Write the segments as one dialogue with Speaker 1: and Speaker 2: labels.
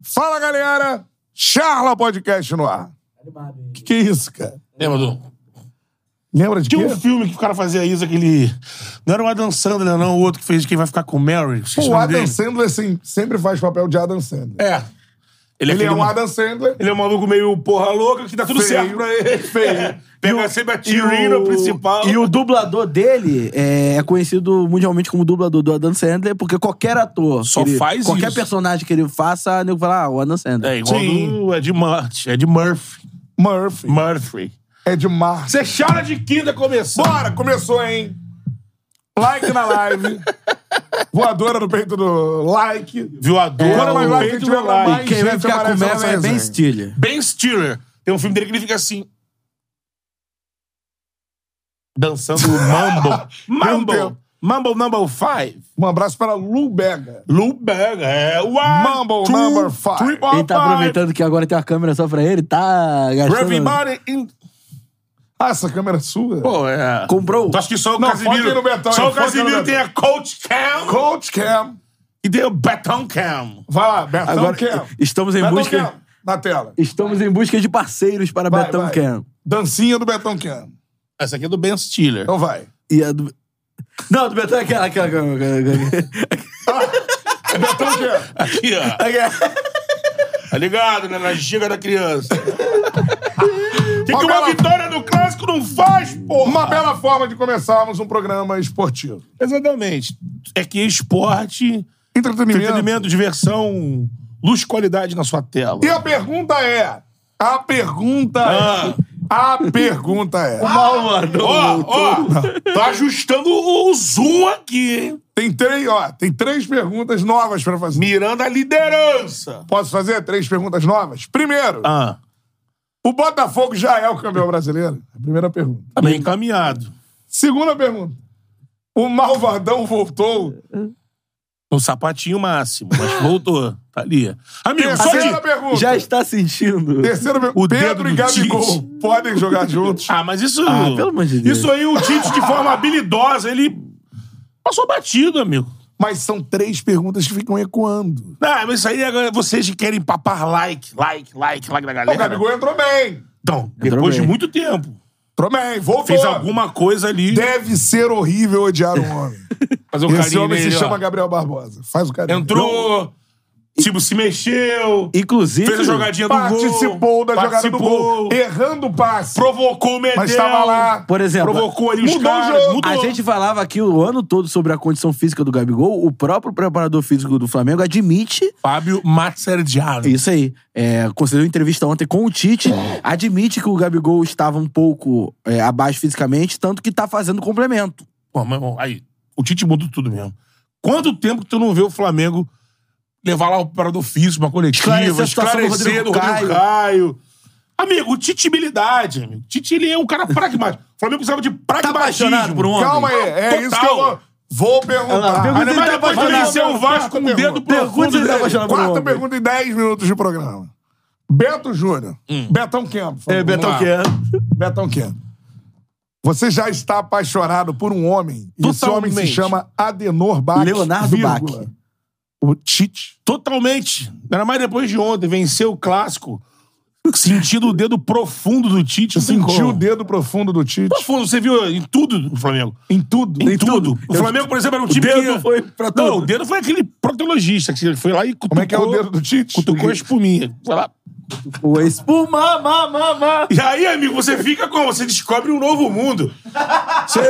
Speaker 1: Fala, galera! Charla Podcast no ar. Que que é isso, cara?
Speaker 2: Lembra do...
Speaker 1: Lembra de
Speaker 2: Tinha
Speaker 1: quê?
Speaker 2: um filme que o cara fazia isso, aquele... Não era o Adam Sandler, não. O outro que fez Quem Vai Ficar com Mary. esqueci
Speaker 1: O
Speaker 2: nome
Speaker 1: Adam
Speaker 2: dele.
Speaker 1: Sandler assim, sempre faz papel de Adam Sandler.
Speaker 2: É. Ele,
Speaker 1: Ele é
Speaker 2: aquele
Speaker 1: um
Speaker 2: ma-
Speaker 1: Adam Sandler.
Speaker 2: Ele é um maluco meio porra louca que dá tudo
Speaker 1: Feio. é,
Speaker 2: certo É. pra ele. Feio. Pega sempre a
Speaker 3: E o-
Speaker 2: tirina principal.
Speaker 3: E o dublador dele é, é conhecido mundialmente como dublador do Adam Sandler, porque qualquer ator.
Speaker 2: Só
Speaker 3: que ele-
Speaker 2: faz
Speaker 3: Qualquer
Speaker 2: isso.
Speaker 3: personagem que ele faça, o nego fala, ah, o Adam Sandler.
Speaker 2: É igual
Speaker 1: Sim.
Speaker 2: do Ed, Murphy. Ed Murphy.
Speaker 1: Murphy.
Speaker 2: Murphy.
Speaker 1: É de Marte.
Speaker 2: Você chora de quinta começando.
Speaker 1: Bora! Começou, hein? Like na live. Voadora no peito do like.
Speaker 2: Viu a dor?
Speaker 1: Quando
Speaker 3: o
Speaker 1: mais like,
Speaker 2: peito
Speaker 1: tiver
Speaker 2: do like.
Speaker 1: mais
Speaker 3: Quem vai
Speaker 1: gente
Speaker 3: ficar com
Speaker 1: aparece na
Speaker 3: Mel é
Speaker 1: nossa
Speaker 3: Ben
Speaker 1: resenha.
Speaker 3: Stiller.
Speaker 2: Ben Stiller. Tem um filme dele que ele fica assim. Dançando o Mambo.
Speaker 1: Deus.
Speaker 2: Mambo. Mambo number five.
Speaker 1: Um abraço para Lu Bega.
Speaker 2: Lou Bega. É. One,
Speaker 1: Mambo
Speaker 2: two,
Speaker 1: number five.
Speaker 2: three, four,
Speaker 3: Ele tá
Speaker 2: five.
Speaker 3: aproveitando que agora tem uma câmera só pra ele, tá gastando.
Speaker 2: Everybody in...
Speaker 1: Ah, essa câmera é sua?
Speaker 2: Pô, é...
Speaker 3: Comprou?
Speaker 1: Tá
Speaker 2: Acho que só o
Speaker 1: Não, foca
Speaker 2: Casimiro...
Speaker 1: no Betão,
Speaker 2: só o
Speaker 1: foca no
Speaker 2: Casimiro
Speaker 1: Betão.
Speaker 2: tem a Coach Cam
Speaker 1: Coach Cam.
Speaker 2: e tem o Betão Cam.
Speaker 1: Vai lá, Bertão
Speaker 3: Agora,
Speaker 1: Cam.
Speaker 3: estamos em
Speaker 1: Betão
Speaker 3: busca.
Speaker 1: Cam, na tela.
Speaker 3: Estamos em busca de parceiros para
Speaker 1: Vai,
Speaker 3: Betão
Speaker 1: vai.
Speaker 3: Cam.
Speaker 1: Dancinha do Betão Cam.
Speaker 2: Essa aqui é do Ben Stiller.
Speaker 1: Então vai.
Speaker 3: E a do. Não, do Betão é aquela, aquela. aquela-
Speaker 1: Betão Cam.
Speaker 2: Aqui, ó.
Speaker 3: aquela- aquela-
Speaker 2: Tá ligado, né? Na giga da criança. O que, que
Speaker 1: Olha lá.
Speaker 2: uma vitória no clássico não faz, porra?
Speaker 1: Uma bela forma de começarmos um programa esportivo.
Speaker 2: Exatamente. É que esporte,
Speaker 1: Entretenimento.
Speaker 2: entretenimento, diversão, luz, qualidade na sua tela.
Speaker 1: E a pergunta é... A pergunta é...
Speaker 2: Ah.
Speaker 1: A pergunta é...
Speaker 2: Ó, ó, tá ajustando o o zoom aqui, hein?
Speaker 1: Tem três, ó, tem três perguntas novas pra fazer.
Speaker 2: Mirando a liderança.
Speaker 1: Posso fazer três perguntas novas? Primeiro,
Speaker 2: Ah,
Speaker 1: o Botafogo já é o campeão brasileiro? A primeira pergunta.
Speaker 2: tá bem encaminhado.
Speaker 1: Segunda pergunta. O Malvadão voltou?
Speaker 2: No Um sapatinho máximo, mas voltou. Tá ali. Amigo, só
Speaker 1: Terceira
Speaker 2: de...
Speaker 1: pergunta.
Speaker 3: Já está sentindo.
Speaker 1: Terceira pergunta.
Speaker 2: O dedo
Speaker 1: Pedro e
Speaker 2: do
Speaker 1: Gabigol
Speaker 2: Tite.
Speaker 1: podem jogar juntos?
Speaker 2: Ah, mas isso...
Speaker 3: Ah, pelo amor de Deus.
Speaker 2: Isso aí, o Tite, de forma habilidosa, ele passou batido, amigo.
Speaker 1: Mas são três perguntas que ficam ecoando.
Speaker 2: Ah, mas isso aí é vocês que querem papar like, like, like, like da
Speaker 1: O
Speaker 2: galera.
Speaker 1: Gabigol entrou bem.
Speaker 2: Então, depois
Speaker 3: bem.
Speaker 2: de muito tempo,
Speaker 1: Entrou bem. Voltou.
Speaker 2: fez alguma coisa ali.
Speaker 1: Deve ser horrível odiar um homem.
Speaker 2: Fazer um
Speaker 1: Esse
Speaker 2: carinho
Speaker 1: homem se
Speaker 2: nele, ó.
Speaker 1: chama Gabriel Barbosa. Faz o carinho.
Speaker 2: Entrou, tipo, se mexeu,
Speaker 3: Inclusive.
Speaker 2: fez a jogadinha do gol.
Speaker 1: Participou da jogada do
Speaker 2: participou,
Speaker 1: gol. Errando o passe.
Speaker 2: Provocou o Medel.
Speaker 1: Mas tava lá.
Speaker 3: Por exemplo,
Speaker 2: Provocou ali os
Speaker 1: mudou o
Speaker 2: caras.
Speaker 1: jogo.
Speaker 2: Mudou.
Speaker 3: A gente falava aqui o ano todo sobre a condição física do Gabigol. O próprio preparador físico do Flamengo admite.
Speaker 2: Fábio Mazzardiano.
Speaker 3: Isso aí. É, concedeu entrevista ontem com o Tite. Admite que o Gabigol estava um pouco é, abaixo fisicamente, tanto que tá fazendo complemento.
Speaker 2: Pô, mas, irmão, aí, o Tite mudou tudo mesmo. Quanto tempo que tu não vê o Flamengo levar lá o parador físico, uma coletiva,
Speaker 3: Esclarecer a situação do
Speaker 2: esclarecer do
Speaker 3: Rodrigo
Speaker 2: Rodrigo Caio. Amigo, o Tite habilidade, amigo. O Tite, ele é um cara pragmático. O Flamengo precisava de pragmatismo.
Speaker 3: apaixonado por um homem?
Speaker 1: Calma aí. É
Speaker 2: Total.
Speaker 1: isso que eu vou, vou perguntar.
Speaker 3: Olha lá, pergunta
Speaker 1: Mas
Speaker 2: Mas
Speaker 3: Ele tá
Speaker 2: depois que
Speaker 3: apaixonado.
Speaker 2: venceu o Vasco com o dedo
Speaker 3: Pergunta
Speaker 2: profundo né?
Speaker 3: ele tá
Speaker 2: dele.
Speaker 3: apaixonado.
Speaker 1: Quarta
Speaker 3: Vamos.
Speaker 1: pergunta em 10 minutos de programa. Beto Júnior.
Speaker 2: Hum.
Speaker 1: Betão Kemp. por favor.
Speaker 3: É,
Speaker 2: Betão
Speaker 1: Vamos lá. Betão Kemp. Você já está apaixonado por um homem. E esse homem
Speaker 2: Totalmente.
Speaker 1: se chama Adenor Bach.
Speaker 3: Leonardo
Speaker 1: vírgula.
Speaker 3: Bach.
Speaker 1: O Tite.
Speaker 2: Totalmente. Era mais depois de ontem, venceu o clássico. Sentindo o dedo profundo do Tite. assim,
Speaker 1: Sentiu
Speaker 2: como-
Speaker 1: o dedo profundo do Tite.
Speaker 2: Profundo, você viu em tudo do Flamengo.
Speaker 1: Em tudo.
Speaker 2: Em,
Speaker 1: Em
Speaker 2: tudo. O Flamengo, por exemplo, era um time
Speaker 3: dedo
Speaker 2: que...
Speaker 3: foi pra
Speaker 2: Não,
Speaker 3: tudo.
Speaker 2: o dedo foi aquele proctologista que ele foi lá e cutucou...
Speaker 1: Como é que é o dedo do Tite?
Speaker 2: Cutucou a espuminha. Foi lá.
Speaker 3: O espuma, ma, ma, ma.
Speaker 2: E aí, amigo, você fica como? Você descobre um novo mundo. Você...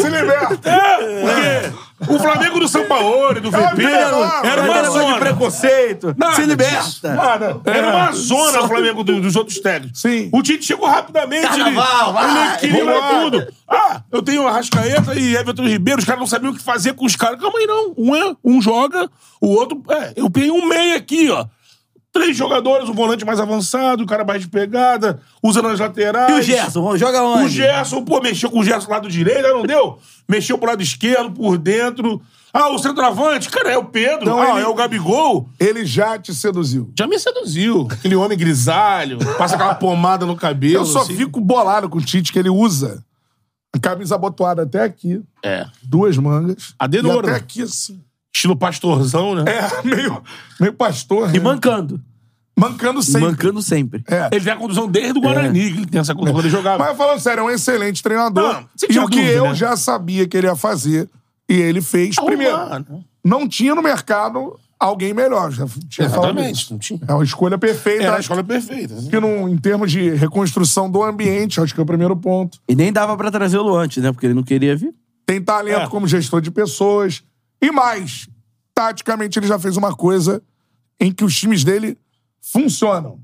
Speaker 1: Se liberta. É
Speaker 2: É, porque o Flamengo do São Paulo, do VP, era, era uma
Speaker 3: Era coisa de
Speaker 2: zona.
Speaker 3: preconceito.
Speaker 2: Nada
Speaker 3: Se
Speaker 2: disso.
Speaker 3: liberta.
Speaker 2: Nada. Era uma zona o Flamengo do- dos outros técnicos.
Speaker 1: Sim.
Speaker 2: O Tite chegou rapidamente.
Speaker 3: Carnaval,
Speaker 2: ele,
Speaker 3: vai,
Speaker 2: ele equilibrou
Speaker 1: vambora.
Speaker 2: tudo. Ah, eu tenho Arrascaeta e Everton Ribeiro. Os caras não sabiam o que fazer com os caras. Calma aí, não. Um, é, um joga, o outro. É, eu tenho um meio aqui, ó. Três jogadores, o volante mais avançado, o cara mais de pegada, usando as laterais.
Speaker 3: E o Gerson? Joga onde?
Speaker 2: O Gerson, pô, mexeu com o Gerson lado direito, aí não deu? Mexeu pro lado esquerdo, por dentro. Ah, o centroavante, cara, é o Pedro.
Speaker 1: Então
Speaker 2: ah,
Speaker 1: ele-
Speaker 2: é o Gabigol.
Speaker 1: Ele já te seduziu.
Speaker 2: Já me seduziu. Aquele homem grisalho, passa aquela pomada no cabelo.
Speaker 1: Eu só
Speaker 2: assim.
Speaker 1: fico bolado com o Tite, que ele usa a camisa abotoada até aqui,
Speaker 2: É.
Speaker 1: duas mangas.
Speaker 2: A dedo
Speaker 1: e
Speaker 2: ouro. né?
Speaker 1: até aqui, assim.
Speaker 2: Estilo pastorzão, né?
Speaker 1: É, meio, meio pastor.
Speaker 3: E
Speaker 1: né?
Speaker 3: mancando.
Speaker 1: Mancando sempre.
Speaker 3: Mancando sempre.
Speaker 1: É.
Speaker 2: Ele tem a condução desde o Guarani, que ele tem essa condução quando ele jogava.
Speaker 1: Mas falando sério, é um excelente treinador.
Speaker 2: Não, você
Speaker 1: e
Speaker 2: tinha
Speaker 1: o que
Speaker 2: dúvida,
Speaker 1: eu
Speaker 2: né?
Speaker 1: já sabia que ele ia fazer, e ele fez primeiro.
Speaker 2: Arrumar, né?
Speaker 1: Não tinha no mercado alguém melhor. Já tinha falado isso.
Speaker 2: Exatamente, não tinha.
Speaker 1: É uma escolha perfeita.
Speaker 2: Era a
Speaker 1: acho
Speaker 2: escola perfeita. né?
Speaker 1: que não- em termos de reconstrução do ambiente, acho que é o primeiro ponto.
Speaker 3: E nem dava pra trazer o Luante, né? Porque ele não queria vir.
Speaker 1: Tem talento
Speaker 2: É.
Speaker 1: como gestor de pessoas. E mais, taticamente ele já fez uma coisa em que os times dele funcionam.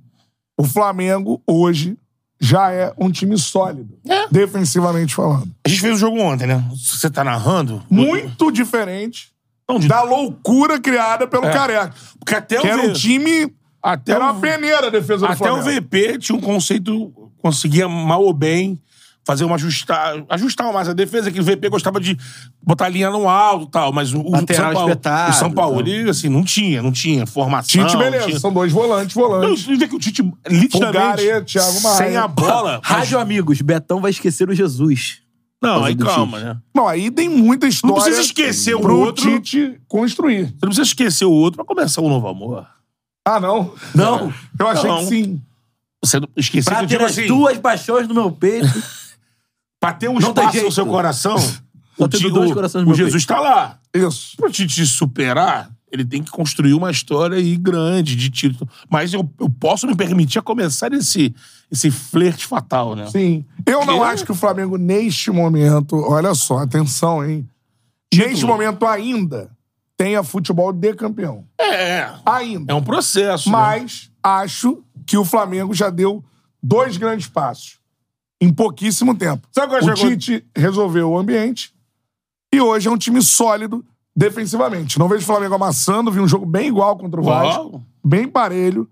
Speaker 1: O Flamengo, hoje, já é um time sólido,
Speaker 2: É.
Speaker 1: defensivamente falando.
Speaker 2: A gente fez o jogo ontem, né? Se Você tá narrando?
Speaker 1: Muito diferente
Speaker 2: Não, de-
Speaker 1: da loucura criada pelo
Speaker 2: É.
Speaker 1: Careca.
Speaker 2: Porque até
Speaker 1: Que
Speaker 2: o
Speaker 1: era
Speaker 2: V-
Speaker 1: um time...
Speaker 2: até
Speaker 1: era
Speaker 2: o-
Speaker 1: uma peneira a defesa do
Speaker 2: até o
Speaker 1: Flamengo.
Speaker 2: VP tinha um conceito, conseguia mal ou bem fazer uma ajustar, ajustar mais a defesa, que o VP gostava de botar a linha no alto e tal, mas o, o
Speaker 3: Lateral
Speaker 2: São Paulo,
Speaker 3: espetado,
Speaker 2: o São Paulo,
Speaker 3: tal.
Speaker 2: ele, assim, não tinha, não tinha formação.
Speaker 1: Tite, beleza.
Speaker 2: não tinha-
Speaker 1: São dois volantes,
Speaker 2: Não,
Speaker 1: volantes.
Speaker 2: eu digo que o Tite, literalmente,
Speaker 1: Pulgar e Thiago Maia.
Speaker 2: sem a bola...
Speaker 3: Rádio Amigos, Betão vai esquecer o Jesus.
Speaker 2: Não, aí
Speaker 3: do
Speaker 2: calma, né?
Speaker 1: Não, aí tem muita
Speaker 2: Não
Speaker 1: história...
Speaker 2: precisa esquecer o
Speaker 1: pro
Speaker 2: outro. Você
Speaker 1: Tite construir.
Speaker 2: não precisa esquecer o outro pra começar um novo amor.
Speaker 1: Ah, não?
Speaker 3: Não.
Speaker 1: Eu achei
Speaker 2: Não.
Speaker 1: que sim.
Speaker 2: Você não- esquecer que
Speaker 3: Pra
Speaker 2: eu
Speaker 3: ter
Speaker 2: digo
Speaker 3: as
Speaker 2: assim,
Speaker 3: duas paixões no meu peito.
Speaker 2: pra ter um
Speaker 3: Não tem
Speaker 2: espaço no
Speaker 3: jeito.
Speaker 2: seu coração,
Speaker 3: Só
Speaker 2: o,
Speaker 3: tendo
Speaker 2: Ti-
Speaker 3: dois
Speaker 2: o-
Speaker 3: corações
Speaker 2: o
Speaker 3: no meu
Speaker 2: Jesus tá lá.
Speaker 1: Isso.
Speaker 2: Pro Tite se superar, ele tem que construir uma história aí grande de título. Mas eu, eu posso me permitir a começar esse, esse flerte fatal, né?
Speaker 1: Sim. Eu não
Speaker 2: Que-
Speaker 1: acho que o Flamengo, neste momento, olha só, atenção, hein? Neste momento ainda, tenha futebol de campeão.
Speaker 2: É,
Speaker 1: Ainda.
Speaker 2: é um processo. né?
Speaker 1: Mas acho que o Flamengo já deu dois grandes passos em pouquíssimo tempo.
Speaker 2: Sabe qual é
Speaker 1: O
Speaker 2: a coisa?
Speaker 1: Tite resolveu o ambiente e hoje é um time sólido defensivamente. Não vejo o Flamengo amassando, vi um jogo bem igual contra o Vasco,
Speaker 2: Ó,
Speaker 1: bem parelho.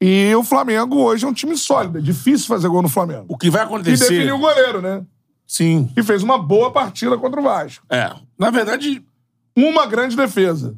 Speaker 1: E o Flamengo hoje é um time sólido. É difícil fazer gol no Flamengo.
Speaker 2: O que vai
Speaker 1: E
Speaker 2: acontecer...
Speaker 1: definiu o goleiro, né?
Speaker 2: Sim,
Speaker 1: E fez uma boa partida contra o Vasco.
Speaker 2: é. Na verdade,
Speaker 1: Uma grande defesa.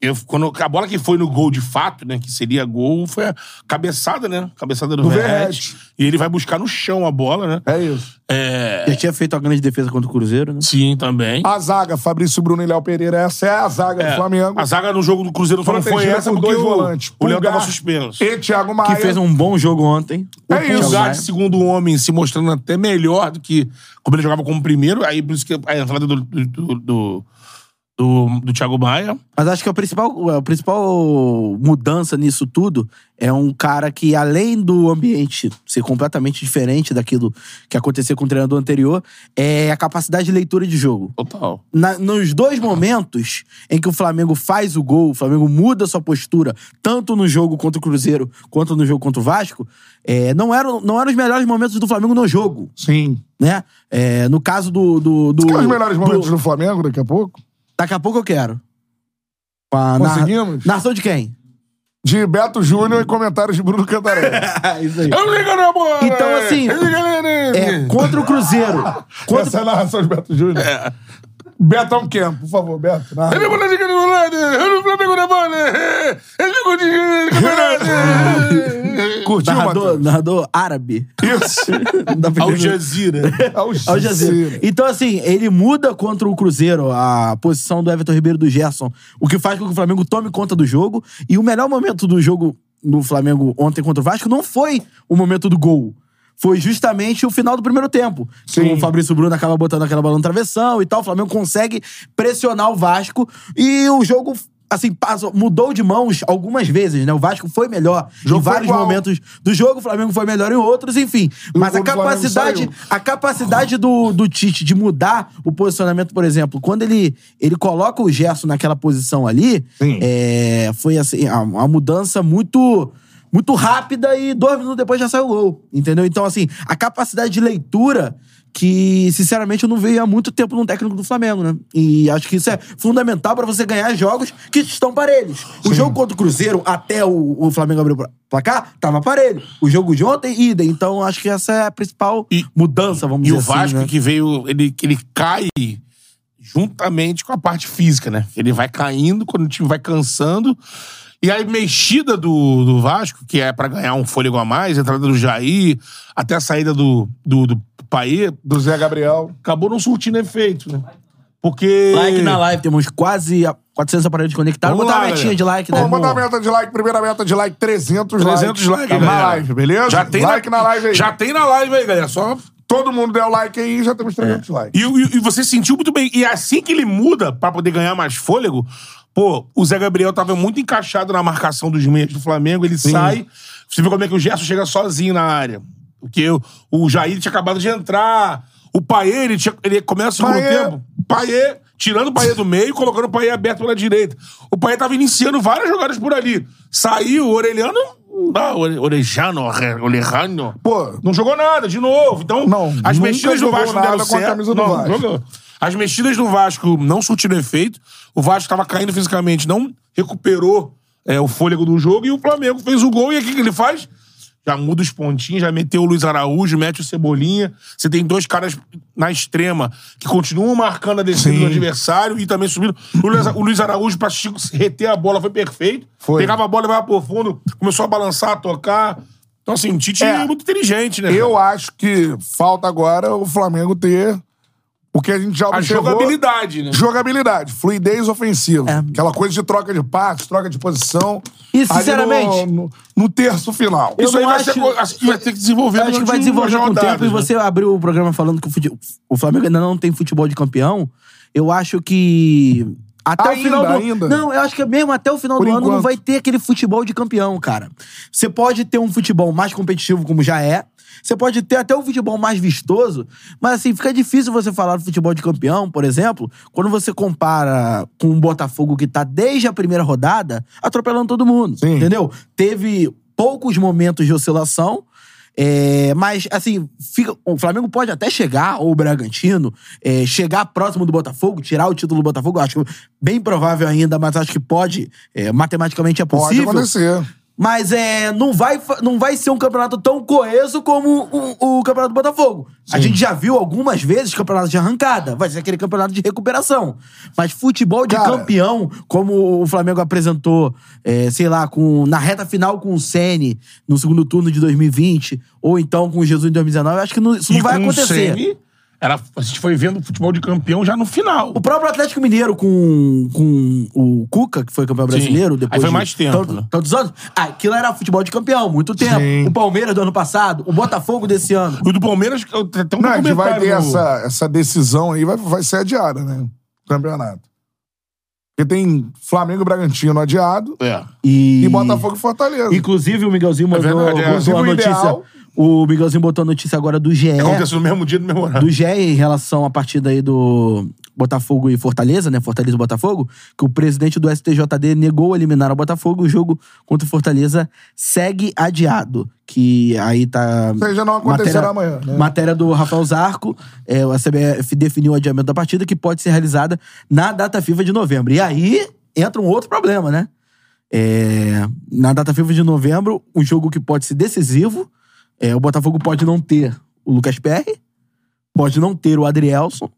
Speaker 2: eu, quando, a bola que foi no gol de fato, né? Que seria gol, foi a cabeçada, né? Cabeçada do,
Speaker 1: Do
Speaker 2: Verrete. E ele vai buscar no chão a bola, né?
Speaker 1: É isso.
Speaker 2: É.
Speaker 3: Já tinha feito a grande defesa contra o Cruzeiro, né?
Speaker 2: Sim, também.
Speaker 1: A zaga, Fabrício Bruno e Léo Pereira, essa é a zaga do
Speaker 2: É,
Speaker 1: Flamengo.
Speaker 2: A zaga no jogo do Cruzeiro só não foi
Speaker 1: Protegida
Speaker 2: essa
Speaker 1: por
Speaker 2: porque
Speaker 1: dois
Speaker 2: o,
Speaker 1: volantes.
Speaker 2: o Léo
Speaker 1: Pulgar.
Speaker 2: tava suspenso.
Speaker 1: E Thiago Maia.
Speaker 3: Que fez um bom jogo ontem.
Speaker 1: É
Speaker 3: Opa,
Speaker 1: isso.
Speaker 3: Thiago
Speaker 2: Apesar
Speaker 3: Maia.
Speaker 2: de segundo homem se mostrando até melhor do que como ele jogava como primeiro, aí por isso que a entrada do, do, do, do, do- do Thiago Maia.
Speaker 3: Mas acho que a principal, a principal mudança nisso tudo é um cara que, além do ambiente ser completamente diferente daquilo que aconteceu com o treinador anterior, é a capacidade de leitura de jogo.
Speaker 2: Total.
Speaker 3: Na- nos dois momentos em que o Flamengo faz o gol, o Flamengo muda sua postura, tanto no jogo contra o Cruzeiro quanto no jogo contra o Vasco, é, não, eram, não eram os melhores momentos do Flamengo no jogo.
Speaker 1: Sim.
Speaker 3: Né? É, no caso do. do, do
Speaker 1: Quer é os melhores momentos
Speaker 3: do-
Speaker 1: do Flamengo daqui a pouco?
Speaker 3: Daqui a pouco eu quero. Com a narra-
Speaker 1: Conseguimos?
Speaker 3: Narração de quem?
Speaker 1: De Beto Júnior e comentários de Bruno Cantarelli.
Speaker 3: Isso aí.
Speaker 2: Eu ligo na bola!
Speaker 3: Então, assim,
Speaker 2: Eu ligo na-
Speaker 3: É, contra o Cruzeiro.
Speaker 1: Essa é a narração de Beto Júnior.
Speaker 2: É.
Speaker 1: Betão Kemp, por favor, Beto. narra.
Speaker 2: Ele bola de cara no lado, eu no Flamengo na bola, ele jogou de campeonato.
Speaker 1: é um Curtiu,
Speaker 3: Narrador,
Speaker 1: Matheus?
Speaker 3: narrador árabe.
Speaker 1: Isso.
Speaker 3: Não dá pra
Speaker 2: Al
Speaker 3: entender.
Speaker 1: É
Speaker 2: Jazeera.
Speaker 3: Al Jazeera. Então, assim, ele muda contra o Cruzeiro a posição do Everton Ribeiro e do Gerson, o que faz com que o Flamengo tome conta do jogo. E o melhor momento do jogo do Flamengo ontem contra o Vasco não foi o momento do gol. Foi justamente o final do primeiro tempo. que
Speaker 1: Sim.
Speaker 3: O Fabrício Bruno acaba botando aquela bola no travessão e tal. O Flamengo consegue pressionar o Vasco. E o jogo, assim, passou, mudou de mãos algumas vezes, né? O Vasco foi melhor em
Speaker 1: jogo foi
Speaker 3: vários
Speaker 1: igual.
Speaker 3: momentos do jogo. O Flamengo foi melhor em outros, enfim. Mas
Speaker 1: gol
Speaker 3: a
Speaker 1: do Flamengo
Speaker 3: capacidade,
Speaker 1: saiu.
Speaker 3: a capacidade do, do Tite de mudar o posicionamento, por exemplo, quando ele, ele coloca o Gerson naquela posição ali,
Speaker 1: Sim.
Speaker 3: é, foi assim, a- uma mudança muito muito rápida e dois minutos depois já saiu o gol, entendeu? Então, assim, a capacidade de leitura que, sinceramente, eu não vejo há muito tempo num técnico do Flamengo, né? E acho que isso é fundamental pra você ganhar jogos que estão parelhos. O jogo contra o Cruzeiro, até o, o Flamengo abrir o pla- placar, tava parelho. O jogo de ontem, idem. Então, acho que essa é a principal
Speaker 2: E-
Speaker 3: mudança, vamos
Speaker 2: E
Speaker 3: dizer
Speaker 2: o Vasco
Speaker 3: assim, né?
Speaker 2: que veio, ele, que ele cai juntamente com a parte física, né? Ele vai caindo quando o time vai cansando. E a mexida do, do Vasco, que é pra ganhar um fôlego a mais, a entrada do Jair, até a saída do, do, do Paê,
Speaker 1: Do Zé Gabriel.
Speaker 2: acabou não surtindo efeito, né? Porque.
Speaker 3: Like na live, temos quase a- 400 aparelhos conectados.
Speaker 2: Vamos
Speaker 3: Vou botar
Speaker 2: lá,
Speaker 3: uma metinha
Speaker 2: galera.
Speaker 3: de like, né?
Speaker 1: Vamos botar a
Speaker 3: Vamos.
Speaker 1: meta de like, primeira meta de like, 300 likes. Tá
Speaker 2: 300 likes,
Speaker 1: na
Speaker 2: galera.
Speaker 1: live, beleza?
Speaker 2: Já tem
Speaker 1: like na, live aí.
Speaker 2: Já tem na live aí, galera. Só...
Speaker 1: Todo mundo deu like aí e já temos 300 likes.
Speaker 2: E, e- e você sentiu muito bem. E assim que ele muda pra poder ganhar mais fôlego, pô, o Zé Gabriel tava muito encaixado na marcação dos meias do Flamengo. Ele sai. Você vê como é que o Gerson chega sozinho na área. Porque o, o Jair tinha acabado de entrar. O Paê, ele, tinha- ele começa o segundo
Speaker 1: Paê.
Speaker 2: tempo. Paê, tirando o Paê do meio e colocando o Paê aberto pela direita. O Paê tava iniciando várias jogadas por ali. Saiu, o Orelhano. Ah, Ore- Orejano, Ore- Orejano.
Speaker 1: Pô,
Speaker 2: Não jogou nada, de novo. Então,
Speaker 1: Não,
Speaker 2: as
Speaker 1: nunca
Speaker 2: mexidas do
Speaker 1: jogou
Speaker 2: Vasco não
Speaker 1: nada
Speaker 2: deram
Speaker 1: com a
Speaker 2: certo.
Speaker 1: camisa do
Speaker 2: Não,
Speaker 1: Vasco.
Speaker 2: jogou. As mexidas do Vasco não surtiram efeito. O Vasco estava caindo fisicamente, não recuperou é, o fôlego do jogo. E o Flamengo fez o gol. E aqui que ele faz? Já muda os pontinhos, já meteu o Luiz Araújo, mete o Cebolinha. Você tem dois caras na extrema que continuam marcando a defesa
Speaker 1: Sim.
Speaker 2: do adversário e também subindo. O Luiz, o Luiz Araújo, pra Chico se reter a bola, foi perfeito.
Speaker 1: Foi.
Speaker 2: Pegava a bola, levava por fundo, começou a balançar, a tocar. Então, assim, o Tite
Speaker 1: É.
Speaker 2: é muito inteligente, né? cara?
Speaker 1: eu acho que falta agora o Flamengo ter o que a gente já
Speaker 2: A
Speaker 1: observou.
Speaker 2: jogabilidade, né?
Speaker 1: Jogabilidade, fluidez ofensiva.
Speaker 3: É.
Speaker 1: Aquela coisa de troca de passos, troca de posição.
Speaker 3: E,
Speaker 1: ali
Speaker 3: sinceramente,
Speaker 1: No, no- no terço final.
Speaker 3: eu
Speaker 2: Isso aí
Speaker 3: não
Speaker 2: vai,
Speaker 3: acho-
Speaker 2: ser, co- acho que vai ter que desenvolver
Speaker 3: Eu acho que
Speaker 2: durante
Speaker 3: vai desenvolver um com
Speaker 2: umas
Speaker 3: o
Speaker 2: rodadas,
Speaker 3: tempo. E
Speaker 2: né?
Speaker 3: você abriu o programa falando que o, fute- o Flamengo ainda não tem futebol de campeão. Eu acho que. Até
Speaker 1: Ainda,
Speaker 3: o final do
Speaker 1: ainda.
Speaker 3: Não, eu acho que mesmo até o final
Speaker 1: Por
Speaker 3: do ano
Speaker 1: enquanto.
Speaker 3: não vai ter aquele futebol de campeão, cara. Você pode ter um futebol mais competitivo, como já é. Você pode ter até um futebol mais vistoso, mas assim, fica difícil você falar do futebol de campeão, por exemplo, quando você compara com o Botafogo que tá desde a primeira rodada atropelando todo mundo.
Speaker 1: Sim.
Speaker 3: Entendeu? Teve poucos momentos de oscilação. é, mas, assim, fica- o Flamengo pode até chegar, ou o Bragantino, é, chegar próximo do Botafogo, tirar o título do Botafogo, eu acho bem provável ainda, mas acho que pode, é, matematicamente é
Speaker 1: Pode
Speaker 3: possível.
Speaker 1: acontecer.
Speaker 3: Mas é, não, vai, fa- não vai ser um campeonato tão coeso como o, o campeonato do Botafogo. A gente já viu algumas vezes campeonato de arrancada. Vai ser aquele campeonato de recuperação. Mas futebol de
Speaker 1: Cara.
Speaker 3: campeão, como o Flamengo apresentou, é, sei lá, com, na reta final com o Sene no segundo turno de 2020, ou então com o Jesus em 2019, eu acho que não- isso não
Speaker 2: E
Speaker 3: vai
Speaker 2: com o
Speaker 3: acontecer.
Speaker 2: Ceni, era, a gente foi vendo o futebol de campeão já no final.
Speaker 3: O próprio Atlético Mineiro com, com o Cuca, que foi campeão brasileiro, depois
Speaker 2: Aí foi
Speaker 3: de
Speaker 2: mais tempo,
Speaker 3: tanto-
Speaker 2: né?
Speaker 3: tantos anos. Ah, aquilo era futebol de campeão, muito tempo.
Speaker 1: Sim.
Speaker 3: O Palmeiras do ano passado, o Botafogo desse ano.
Speaker 2: E o do Palmeiras, eu- tem um
Speaker 1: Não, a gente
Speaker 2: documentário
Speaker 1: vai ter
Speaker 2: no-
Speaker 1: essa, essa decisão aí, vai, vai ser adiada, né? O campeonato. Porque tem Flamengo e Bragantino adiado
Speaker 2: É.
Speaker 1: e, Botafogo e Fortaleza.
Speaker 3: Inclusive, o Miguelzinho mandou,
Speaker 2: verdade, é.
Speaker 3: botou a
Speaker 1: Inclusive, o
Speaker 3: notícia.
Speaker 1: ideal-
Speaker 3: O Miguelzinho botou a notícia agora do GE.
Speaker 2: Aconteceu no mesmo dia, no
Speaker 1: né?
Speaker 2: mesmo horário.
Speaker 3: do GE em relação à partida aí do Botafogo e Fortaleza, né? Fortaleza e Botafogo, que o presidente do STJD negou eliminar o Botafogo. O jogo contra o Fortaleza segue adiado. Que aí tá.
Speaker 1: Ou seja, não acontecerá amanhã, né?
Speaker 3: É. Matéria do Rafael Zarco, é, a CBF definiu o adiamento da partida que pode ser realizada na data FIFA de novembro. E aí entra um outro problema, né? É, na data FIFA de novembro, um jogo que pode ser decisivo, é, o Botafogo pode não ter o Lucas Perry, pode não ter o Adrielson.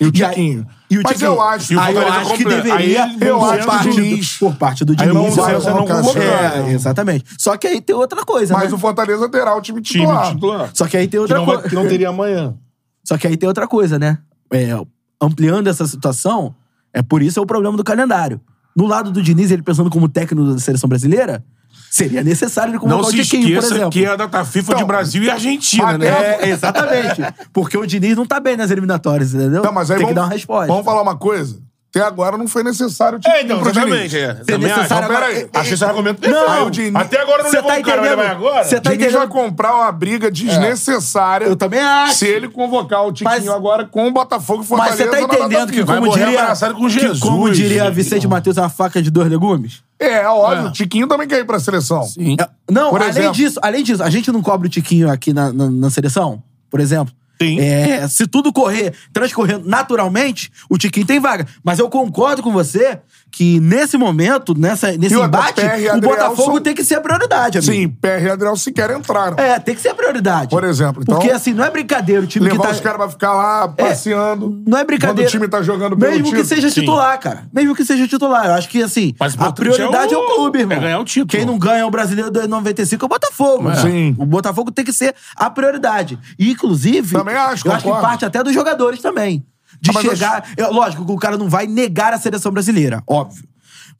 Speaker 1: E o
Speaker 3: E aí-
Speaker 1: Tiquinho.
Speaker 3: E o
Speaker 1: Mas
Speaker 3: Tiquinho.
Speaker 1: eu acho-
Speaker 3: Ah, eu
Speaker 2: Fortaleza
Speaker 3: acho que
Speaker 2: completo.
Speaker 3: deveria
Speaker 2: Aí ele
Speaker 1: eu
Speaker 3: por,
Speaker 1: acho que
Speaker 3: parte
Speaker 1: o
Speaker 3: do,
Speaker 1: Diniz-
Speaker 3: por parte do
Speaker 2: Aí
Speaker 3: Diniz.
Speaker 2: o Mons
Speaker 1: Diniz vai
Speaker 2: Alves
Speaker 1: colocar
Speaker 2: não
Speaker 1: o cara.
Speaker 2: convocou.
Speaker 3: É, exatamente. Só que aí tem outra coisa,
Speaker 1: Mas
Speaker 3: né?
Speaker 1: o Fortaleza terá o time
Speaker 2: Time
Speaker 1: titular.
Speaker 2: titular.
Speaker 3: Só que aí tem
Speaker 2: Que
Speaker 3: outra
Speaker 2: não, vai-
Speaker 3: coisa.
Speaker 2: que não teria amanhã.
Speaker 3: Só que aí tem outra coisa, né? É, ampliando essa situação, é por isso é o problema do calendário. No lado do Diniz, ele pensando como técnico da seleção brasileira, seria necessário ele
Speaker 2: Não
Speaker 3: convocar o
Speaker 2: se
Speaker 3: Tiquinho, por
Speaker 2: esqueça
Speaker 3: exemplo.
Speaker 2: que é a data FIFA de
Speaker 1: Então,
Speaker 2: Brasil e Argentina,
Speaker 1: mas
Speaker 2: né?
Speaker 1: é-
Speaker 3: É, exatamente. Porque o Diniz não tá bem nas eliminatórias, entendeu?
Speaker 1: Não, mas aí
Speaker 3: Tem
Speaker 1: vamos,
Speaker 3: que dar uma resposta.
Speaker 1: Vamos falar uma coisa? Até agora não foi necessário o Tiquinho
Speaker 2: É, então,
Speaker 1: pro Diniz.
Speaker 2: exatamente. É.
Speaker 3: Se é
Speaker 2: Também acho.
Speaker 3: necessário
Speaker 2: Então,
Speaker 3: agora-
Speaker 2: peraí.
Speaker 3: é-
Speaker 2: Achei esse argumento
Speaker 3: Não,
Speaker 2: perfeito.
Speaker 1: o Diniz-
Speaker 2: Até agora não
Speaker 3: Cê
Speaker 2: levou
Speaker 3: tá
Speaker 2: o cara, né, vai
Speaker 3: entendendo?
Speaker 2: levar agora?
Speaker 3: Cê tá
Speaker 1: Diniz vai
Speaker 3: entendendo?
Speaker 1: comprar uma briga desnecessária.
Speaker 3: Eu também acho.
Speaker 1: Se ele convocar o Tiquinho
Speaker 3: Mas-
Speaker 1: agora com o Botafogo e
Speaker 3: Mas
Speaker 1: Fortaleza.
Speaker 3: você tá
Speaker 1: na data
Speaker 3: entendendo que,
Speaker 1: FIFA.
Speaker 2: Vai
Speaker 3: como
Speaker 2: morrer
Speaker 3: diria,
Speaker 2: abraçado com
Speaker 3: que
Speaker 2: Jesus,
Speaker 3: como diria
Speaker 2: gente.
Speaker 3: Vicente Matheus, é uma faca de dois legumes?
Speaker 1: É, é óbvio.
Speaker 2: É.
Speaker 1: O Tiquinho também quer ir pra seleção.
Speaker 2: Sim.
Speaker 3: É, Não,
Speaker 1: Por
Speaker 3: além
Speaker 1: exemplo.
Speaker 3: disso, além disso, a gente não cobre o Tiquinho aqui na, na, na seleção, por exemplo.
Speaker 2: Sim.
Speaker 3: É, se tudo correr, transcorrer naturalmente, o Tiquinho tem vaga. Mas eu concordo com você que nesse momento, nessa, nesse
Speaker 1: E outra,
Speaker 3: embate,
Speaker 1: PR e
Speaker 3: o Botafogo
Speaker 1: Adrielson-
Speaker 3: tem que ser a prioridade, amigo.
Speaker 1: Sim, PR e Adriel sequer entraram.
Speaker 3: É, tem que ser a prioridade.
Speaker 1: Por exemplo, então-
Speaker 3: Porque assim, não é brincadeira o time que
Speaker 1: Levar
Speaker 3: tá...
Speaker 1: os caras pra ficar lá passeando.
Speaker 3: Não é brincadeira.
Speaker 1: Quando o time tá jogando pelo
Speaker 3: Mesmo que
Speaker 1: título.
Speaker 3: seja
Speaker 2: Sim.
Speaker 3: titular, cara. Mesmo que seja titular. Eu acho que, assim,
Speaker 2: Mas o
Speaker 3: a
Speaker 2: importante
Speaker 3: prioridade
Speaker 2: é
Speaker 3: é
Speaker 2: o-
Speaker 3: o, clube, irmão.
Speaker 2: é ganhar o título.
Speaker 3: Quem não ganha o brasileiro do 95 é o Botafogo.
Speaker 1: É.
Speaker 3: cara.
Speaker 1: Sim.
Speaker 3: O Botafogo tem que ser a prioridade. E, inclusive,
Speaker 1: Também acho,
Speaker 3: eu acho que
Speaker 1: concordo.
Speaker 3: parte até dos jogadores também. de
Speaker 1: Ah, mas eu
Speaker 3: chegar. é, lógico que o cara não vai negar a seleção brasileira, óbvio.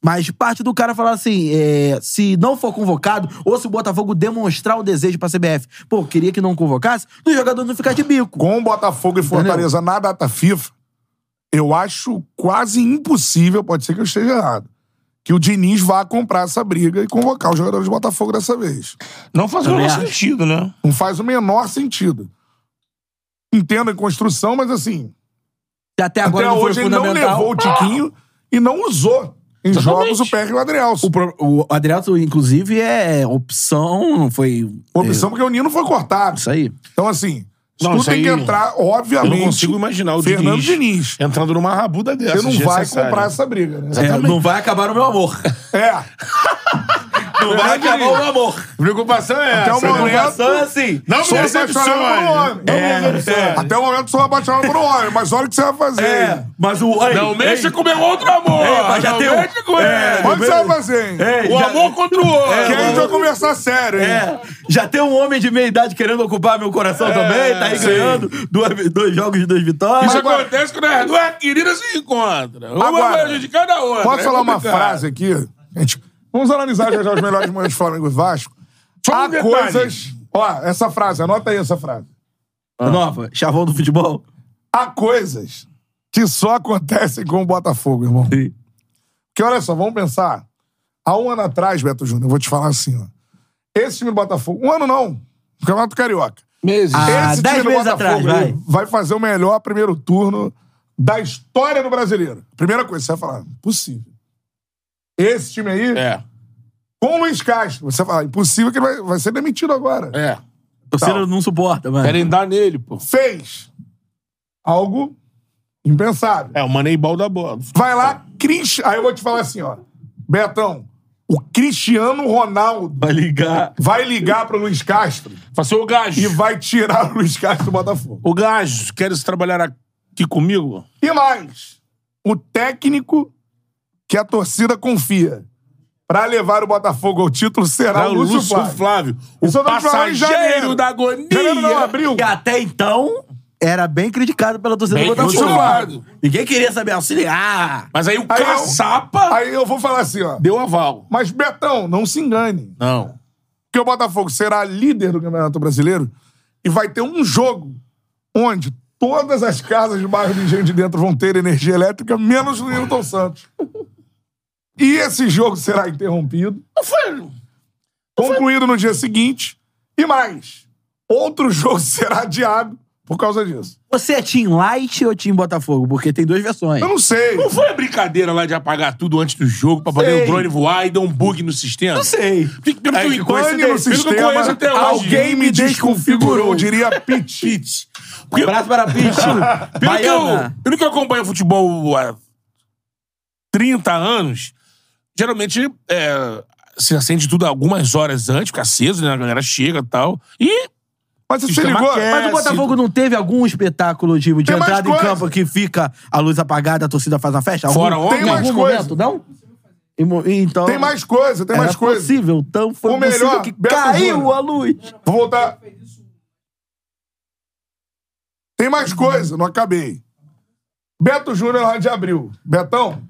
Speaker 3: Mas de parte do cara falar assim, é, se não for convocado, ou se o Botafogo demonstrar o desejo pra CBF, pô, queria que não convocasse, dos jogadores não ficar de bico.
Speaker 1: Com o Botafogo e Fortaleza na data FIFA, eu acho quase impossível, pode ser que eu esteja errado, que o Diniz vá comprar essa briga e convocar os jogadores do Botafogo dessa vez.
Speaker 2: Não faz o
Speaker 3: Também
Speaker 2: menor
Speaker 3: acho.
Speaker 2: sentido, né?
Speaker 1: Não faz o menor sentido. Entendo em construção, mas assim,
Speaker 3: Que até agora
Speaker 1: até
Speaker 3: não foi
Speaker 1: hoje ele não
Speaker 3: fundamental.
Speaker 1: levou o Tiquinho e não usou em
Speaker 2: Exatamente.
Speaker 1: jogos o PR e o Adrielson.
Speaker 3: O, pro- o Adriano, inclusive, é opção, não foi. é,
Speaker 1: Opção porque o Nino foi cortado.
Speaker 3: Isso aí.
Speaker 1: Então, assim, isso
Speaker 2: Não,
Speaker 1: tudo
Speaker 2: isso
Speaker 1: tem que
Speaker 2: aí-
Speaker 1: entrar,
Speaker 2: Eu
Speaker 1: obviamente.
Speaker 2: não consigo imaginar o
Speaker 1: Fernando
Speaker 2: Diniz,
Speaker 1: Diniz.
Speaker 2: entrando numa rabuda dessa. é
Speaker 1: Você não vai comprar essa briga, né?
Speaker 3: É, não vai acabar o meu amor.
Speaker 1: É.
Speaker 3: Não vai
Speaker 1: Verdade,
Speaker 3: acabar o
Speaker 1: Diniz.
Speaker 3: meu amor.
Speaker 2: Preocupação é
Speaker 1: Até o
Speaker 2: essa. né?
Speaker 1: momento.
Speaker 3: Então, assim.
Speaker 2: Não
Speaker 1: Sou
Speaker 2: me
Speaker 1: apaixonado pelo um homem.
Speaker 2: decepcione.
Speaker 1: Não
Speaker 2: É,
Speaker 1: me decepcione.
Speaker 2: é.
Speaker 1: Até o momento sou apaixonado por um homem, mas olha o que você vai fazer.
Speaker 3: É,
Speaker 1: hein?
Speaker 3: mas o. ei,
Speaker 2: Não
Speaker 3: ei,
Speaker 2: mexa com meu outro amor.
Speaker 3: Ei, mas já
Speaker 2: não
Speaker 3: tem um-
Speaker 2: mexa com
Speaker 3: É,
Speaker 2: ele.
Speaker 1: Olha o que você vai fazer. hein?
Speaker 3: ei,
Speaker 2: O
Speaker 3: já-
Speaker 2: amor contra o outro.
Speaker 1: Que aí a gente vai conversar sério, hein?
Speaker 3: É, já tem um homem de meia idade querendo ocupar meu coração também, tá aí
Speaker 2: É, sim.
Speaker 3: ganhando dois, dois jogos de duas vitórias.
Speaker 2: Isso
Speaker 1: Agora-
Speaker 2: acontece quando as duas queridas se encontram. Uma
Speaker 1: Agora-
Speaker 2: vai prejudicando a outra.
Speaker 1: Posso
Speaker 2: É
Speaker 1: falar uma
Speaker 2: complicado.
Speaker 1: frase aqui? Gente, vamos analisar já, já os melhores momentos do Flamengo e Vasco.
Speaker 2: Só um
Speaker 1: Há
Speaker 2: detalhe.
Speaker 1: coisas. Ó, essa frase, anota aí essa frase.
Speaker 2: é- Ah.
Speaker 3: Nova, chavão do futebol.
Speaker 1: Há coisas que só acontecem com o Botafogo, irmão.
Speaker 3: Sim.
Speaker 1: Porque olha só, vamos pensar. Há um ano atrás, Beto Júnior, eu vou te falar assim, ó. Esse time do Botafogo. Um ano não. no Campeonato Carioca.
Speaker 2: Meses.
Speaker 3: Ah,
Speaker 1: Esse
Speaker 3: dez
Speaker 1: time do
Speaker 3: meses
Speaker 1: Botafogo
Speaker 3: atrás, vai.
Speaker 1: fazer o melhor primeiro turno da história do brasileiro. Primeira coisa, você vai falar, impossível. Esse time aí,
Speaker 2: É,
Speaker 1: com o Luiz Castro, você vai falar, impossível que ele vai, vai ser demitido agora.
Speaker 2: é.
Speaker 3: A torcida não suporta, mano.
Speaker 2: Querem dar nele, pô.
Speaker 1: Fez algo impensável.
Speaker 2: É, o Moneyball da bola.
Speaker 1: Vai lá, Cris. Aí eu vou te falar assim, ó. Betão, o Cristiano Ronaldo
Speaker 3: Vai ligar.
Speaker 1: vai ligar pro Luiz Castro
Speaker 2: Fala assim, ô
Speaker 1: e
Speaker 2: gajo.
Speaker 1: vai tirar o Luiz Castro do Botafogo.
Speaker 2: Ô gajo, queres trabalhar aqui comigo?
Speaker 1: E mais, o técnico que a torcida confia pra levar o Botafogo ao título será
Speaker 2: É
Speaker 1: o Lúcio, Flávio.
Speaker 2: O
Speaker 1: Isso eu tô te falando em
Speaker 2: passageiro
Speaker 1: janeiro.
Speaker 2: da agonia.
Speaker 1: Janeiro não, abril.
Speaker 3: Que até então era bem criticado pela torcida
Speaker 2: Bem
Speaker 3: do Botafogo.
Speaker 2: criticado.
Speaker 3: Ninguém queria saber auxiliar.
Speaker 2: Mas aí o
Speaker 1: Aí eu-
Speaker 2: caçapa
Speaker 1: Aí eu vou falar assim, ó.
Speaker 2: deu aval.
Speaker 1: Mas, Betão, não se engane.
Speaker 2: Não.
Speaker 1: Porque o Botafogo será líder do Campeonato Brasileiro e vai ter um jogo onde todas as casas do bairro do Engenho de Dentro vão ter energia elétrica, menos o Nilton Santos. E esse jogo será interrompido,
Speaker 2: Não foi...
Speaker 1: concluído no dia seguinte, e mais, outro jogo será adiado por causa disso.
Speaker 3: Você é Team Light ou Team Botafogo? Porque tem duas versões.
Speaker 1: Eu não sei.
Speaker 2: Não foi a brincadeira lá de apagar tudo antes do jogo pra poder
Speaker 3: Sei.
Speaker 2: o drone voar e dar um bug no sistema? Não
Speaker 3: sei.
Speaker 2: Pelo É, que eu
Speaker 1: Pane
Speaker 2: conheço, pelo
Speaker 1: no
Speaker 2: que eu
Speaker 1: sistema,
Speaker 2: conheço até hoje.
Speaker 1: alguém me desconfigurou, diria Pete.
Speaker 2: Pitch. Porque-
Speaker 3: Abraço para Pitch.
Speaker 2: Pelo que, eu,
Speaker 3: Baiana.
Speaker 2: pelo que eu acompanho futebol há 30 anos, geralmente é, se acende tudo algumas horas antes, fica aceso, né? A galera chega e tal. E
Speaker 1: Mas você se
Speaker 2: Sistema
Speaker 1: ligou?
Speaker 2: quer.
Speaker 3: Mas o Botafogo não teve algum espetáculo de, de
Speaker 1: É, Tem mais
Speaker 3: entrada em
Speaker 1: coisa.
Speaker 3: campo que fica a luz apagada, a torcida faz uma festa? Algum-
Speaker 2: Fora ontem.
Speaker 1: Tem mais
Speaker 3: algum
Speaker 1: coisa.
Speaker 3: momento, não? E mo- e Então,
Speaker 1: Tem mais coisa, tem
Speaker 3: era
Speaker 1: mais coisa.
Speaker 3: possível, então foi
Speaker 1: O
Speaker 3: possível
Speaker 1: melhor,
Speaker 3: que
Speaker 1: Beto
Speaker 3: caiu
Speaker 1: Júnior.
Speaker 3: a luz.
Speaker 1: Vou voltar. Tem mais coisa, não acabei. Beto Júnior lá de abril. Betão.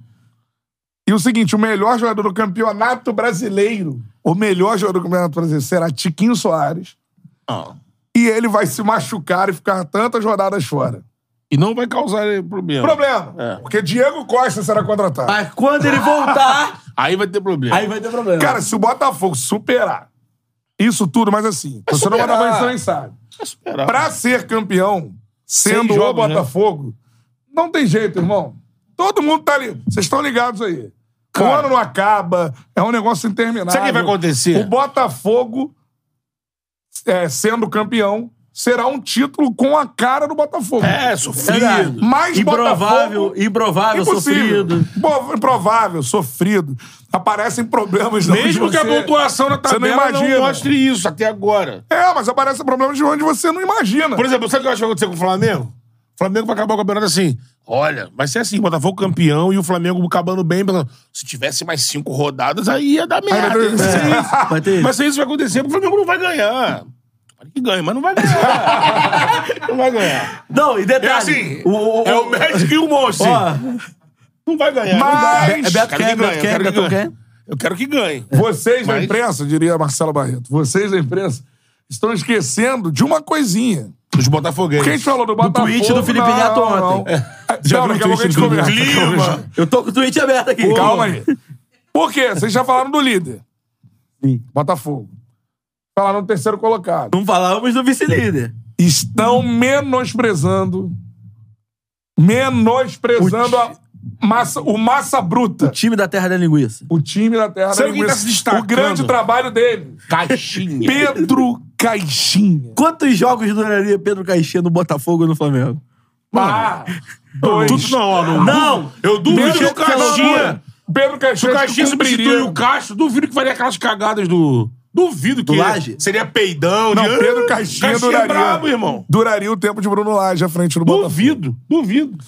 Speaker 1: E o seguinte, o melhor jogador do campeonato brasileiro, o melhor jogador do campeonato brasileiro será Tiquinho Soares.
Speaker 2: não,
Speaker 1: E ele vai se machucar e ficar tantas rodadas fora.
Speaker 2: e não vai causar problema.
Speaker 1: Problema.
Speaker 2: É.
Speaker 1: Porque Diego Costa será contratado.
Speaker 3: Mas quando ele voltar,
Speaker 2: Aí vai ter problema.
Speaker 3: aí vai ter problema.
Speaker 1: Cara, se o Botafogo superar isso tudo, mas assim, você não vai dar
Speaker 2: superar.
Speaker 1: mais nem sabe.
Speaker 2: vai superar.
Speaker 1: Pra ser campeão, sendo
Speaker 2: Seis
Speaker 1: o
Speaker 2: Tá jogos, né?
Speaker 1: Botafogo, não tem jeito, irmão. Todo mundo tá ali. Vocês estão ligados aí. o
Speaker 2: Cara.
Speaker 1: ano não acaba, é um negócio interminável.
Speaker 2: Sabe o que vai acontecer?
Speaker 1: O Botafogo, é, sendo campeão, será um título com a cara do Botafogo.
Speaker 2: É,
Speaker 3: Verdade.
Speaker 2: sofrido.
Speaker 1: Mais
Speaker 3: improvável,
Speaker 1: Botafogo,
Speaker 3: improvável,
Speaker 1: impossível.
Speaker 3: sofrido.
Speaker 1: Bo- improvável, sofrido. Aparecem problemas. Então, de
Speaker 2: Mesmo
Speaker 1: onde
Speaker 2: que a
Speaker 1: você-
Speaker 2: pontuação na
Speaker 1: você não
Speaker 2: tabela não,
Speaker 1: imagina.
Speaker 2: mostre isso até agora.
Speaker 1: É, mas aparecem problemas de onde você não imagina.
Speaker 2: Por exemplo, sabe o que eu acho que vai acontecer com o Flamengo? O Flamengo vai acabar o campeonato assim. Olha, vai ser assim, Botafogo campeão e o Flamengo acabando bem. pensando, Se tivesse mais cinco rodadas, aí ia dar merda.
Speaker 1: Aí vai ter- É.
Speaker 2: Vai ser isso.
Speaker 3: Vai ter-
Speaker 2: Vai ser isso que vai acontecer, porque o Flamengo não vai ganhar. Para que ganhe, mas não vai ganhar. não vai ganhar.
Speaker 3: Não, e detalhe.
Speaker 2: É assim,
Speaker 3: o, o, o-
Speaker 2: é o médico e o monstro.
Speaker 3: ó,
Speaker 2: Não vai ganhar.
Speaker 1: Mas-
Speaker 2: não vai.
Speaker 1: É
Speaker 3: é Beto
Speaker 2: Quero que
Speaker 3: quem,
Speaker 2: ganhe,
Speaker 3: Beto quem,
Speaker 2: quero que
Speaker 3: Beto
Speaker 2: ganhe.
Speaker 3: quem?
Speaker 2: Eu quero que ganhe.
Speaker 1: Vocês da
Speaker 2: Mas-
Speaker 1: imprensa, diria Marcelo Barreto, vocês da imprensa estão esquecendo de uma coisinha.
Speaker 2: Os botafoguenses.
Speaker 1: Quem a gente falou do Botafogo...
Speaker 3: tweet do Felipe
Speaker 1: não,
Speaker 3: Neto
Speaker 1: não,
Speaker 3: ontem.
Speaker 1: não.
Speaker 2: Já
Speaker 1: Não,
Speaker 2: viu
Speaker 1: daqui
Speaker 2: o
Speaker 1: a pouco a
Speaker 2: tweet
Speaker 1: gente
Speaker 2: do
Speaker 1: conversa.
Speaker 2: Clima.
Speaker 3: Eu tô com o tweet aberto aqui.
Speaker 1: Calma aí. Por quê? Vocês já falaram do líder.
Speaker 3: Sim.
Speaker 1: Botafogo. Falaram do terceiro colocado.
Speaker 3: Não falamos do vice-líder.
Speaker 1: Estão menosprezando. Menosprezando a massa, o massa bruta.
Speaker 3: Time da Terra da Linguiça.
Speaker 1: O time da Terra
Speaker 2: Sabe
Speaker 1: da
Speaker 2: quem tá
Speaker 1: Linguiça.
Speaker 2: se destacando?
Speaker 1: O grande trabalho dele.
Speaker 2: Caixinha.
Speaker 1: Pedro Caixinha.
Speaker 3: Quantos jogos duraria Pedro Caixinha no Botafogo ou no Flamengo?
Speaker 1: Ah, dois.
Speaker 2: Tudo não, ó, não.
Speaker 3: Não!
Speaker 2: Eu duvido que
Speaker 1: Pedro
Speaker 2: o Caixinha.
Speaker 1: Caixinha. Pedro
Speaker 2: Se o
Speaker 1: Caixinha.
Speaker 2: um. Caixinha substituir
Speaker 1: cumpriria.
Speaker 2: o Castro, duvido que faria aquelas cagadas do. Duvido que.
Speaker 3: Do Laje?
Speaker 2: Seria peidão.
Speaker 1: Não,
Speaker 2: de-
Speaker 1: Pedro Caixinha,
Speaker 2: Caixinha
Speaker 1: duraria.
Speaker 2: É brabo, irmão.
Speaker 1: Duraria o tempo de Bruno Lage à frente do Botafogo.
Speaker 2: Duvido, duvido.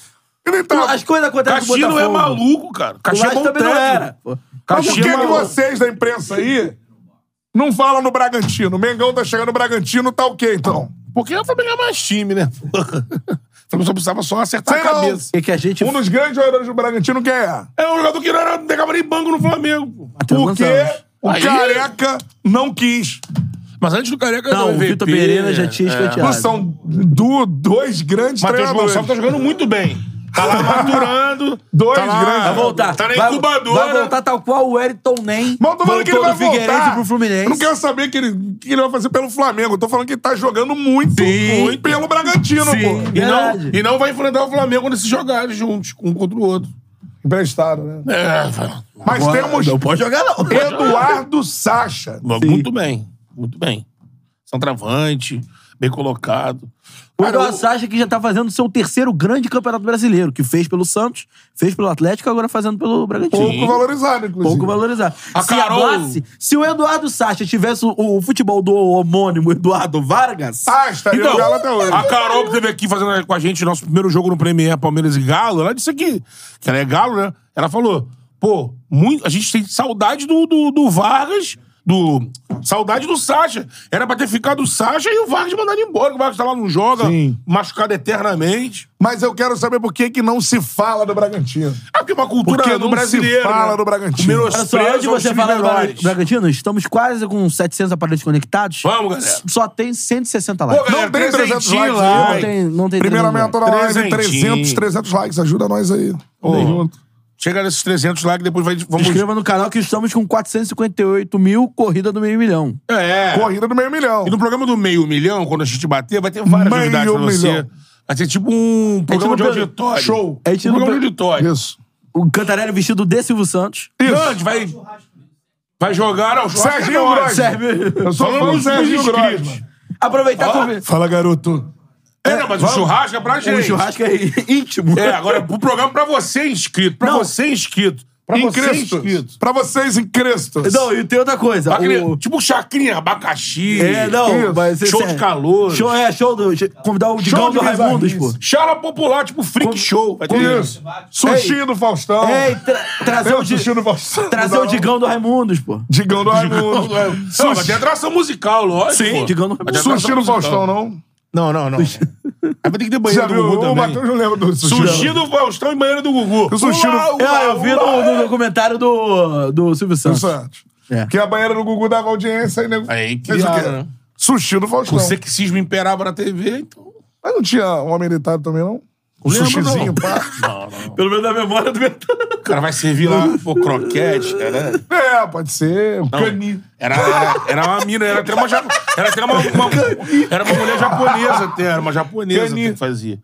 Speaker 1: Ele tá-
Speaker 3: As coisas acontecem
Speaker 2: Caxi
Speaker 3: no
Speaker 2: não
Speaker 3: Botafogo.
Speaker 2: é maluco, cara.
Speaker 3: O
Speaker 2: Caxi é
Speaker 3: Laje
Speaker 2: bom
Speaker 3: também não
Speaker 2: técnico.
Speaker 3: era. pô.
Speaker 1: Mas por
Speaker 2: Caxi
Speaker 1: que,
Speaker 2: é
Speaker 1: que
Speaker 2: maluco.
Speaker 1: vocês da imprensa aí não falam no Bragantino? O Mengão tá chegando no Bragantino, tá ok, então.
Speaker 2: Porque o Flamengo é mais time, né? O Flamengo só precisava só acertar
Speaker 1: Sei
Speaker 2: a
Speaker 3: é
Speaker 1: não.
Speaker 2: cabeça.
Speaker 3: E que a gente...
Speaker 1: Um dos grandes jogadores do Bragantino quem é?
Speaker 2: É um jogador que não era, pegava nem banco no Flamengo. pô.
Speaker 3: Até o
Speaker 1: Porque
Speaker 3: Gonzalez.
Speaker 1: o
Speaker 2: Aí-
Speaker 1: Careca não quis.
Speaker 2: Mas antes do Careca,
Speaker 3: Não,
Speaker 2: era
Speaker 3: o
Speaker 2: MVP,
Speaker 3: Vitor Pereira já tinha
Speaker 2: é.
Speaker 3: escanteado.
Speaker 1: Não são du- dois grandes
Speaker 2: Matheus
Speaker 1: treinadores.
Speaker 2: Gonçalves tá jogando muito bem. Tá lá maturando.
Speaker 1: Dois
Speaker 2: tá lá-
Speaker 1: grandes.
Speaker 3: Vai voltar.
Speaker 2: Tá na
Speaker 3: Vai-
Speaker 2: incubadora.
Speaker 3: Vai voltar tal qual o Wellington Nem.
Speaker 1: Mas eu tô falando que ele
Speaker 3: voltou
Speaker 1: vai
Speaker 3: do Figueirense
Speaker 1: voltar.
Speaker 3: pro Fluminense.
Speaker 1: Eu não quero saber o que ele, o que ele vai fazer pelo Flamengo. Eu tô falando que ele tá jogando muito,
Speaker 2: Sim.
Speaker 1: muito pelo Bragantino,
Speaker 2: Sim.
Speaker 1: pô.
Speaker 2: E não,
Speaker 3: Verdade.
Speaker 2: e não vai enfrentar o Flamengo quando se jogarem juntos, um contra o outro.
Speaker 1: Emprestado, né?
Speaker 2: É,
Speaker 1: Mas temos É,
Speaker 3: Não pode jogar, não.
Speaker 1: Eduardo Sacha.
Speaker 2: muito bem. Muito bem. Centroavante, bem colocado.
Speaker 3: O
Speaker 2: Cara,
Speaker 3: Eduardo Sacha que já tá fazendo seu terceiro grande campeonato brasileiro, que fez pelo Santos, fez pelo Atlético, agora fazendo pelo Bragantino.
Speaker 1: Pouco valorizado, inclusive.
Speaker 3: Pouco valorizado.
Speaker 2: é. A
Speaker 3: se,
Speaker 2: Carol-
Speaker 3: a Blassi- se o Eduardo Sacha tivesse o, o futebol do homônimo Eduardo Vargas,
Speaker 1: Ah, estaria
Speaker 2: Então,
Speaker 1: no Galo até hoje.
Speaker 2: a Carol que esteve aqui fazendo com a gente nosso primeiro jogo no Premier Palmeiras e Galo, ela disse aqui que ela é Galo, né? Ela falou, pô, muito, a gente tem saudade do, do, do Vargas, do saudade do Sacha. Era pra ter ficado o Sacha e o Vargas mandado embora. que O Vargas tá lá, não joga,
Speaker 1: Sim.
Speaker 2: machucado eternamente.
Speaker 1: Mas eu quero saber por que, que não se fala do Bragantino.
Speaker 2: É porque é uma cultura
Speaker 1: Porque
Speaker 2: do
Speaker 1: não se
Speaker 2: brasileiro.
Speaker 1: fala
Speaker 2: né?
Speaker 1: do Bragantino.
Speaker 2: O
Speaker 3: Olha só, antes de
Speaker 2: menosprezo aos
Speaker 3: você
Speaker 2: times
Speaker 3: falar do Bra-
Speaker 2: menores.
Speaker 3: Bragantino, estamos quase com 700 aparelhos conectados.
Speaker 2: Vamos, galera.
Speaker 3: Só tem 160
Speaker 2: Pô,
Speaker 3: likes.
Speaker 2: galera,
Speaker 1: Não tem 300
Speaker 2: 300
Speaker 1: likes,
Speaker 2: likes.
Speaker 3: não tem, não tem
Speaker 1: Primeiramente, toda live,
Speaker 2: Trezentinho.
Speaker 1: 300, 300 likes. Ajuda nós aí.
Speaker 2: Pô,
Speaker 1: Tamo junto.
Speaker 2: Chega nesses 300 likes, depois vai,
Speaker 3: Se
Speaker 2: vamos...
Speaker 3: inscreva no canal que estamos com 458 mil, corrida do meio milhão.
Speaker 2: É.
Speaker 1: Corrida do meio milhão.
Speaker 2: E no programa do Meio Milhão, quando a gente bater, vai ter várias
Speaker 1: Meio
Speaker 2: novidades pra você.
Speaker 1: Milhão.
Speaker 2: Vai ser tipo um programa
Speaker 3: não
Speaker 2: de
Speaker 3: perde-
Speaker 2: auditório.
Speaker 1: Show.
Speaker 3: A
Speaker 2: Um
Speaker 3: gente não
Speaker 2: programa de
Speaker 3: perde-
Speaker 2: auditório.
Speaker 1: Isso.
Speaker 3: O Cantarelli vestido de Silvio Santos.
Speaker 2: Grande, vai... Vai jogar ao churrasco.
Speaker 1: Serginho
Speaker 2: é nóis.
Speaker 1: Grosso.
Speaker 3: Serve.
Speaker 1: Eu sou
Speaker 2: Falando
Speaker 1: fã do
Speaker 2: dos
Speaker 1: Sérgio
Speaker 2: inscritos.
Speaker 1: Grosman.
Speaker 3: Aproveitar com...
Speaker 1: Fala, garoto.
Speaker 2: É, não, mas o churrasco é pra gente.
Speaker 3: O churrasco é íntimo.
Speaker 2: É, agora pro programa pra você inscrito. Pra
Speaker 3: Não.
Speaker 2: você inscrito. Pra
Speaker 1: Em
Speaker 2: você
Speaker 1: Cristo.
Speaker 2: inscrito.
Speaker 1: Pra vocês em Cristo.
Speaker 3: Não, e tem outra coisa.
Speaker 2: Pra criança-
Speaker 3: o-
Speaker 2: Tipo chacrinha, abacaxi.
Speaker 3: É, não, mas
Speaker 2: Show
Speaker 3: esse-
Speaker 2: de calor.
Speaker 3: Show, é, show do. Convidar o
Speaker 1: Show
Speaker 3: Digão
Speaker 1: de
Speaker 3: do Raimundos, pô.
Speaker 1: bizarrice.
Speaker 2: Chala popular, tipo
Speaker 1: é um
Speaker 2: freak show. Vai ter
Speaker 1: Isso. Sushi do Faustão.
Speaker 3: É, e tra- trazer
Speaker 1: Meu,
Speaker 3: o, Di-
Speaker 1: sushi do Faustão.
Speaker 3: trazer
Speaker 1: Não.
Speaker 3: o Digão do Raimundos, pô.
Speaker 1: Digão do Raimundo.
Speaker 2: Não, vai ter atração musical, lógico.
Speaker 3: Sim,
Speaker 2: pô.
Speaker 3: digamos-
Speaker 2: Vai ter
Speaker 1: Sushi
Speaker 2: atração
Speaker 1: do
Speaker 2: musical.
Speaker 1: é Faustão, né? não?
Speaker 2: Não, não, não. Aí vai ter que ter
Speaker 1: Já
Speaker 2: banheiro do
Speaker 1: viu?
Speaker 2: Gugu
Speaker 1: O
Speaker 2: também.
Speaker 1: Matheus não lembra do sushi.
Speaker 2: Sushi do Faustão e banheiro do Gugu.
Speaker 1: O sushi
Speaker 2: Ula,
Speaker 1: do-
Speaker 2: ula,
Speaker 3: É, eu vi
Speaker 2: ula.
Speaker 3: no, no documentário do, do Silvio
Speaker 1: do
Speaker 3: Santos.
Speaker 1: Santos.
Speaker 3: É.
Speaker 1: Que a banheira do Gugu dava audiência e nego.
Speaker 2: Aí
Speaker 1: fez o quê?
Speaker 2: criaram, né?
Speaker 1: Sushi do Faustão.
Speaker 2: O sexismo imperava na TV, então...
Speaker 1: Mas não tinha um homem militar também, não? Um
Speaker 2: Lembro,
Speaker 1: sushizinho,
Speaker 2: não.
Speaker 1: pá.
Speaker 2: Não, não.
Speaker 3: Pelo menos na memória do
Speaker 2: O cara vai servir lá, pô, croquete, cara. né?
Speaker 1: É, pode ser. Um cani.
Speaker 2: Era, era, era uma mina, era até uma, ja- era até uma, uma- era uma mulher japonesa até, era uma japonesa
Speaker 1: Cani.
Speaker 2: até que fazia.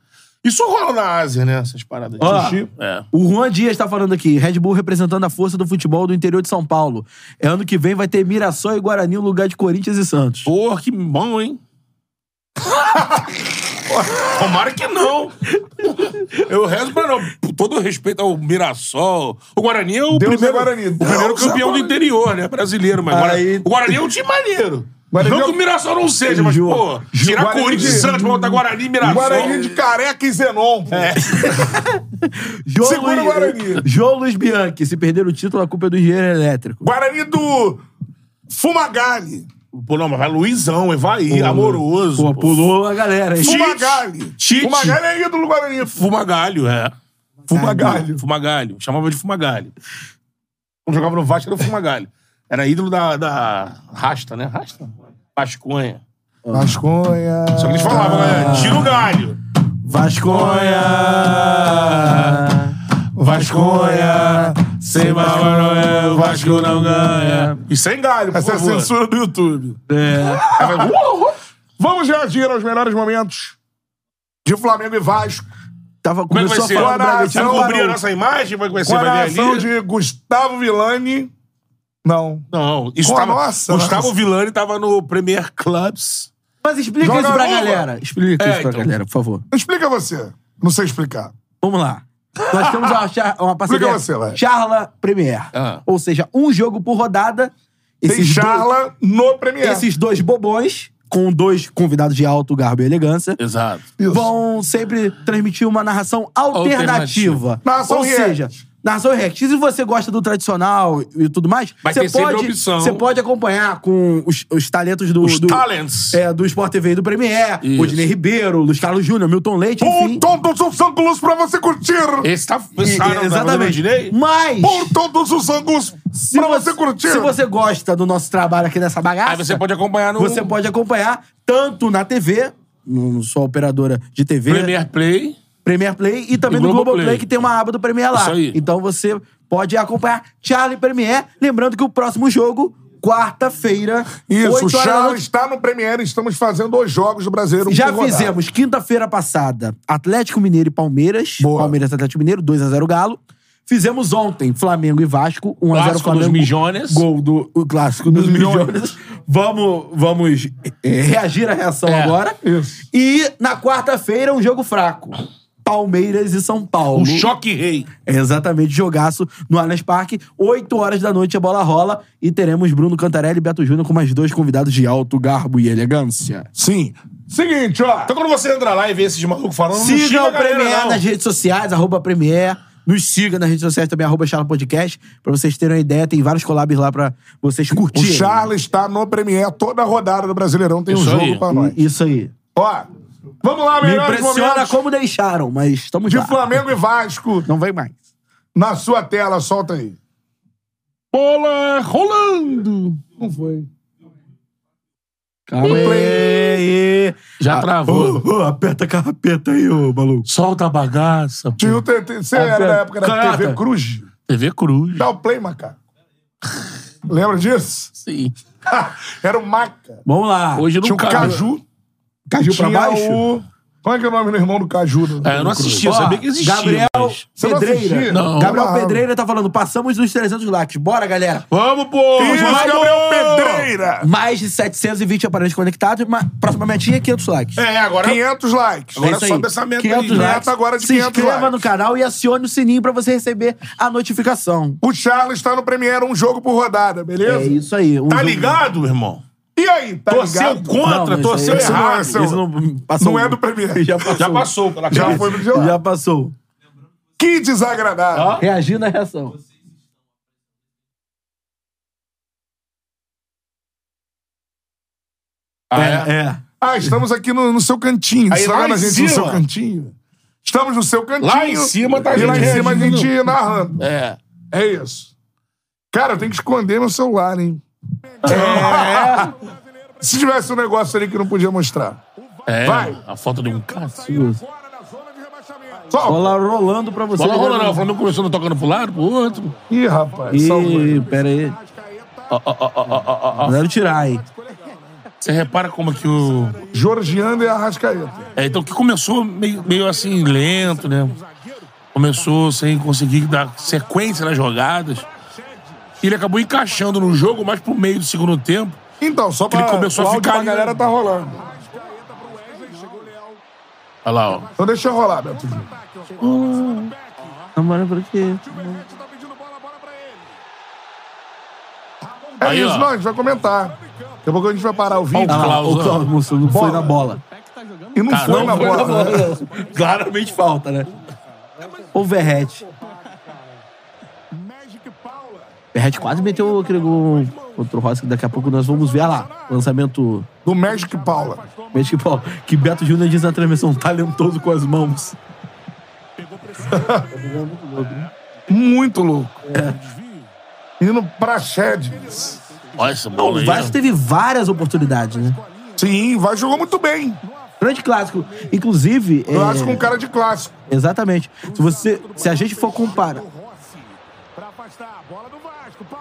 Speaker 2: Isso rola na Ásia, né? Essas paradas. de
Speaker 3: Ó.
Speaker 2: Sushi. É.
Speaker 3: O Juan Dias tá falando aqui. Red Bull representando a força do futebol do interior de São Paulo. É ano que vem vai ter Mirassol e Guarani no lugar de Corinthians e Santos.
Speaker 2: Porra, que bom, hein? Tomara que não. Eu rezo pra não. Com Todo respeito ao Mirassol. O Guarani é o
Speaker 1: Deus
Speaker 2: primeiro,
Speaker 1: é Guarani.
Speaker 2: O primeiro
Speaker 1: Deus é
Speaker 2: campeão do
Speaker 1: Guarani.
Speaker 2: interior, né? Brasileiro, mas Guara-
Speaker 3: Aí-
Speaker 2: o Guarani é um time maneiro.
Speaker 1: Guarani
Speaker 2: não
Speaker 1: é
Speaker 2: que
Speaker 1: o-
Speaker 2: o Mirassol não seja, mas,
Speaker 3: Ju-
Speaker 2: pô,
Speaker 1: Ju-
Speaker 2: tirar
Speaker 1: Guarani
Speaker 2: Corinthians e
Speaker 1: de-
Speaker 2: Santos pra botar Guarani e Mirassol.
Speaker 1: Guarani de careca e Zenon. pô.
Speaker 3: João
Speaker 1: Segura o Guarani.
Speaker 3: João Luiz Bianchi. Se perder o título, a culpa é do engenheiro elétrico.
Speaker 1: Guarani do Fumagalli.
Speaker 2: Pô, não, mas vai Luizão, Evaí, amoroso.
Speaker 3: Pô, pulou a galera. aí.
Speaker 2: Tite.
Speaker 1: Fumagalli.
Speaker 2: Tite.
Speaker 1: Fumagalli é ídolo do Guarani.
Speaker 2: Fumagalho, é.
Speaker 1: Fumagalli.
Speaker 2: Fumagalho. Chamava de Fumagalho. Quando jogava no Vasco era o Fumagalho. Era ídolo da, da Rasta, né? Rasta? Vasconha.
Speaker 1: Vasconha.
Speaker 2: Só que eles falavam, né? Tira o galho.
Speaker 3: Vasconha.
Speaker 1: Vasconha.
Speaker 2: Sem barulho, o Vasco não ganha. E sem galho, por
Speaker 1: Essa é a
Speaker 2: favor.
Speaker 1: censura do YouTube.
Speaker 3: É.
Speaker 2: Aí vai, "Uau, uau."
Speaker 1: Vamos reagir aos melhores momentos de Flamengo e Vasco.
Speaker 3: Tava,
Speaker 2: Como é que
Speaker 3: começou
Speaker 2: vai
Speaker 3: a
Speaker 2: ser?
Speaker 3: falar do
Speaker 1: Agora,
Speaker 3: Bragantino.
Speaker 2: Vai
Speaker 1: Barão.
Speaker 2: cobrir a nossa imagem? Como é que vai ser?
Speaker 1: Com a
Speaker 2: Vai vir
Speaker 1: narração
Speaker 2: ali?
Speaker 1: de Gustavo Villani. Não.
Speaker 2: Não, isso
Speaker 1: Com a
Speaker 2: tava,
Speaker 1: nossa,
Speaker 2: Gustavo
Speaker 1: nossa.
Speaker 2: Villani tava no Premier Clubs.
Speaker 3: Mas explica
Speaker 1: Joga
Speaker 3: isso pra
Speaker 1: bola.
Speaker 3: galera. Explica
Speaker 2: É,
Speaker 3: isso pra
Speaker 2: então.
Speaker 3: galera, por favor.
Speaker 1: Explica você. Não sei explicar.
Speaker 3: Vamos lá. Nós temos uma, char- uma parceria
Speaker 1: Explica você, vai.
Speaker 3: Charla Premier.
Speaker 2: Ah.
Speaker 3: Ou seja, um jogo por rodada.
Speaker 1: Tem
Speaker 3: Esses dois-
Speaker 1: charla no Premier.
Speaker 3: esses dois bobões, com dois convidados de alto garbo e elegância,
Speaker 2: Exato.
Speaker 1: Isso.
Speaker 3: vão sempre transmitir uma narração alternativa.
Speaker 1: Narração
Speaker 3: Ou
Speaker 1: react.
Speaker 3: seja, narração react. E se você gosta do tradicional e tudo mais,
Speaker 2: Vai ter
Speaker 3: você
Speaker 2: sempre
Speaker 3: pode,
Speaker 2: opção.
Speaker 3: você pode acompanhar com os, os talentos do...
Speaker 2: Os
Speaker 3: do-
Speaker 2: talents.
Speaker 3: é, do Sport TV e do Premier,
Speaker 2: Isso.
Speaker 3: Rodinei Ribeiro, Luiz Carlos Júnior, Milton Leite, enfim.
Speaker 1: Um todos os ângulos pra você curtir.
Speaker 2: Esse tá
Speaker 3: E-
Speaker 2: pensaram, tá fazendo direito?
Speaker 3: Mas...
Speaker 1: Por todos os ângulos
Speaker 3: Se
Speaker 1: pra você, curtir.
Speaker 3: Se você gosta do nosso trabalho aqui nessa bagaça,
Speaker 2: Aí você pode acompanhar no
Speaker 3: você pode acompanhar tanto na TV, no- sua operadora de TV, Premier,
Speaker 2: Premier Play.
Speaker 3: Play e também
Speaker 2: E
Speaker 3: no
Speaker 2: Globoplay.
Speaker 3: Globoplay, que tem uma aba do Premier lá.
Speaker 2: Isso aí.
Speaker 3: Então você pode acompanhar Charlie Premier. Lembrando que o próximo jogo, quarta-feira,
Speaker 1: Isso, o
Speaker 3: 8 horas da
Speaker 1: Charla
Speaker 3: noite.
Speaker 1: está no Premier. Estamos fazendo os jogos do um Brasileiro.
Speaker 3: Já
Speaker 1: por rodada.
Speaker 3: fizemos quinta-feira passada Atlético Mineiro e Palmeiras.
Speaker 1: Boa.
Speaker 3: Palmeiras e Atlético Mineiro, 2x0 Galo. Fizemos ontem Flamengo e Vasco, 1x0
Speaker 2: Clássico dos
Speaker 3: Flamengo.
Speaker 2: Mijones.
Speaker 3: Gol do o clássico dos,
Speaker 1: Dos milhões.
Speaker 3: milhões. Vamos, vamos é, reagir à reação
Speaker 2: É,
Speaker 3: agora.
Speaker 1: isso.
Speaker 3: E na quarta-feira, um jogo fraco. Palmeiras e São Paulo.
Speaker 2: O Choque Rei.
Speaker 3: É exatamente, jogaço no Allianz Parque. 8 horas da noite a bola rola e teremos Bruno Cantarelli e Beto Júnior com mais dois convidados de alto garbo e elegância.
Speaker 1: Sim. Seguinte, ó.
Speaker 2: Então quando você entrar lá e ver esses malucos falando, não
Speaker 3: Siga
Speaker 2: xinga
Speaker 3: o
Speaker 2: a galera,
Speaker 3: Premier
Speaker 2: não.
Speaker 3: nas redes sociais, arroba Premier. Nos siga nas redes sociais também, arroba Charla Podcast, pra vocês terem uma ideia. Tem vários collabs lá pra vocês
Speaker 1: O
Speaker 3: curtirem.
Speaker 1: Charla está no Premier. Toda rodada do Brasileirão tem um
Speaker 2: Isso
Speaker 1: jogo
Speaker 2: aí.
Speaker 1: pra nós.
Speaker 3: Isso aí.
Speaker 1: Ó, vamos lá,
Speaker 3: Me
Speaker 1: melhores
Speaker 3: impressiona
Speaker 1: momentos
Speaker 3: como deixaram, mas estamos
Speaker 1: de
Speaker 3: lá.
Speaker 1: Flamengo e Vasco.
Speaker 3: Não vem mais.
Speaker 1: Na sua tela, solta aí.
Speaker 2: Bola rolando.
Speaker 1: Não foi.
Speaker 3: Calma aí.
Speaker 2: Já travou.
Speaker 3: Ô, ô, aperta a carrapeta aí, ô, maluco.
Speaker 2: Solta a bagaça. pô.
Speaker 1: Tinha o TT. Você era da época da
Speaker 2: Caraca.
Speaker 1: TV Cruz?
Speaker 2: TV Cruz.
Speaker 1: Dá o play, macaco. Lembra disso?
Speaker 2: Sim.
Speaker 1: era o Maca.
Speaker 3: Vamos lá.
Speaker 2: Hoje
Speaker 1: Tinha
Speaker 2: não
Speaker 1: o
Speaker 2: cabe.
Speaker 1: Caju.
Speaker 3: Caju pra
Speaker 1: tinha
Speaker 3: baixo?
Speaker 1: O... Qual é que é o nome do irmão do Caju? do-
Speaker 2: É, eu não
Speaker 1: do Cruz?
Speaker 2: assisti, eu
Speaker 3: Ó,
Speaker 2: sabia que existia.
Speaker 3: Gabriel
Speaker 2: mas-
Speaker 1: Você não
Speaker 3: Pedreira.
Speaker 1: assistia?
Speaker 2: Não.
Speaker 3: Gabriel
Speaker 1: Não.
Speaker 3: Pedreira tá falando, passamos dos 300 likes. Bora, galera.
Speaker 2: Vamos, pô!
Speaker 1: Isso,
Speaker 2: vamos!
Speaker 1: Gabriel Pedreira.
Speaker 3: Mais de 720 aparelhos conectados. ma- Próxima metinha, 500 likes.
Speaker 2: É, agora... É
Speaker 1: 500 likes.
Speaker 2: Agora
Speaker 3: isso
Speaker 2: só
Speaker 3: aí.
Speaker 2: pensamento
Speaker 3: 500
Speaker 2: aí.
Speaker 1: likes. Meta agora de
Speaker 3: Se
Speaker 1: 500
Speaker 3: inscreva
Speaker 1: likes.
Speaker 3: no canal e acione o sininho pra você receber a notificação.
Speaker 1: O Charles está no Premier, um jogo por rodada, beleza?
Speaker 3: É isso aí. Um
Speaker 2: Tá
Speaker 3: jogo-
Speaker 2: ligado, meu irmão?
Speaker 1: E aí, tá
Speaker 2: Torceu
Speaker 1: ligado?
Speaker 2: contra,
Speaker 3: Não, isso
Speaker 2: torceu
Speaker 3: aí-
Speaker 1: Esse não é
Speaker 2: errado.
Speaker 1: seu.
Speaker 3: Esse não, passou.
Speaker 2: um
Speaker 1: Não é do Premier.
Speaker 3: Já passou.
Speaker 2: Já passou pela
Speaker 1: Já
Speaker 2: cabeça.
Speaker 1: foi pro jogo.
Speaker 3: Já passou.
Speaker 1: Que desagradável.
Speaker 2: Ó.
Speaker 3: Reagindo à reação.
Speaker 2: Ah, é?
Speaker 3: é.
Speaker 1: Ah, estamos aqui no, no seu cantinho.
Speaker 2: Aí lá
Speaker 1: Sabe
Speaker 2: em
Speaker 1: a gente
Speaker 2: cima.
Speaker 1: no seu cantinho? Estamos no seu cantinho.
Speaker 2: Lá em cima tá a
Speaker 1: E lá
Speaker 2: gente
Speaker 1: em cima a
Speaker 2: reagindo.
Speaker 1: gente narrando.
Speaker 2: É.
Speaker 1: É isso. Cara, eu tenho que esconder meu celular, hein? Se tivesse um negócio ali que não podia mostrar.
Speaker 2: É,
Speaker 1: Vai.
Speaker 2: a foto de um cacete.
Speaker 1: Só.
Speaker 3: Bola rolando pra você. né,
Speaker 2: Bola rola, não. O
Speaker 3: galera.
Speaker 2: Flamengo começou tocando pro lado, pro outro.
Speaker 1: Ih, rapaz.
Speaker 3: Ih,
Speaker 1: salvou.
Speaker 3: pera aí.
Speaker 2: Ó, ó, ó, ó, ó, ó, ó.
Speaker 3: Mandaram tirar, hein?
Speaker 2: Você repara como é que o...
Speaker 1: Georgiano e Arrascaeta.
Speaker 2: É, então que começou meio, meio assim, lento, né? Começou sem conseguir dar sequência nas jogadas. E ele acabou encaixando no jogo, mais pro meio do segundo tempo.
Speaker 1: Então, só pra...
Speaker 2: Ele começou
Speaker 1: o
Speaker 2: a
Speaker 1: áudio
Speaker 2: ficar
Speaker 1: pra
Speaker 2: ali,
Speaker 1: galera
Speaker 2: né?
Speaker 1: tá rolando.
Speaker 2: Olha lá, ó.
Speaker 1: Então deixa eu rolar, Beto.
Speaker 3: Namora pra quê?
Speaker 1: É
Speaker 2: Aí,
Speaker 1: isso,
Speaker 2: ó.
Speaker 1: não, a gente vai comentar. Daqui a pouco a gente vai parar o vídeo.
Speaker 3: Ah lá, o
Speaker 2: Clausão.
Speaker 3: Claudio não foi
Speaker 1: Bola.
Speaker 3: na bola.
Speaker 1: E não
Speaker 2: Cara,
Speaker 1: foi
Speaker 2: não
Speaker 1: na
Speaker 2: tá foi
Speaker 1: bola.
Speaker 2: na
Speaker 1: né?
Speaker 3: Claramente falta, né? Ou Verrete. Verrete quase meteu aquele gol contra o Rossi, que daqui a pouco nós vamos ver. Olha lá, lançamento
Speaker 1: Do Magic Paula.
Speaker 3: Magic Paul, que Beto Júnior diz na transmissão, talentoso com as mãos.
Speaker 1: Muito louco. Indo pra Shed.
Speaker 2: Olha essa bola
Speaker 3: O
Speaker 2: aí.
Speaker 3: Vasco
Speaker 2: ó.
Speaker 3: teve várias oportunidades, né?
Speaker 1: Sim, vai jogou muito bem.
Speaker 3: Grande clássico. Inclusive. é,
Speaker 1: Clássico com cara de clássico.
Speaker 3: Exatamente. Se, você, se a gente for comparar.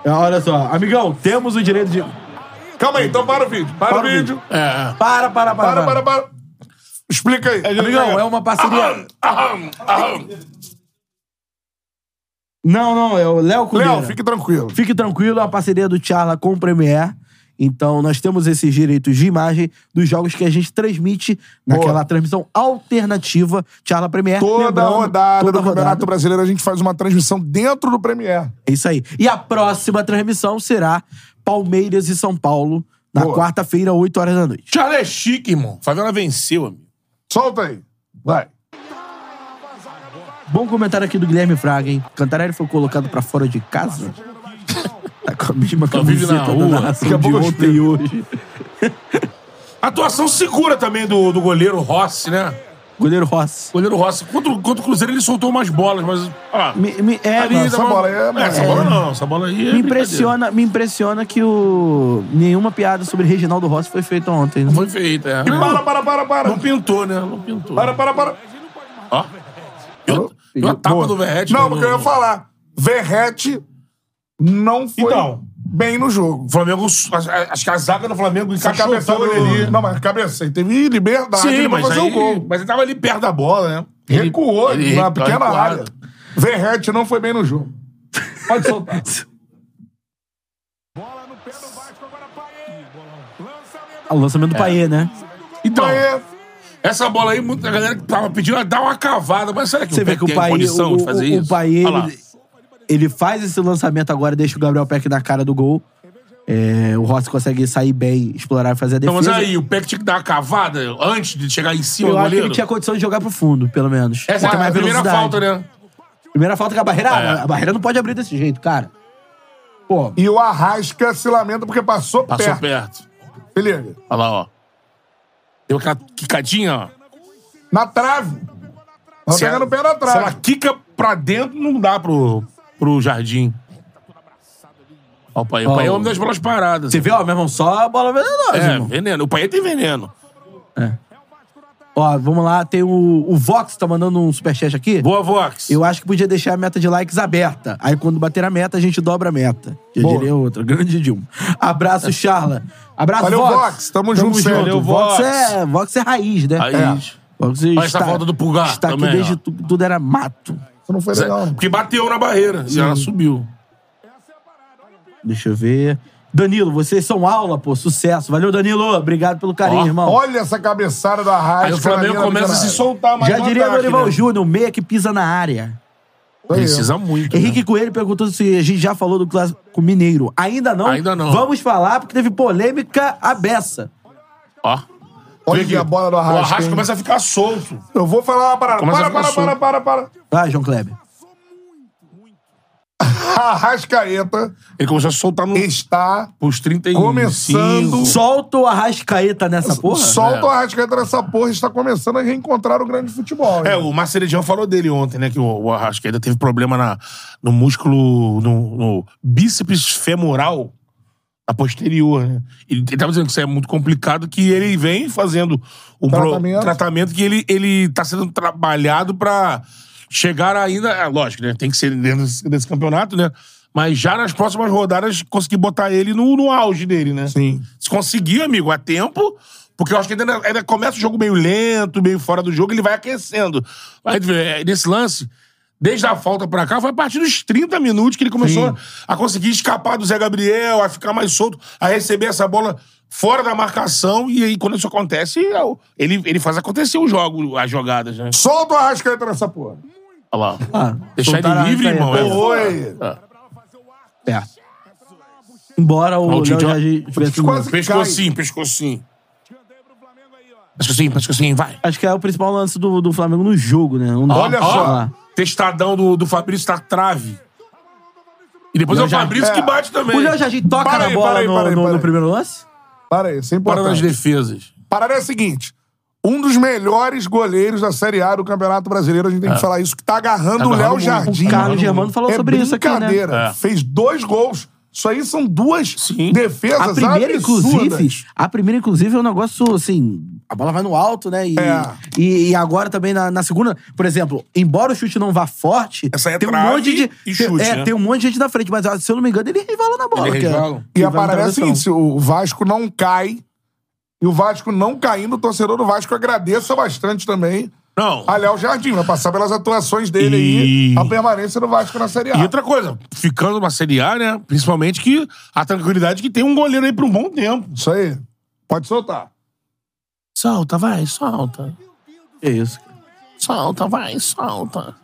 Speaker 3: Ah, Olha só, amigão, temos o direito de.
Speaker 1: Calma aí, então para o vídeo. Para,
Speaker 3: Para
Speaker 1: o
Speaker 3: o
Speaker 1: vídeo.
Speaker 2: É.
Speaker 3: Para, para, para.
Speaker 1: Para, para, para. Explica aí.
Speaker 3: Amigão,
Speaker 2: um
Speaker 3: é uma parceria.
Speaker 2: Aham, aham.
Speaker 3: Não, não, é o Léo Cunha.
Speaker 1: Léo, fique tranquilo.
Speaker 3: Fique tranquilo, é uma parceria do Charla com o Premier. Então, nós temos esses direitos de imagem dos jogos que a gente transmite naquela transmissão alternativa Charla Premier.
Speaker 1: Toda
Speaker 3: Lembrando,
Speaker 1: rodada
Speaker 3: toda
Speaker 1: do Campeonato Brasileiro a gente faz uma transmissão dentro do Premier.
Speaker 3: É isso aí. E a próxima transmissão será Palmeiras e São Paulo, na
Speaker 1: Boa.
Speaker 3: quarta-feira, 8 horas da noite.
Speaker 2: Charlie é chique, irmão. Favela venceu, amigo.
Speaker 1: Solta aí. Vai.
Speaker 3: Bom comentário aqui do Guilherme Fraga, hein? Cantarelli foi colocado pra fora de casa? tá com a mesma
Speaker 2: Só vive
Speaker 3: camiseta
Speaker 2: na
Speaker 3: da
Speaker 2: rua.
Speaker 3: narração
Speaker 1: Daqui a
Speaker 3: de
Speaker 1: pouco eu
Speaker 3: ontem e hoje.
Speaker 2: Atuação segura também do, do goleiro Rossi, né?
Speaker 3: Goleiro Rossi.
Speaker 2: Goleiro Rossi. Contra, o- contra o Cruzeiro ele soltou umas bolas, mas. Ah,
Speaker 3: Me, me- é,
Speaker 2: ali
Speaker 3: mano,
Speaker 2: dá
Speaker 1: essa
Speaker 2: uma-
Speaker 1: bola aí é-
Speaker 2: Essa
Speaker 1: é.
Speaker 2: bola não, essa bola aí é
Speaker 3: me
Speaker 2: brincadeira.
Speaker 3: impressiona, me impressiona que o nenhuma piada sobre Reginaldo Rossi foi feita ontem. né?
Speaker 2: Foi feita, é.
Speaker 1: E
Speaker 2: Não,
Speaker 1: para, para, para, para.
Speaker 2: não pintou, né? Não pintou.
Speaker 1: Para, para, para.
Speaker 2: Ó. E a tapa do Verrete.
Speaker 1: Não,
Speaker 2: no-
Speaker 1: porque eu ia falar. Verrete não foi
Speaker 2: Então.
Speaker 1: bem no jogo.
Speaker 2: O Flamengo. as- Acho que a zaga do Flamengo
Speaker 1: Essa
Speaker 2: encaixou
Speaker 1: cabeçada
Speaker 2: todo.
Speaker 1: ali. Não, mas cabecei. Teve liberdade
Speaker 2: Sim,
Speaker 1: ele pra
Speaker 2: mas
Speaker 1: fazer
Speaker 2: aí,
Speaker 1: o gol.
Speaker 2: Mas ele tava ali perto da bola, né? Ele-
Speaker 1: Recuou
Speaker 2: ele-
Speaker 1: na
Speaker 2: ele-
Speaker 1: pequena
Speaker 2: recuado.
Speaker 1: área. Verrete não foi bem no jogo. Pode soltar.
Speaker 3: Ah, O lançamento
Speaker 2: É.
Speaker 3: do Paê, né?
Speaker 2: Então,
Speaker 1: Aí,
Speaker 2: essa bola aí, muita galera que tava pedindo ela dá uma cavada. Mas será que
Speaker 3: Você
Speaker 2: o
Speaker 3: vê
Speaker 2: Peck
Speaker 3: que o
Speaker 2: tem
Speaker 3: Paê,
Speaker 2: condição
Speaker 3: o,
Speaker 2: de fazer
Speaker 3: o,
Speaker 2: isso?
Speaker 3: o Paê,
Speaker 2: Olha lá.
Speaker 3: ele, ele faz esse lançamento agora, deixa o Gabriel Peck na cara do gol. É, o Rossi consegue sair bem, explorar e fazer a
Speaker 2: Não,
Speaker 3: defesa.
Speaker 2: Então, mas aí, o Peck tinha que dar uma cavada antes de chegar em cima
Speaker 3: eu
Speaker 2: do
Speaker 3: acho que ele
Speaker 2: goleiro.
Speaker 3: tinha condição de jogar pro fundo, pelo menos.
Speaker 2: Essa
Speaker 3: Tem
Speaker 2: é a
Speaker 3: mais
Speaker 2: primeira
Speaker 3: velocidade.
Speaker 2: falta, né?
Speaker 3: Primeira falta que a barreira.
Speaker 2: É.
Speaker 3: A barreira não pode abrir desse jeito, cara. Pô,
Speaker 1: E o Arrasca se lamenta porque passou,
Speaker 2: Passou
Speaker 1: perto.
Speaker 2: perto.
Speaker 1: Se liga.
Speaker 2: Olha lá, ó. Deu aquela quicadinha, ó.
Speaker 1: Na trave. Tá
Speaker 2: Se
Speaker 1: pegando
Speaker 2: ela-
Speaker 1: o pé na
Speaker 2: Se ela
Speaker 1: trave.
Speaker 2: quica pra dentro, não dá pro, pro jardim. Ó, o Paê. O
Speaker 3: Ó,
Speaker 2: Paê é o
Speaker 3: o-
Speaker 2: homem das bolas paradas.
Speaker 3: você vê, ó, meu irmão, só a bola venenosa,
Speaker 2: É,
Speaker 1: um-
Speaker 3: irmão.
Speaker 2: veneno. O Paê tem veneno.
Speaker 3: Ó, vamos lá, tem o, o Vox tá mandando um superchat aqui.
Speaker 2: Boa, Vox.
Speaker 3: Eu acho que podia deixar a meta de likes aberta. Aí quando bater a meta, a gente dobra a meta. Já
Speaker 1: Boa.
Speaker 3: diria outra. Grande Dilma. Abraço, Charla. Abraço,
Speaker 1: Valeu,
Speaker 3: Vox.
Speaker 1: Vox. Tamo junto, Sérgio.
Speaker 2: Valeu,
Speaker 3: Vox.
Speaker 2: Vox.
Speaker 3: é, Vox é raiz, né?
Speaker 2: Raiz.
Speaker 3: É. Vox
Speaker 2: Olha essa foto do Pulgar
Speaker 3: Está aqui
Speaker 2: também,
Speaker 3: desde
Speaker 2: ó.
Speaker 3: tu- tudo era mato.
Speaker 1: Isso não foi legal. não.
Speaker 2: Porque bateu na barreira e ela subiu.
Speaker 3: Deixa eu ver. Danilo, vocês são aula, pô. Sucesso. Valeu, Danilo. Obrigado pelo carinho,
Speaker 2: Ó,
Speaker 3: irmão.
Speaker 1: Olha essa cabeçada do Arrasca.
Speaker 2: Aí o Flamengo
Speaker 1: na linha
Speaker 2: começa a se
Speaker 1: lateral.
Speaker 2: soltar mais
Speaker 3: Já
Speaker 2: no
Speaker 3: diria
Speaker 2: ataque,
Speaker 3: Dorival
Speaker 2: né?
Speaker 3: Júnior, meia que pisa na área.
Speaker 1: Aí,
Speaker 2: Precisa muito. né?
Speaker 3: Henrique Coelho perguntou se a gente já falou do clássico mineiro. Ainda não.
Speaker 2: Ainda não.
Speaker 3: Vamos falar, porque teve polêmica à beça.
Speaker 2: Ó.
Speaker 1: Olha
Speaker 2: Vê
Speaker 1: aqui a bola do
Speaker 2: O
Speaker 1: Arrasca,
Speaker 2: Arrasca
Speaker 1: hein?
Speaker 2: começa a ficar solto.
Speaker 1: Eu vou falar uma parada.
Speaker 2: Começa a
Speaker 1: Para,
Speaker 2: ficar
Speaker 1: para, para,
Speaker 2: solto.
Speaker 1: para, para.
Speaker 3: Vai, João Kleber.
Speaker 1: Arrascaeta
Speaker 2: Ele começou a soltar no,
Speaker 1: está.
Speaker 2: pros 35.
Speaker 1: Começando.
Speaker 3: Solta o Arrascaeta nessa porra.
Speaker 2: né?
Speaker 1: Solta o Arrascaeta nessa porra. Está começando a reencontrar o grande futebol.
Speaker 2: É,
Speaker 1: hein?
Speaker 2: o Marcelo falou dele ontem, né? Que o, o Arrasca ainda teve problema na, no músculo, no, no bíceps femoral, na posterior, né? Ele, ele tava dizendo que isso é muito complicado, que ele vem fazendo o pro-
Speaker 1: Tratamento.
Speaker 2: tratamento que ele, ele tá sendo trabalhado pra chegar ainda. É lógico, né? Tem que ser dentro desse, desse campeonato, né? Mas já nas próximas rodadas, conseguir botar ele no, no auge dele, né?
Speaker 1: Sim.
Speaker 2: Se conseguir, amigo, a tempo. Porque eu acho que ainda, ainda começa o jogo meio lento, meio fora do jogo, ele vai aquecendo. Mas é, nesse lance, desde a falta pra cá, foi a partir dos 30 minutos que ele começou
Speaker 1: Sim.
Speaker 2: a conseguir escapar do Zé Gabriel, a ficar mais solto, a receber essa bola fora da marcação. E aí, quando isso acontece, é ele, ele faz acontecer o jogo, as jogadas, né?
Speaker 1: Solta o Arrascaeta nessa porra.
Speaker 2: Olha lá.
Speaker 3: Ah,
Speaker 2: Deixar
Speaker 3: soltaram
Speaker 2: ele livre,
Speaker 3: Arrascaeta.
Speaker 2: irmão. É.
Speaker 1: Oi.
Speaker 3: É. Embora o
Speaker 2: Ó, o
Speaker 3: Léo
Speaker 2: Tite, é ó.
Speaker 3: já tivesse...
Speaker 1: Quase-
Speaker 2: Pescocinho, pescocinho. Pescocinho, pescocinho, vai.
Speaker 3: Acho que é o principal lance do, do Flamengo no jogo, né? Não dá
Speaker 2: Olha
Speaker 3: pra
Speaker 2: só.
Speaker 3: falar.
Speaker 2: Testadão do, do Fabrício tá trave. E depois é o
Speaker 3: Léo Jardim-
Speaker 2: Fabrício
Speaker 1: é.
Speaker 2: que bate também.
Speaker 3: O Léo Jardim toca
Speaker 1: Para
Speaker 3: na
Speaker 1: aí,
Speaker 3: bola
Speaker 1: para aí,
Speaker 3: no,
Speaker 1: para aí,
Speaker 3: no-
Speaker 1: para
Speaker 3: no
Speaker 1: aí.
Speaker 3: primeiro lance?
Speaker 1: Para aí, isso é
Speaker 2: Para nas
Speaker 1: importante.
Speaker 2: defesas.
Speaker 1: Parada é a seguinte. Um dos melhores goleiros da Série A do Campeonato Brasileiro, a gente tem que falar isso, que tá agarrando o
Speaker 2: É. agarrando
Speaker 1: Léo
Speaker 2: muito.
Speaker 1: Jardim.
Speaker 2: O
Speaker 3: Carlos Germano falou
Speaker 1: é
Speaker 3: sobre isso aqui, né?
Speaker 1: brincadeira.
Speaker 2: É.
Speaker 1: Fez dois gols. Isso aí são duas
Speaker 2: Sim.
Speaker 1: defesas
Speaker 3: A primeira,
Speaker 1: absurdas.
Speaker 3: inclusive, a primeira, inclusive, é um negócio assim. A bola vai no alto, né? E,
Speaker 1: É.
Speaker 3: e, e agora também na, na segunda, por exemplo, embora o chute não vá forte,
Speaker 2: Essa é
Speaker 3: tem um
Speaker 2: trave
Speaker 3: monte de.
Speaker 2: e chute,
Speaker 3: é,
Speaker 2: né?
Speaker 3: tem um monte de gente na frente, mas ah, se eu não me engano, ele resvala na bola.
Speaker 2: Eles
Speaker 3: que é-
Speaker 2: resvalam.
Speaker 1: E
Speaker 3: que
Speaker 1: a
Speaker 3: vai no
Speaker 1: parada é a
Speaker 3: travessão.
Speaker 1: seguinte, se o Vasco não cai, e o Vasco não caindo, o torcedor do Vasco agradeça bastante também
Speaker 2: Não.
Speaker 1: a Léo Jardim. Vai passar pelas atuações dele
Speaker 2: E-
Speaker 1: aí, a permanência do Vasco na Série A.
Speaker 2: E outra coisa, ficando na Série A, né? Principalmente que a tranquilidade que tem um goleiro aí por um bom tempo.
Speaker 1: Isso aí. Pode soltar.
Speaker 2: Solta, vai, solta.
Speaker 3: É isso. cara.
Speaker 2: Solta, vai, solta.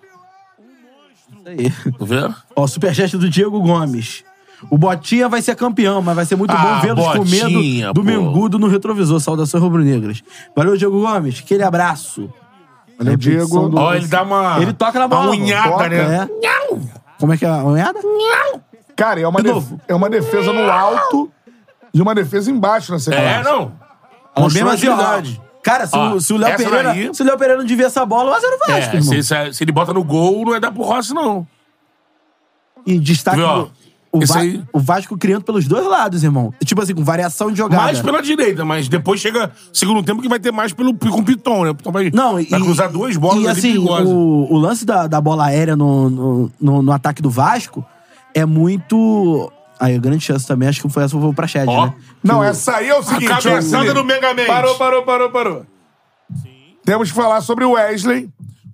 Speaker 3: Isso aí.
Speaker 2: Tu vê?
Speaker 3: Ó, o superchat do Diego Gomes. O Botinha vai ser campeão, mas vai ser muito
Speaker 2: Ah,
Speaker 3: bom vê-los
Speaker 2: Botinha,
Speaker 3: comendo
Speaker 2: pô.
Speaker 3: do Mengudo no retrovisor. Saudações rubro-negras. Valeu, Diego Gomes. Aquele abraço.
Speaker 1: Olha o Diego.
Speaker 2: Ó, ele dá uma.
Speaker 3: Ele toca na bola.
Speaker 2: Uma
Speaker 3: mano.
Speaker 2: unhada,
Speaker 3: Toca,
Speaker 2: né?
Speaker 3: é. Como é que é? a Unhada?
Speaker 1: Cara, é uma,
Speaker 3: De
Speaker 1: def-
Speaker 3: novo.
Speaker 1: é uma defesa no alto e uma defesa embaixo na Série
Speaker 2: É,
Speaker 1: A.
Speaker 2: não.
Speaker 3: Ela
Speaker 2: Mostrou
Speaker 3: mesma
Speaker 2: agilidade.
Speaker 3: jogava. Cara, se,
Speaker 2: Ó,
Speaker 3: o, se o Léo
Speaker 2: essa
Speaker 3: Pereira,
Speaker 2: daí-
Speaker 3: se o Léo Pereira não devia essa bola, mas era o Vasco,
Speaker 2: É,
Speaker 3: irmão.
Speaker 2: se, se- se ele bota no gol, não é dar pro Rossi, não.
Speaker 3: E destaque
Speaker 2: Viu, ó,
Speaker 3: do- o,
Speaker 2: esse
Speaker 3: Va-
Speaker 2: aí-
Speaker 3: o Vasco criando pelos dois lados, irmão. Tipo assim, com variação de jogada.
Speaker 2: Mais pela direita, mas depois chega segundo tempo que vai ter mais pelo, com o Piton, né? O Piton vai,
Speaker 3: Não,
Speaker 2: vai
Speaker 3: e,
Speaker 2: cruzar duas bolas
Speaker 3: e
Speaker 2: ali
Speaker 3: assim,
Speaker 2: perigosas.
Speaker 3: o, o lance da, da bola aérea no, no, no- no ataque do Vasco é muito. Aí, grande chance também, acho que foi essa foi pra Chad,
Speaker 2: Ó.
Speaker 3: né?
Speaker 1: Não, essa aí é o seguinte.
Speaker 2: cabeçada
Speaker 1: Wesley.
Speaker 2: do Mega Man.
Speaker 1: Parou, parou, parou, parou. Temos que falar sobre o Wesley.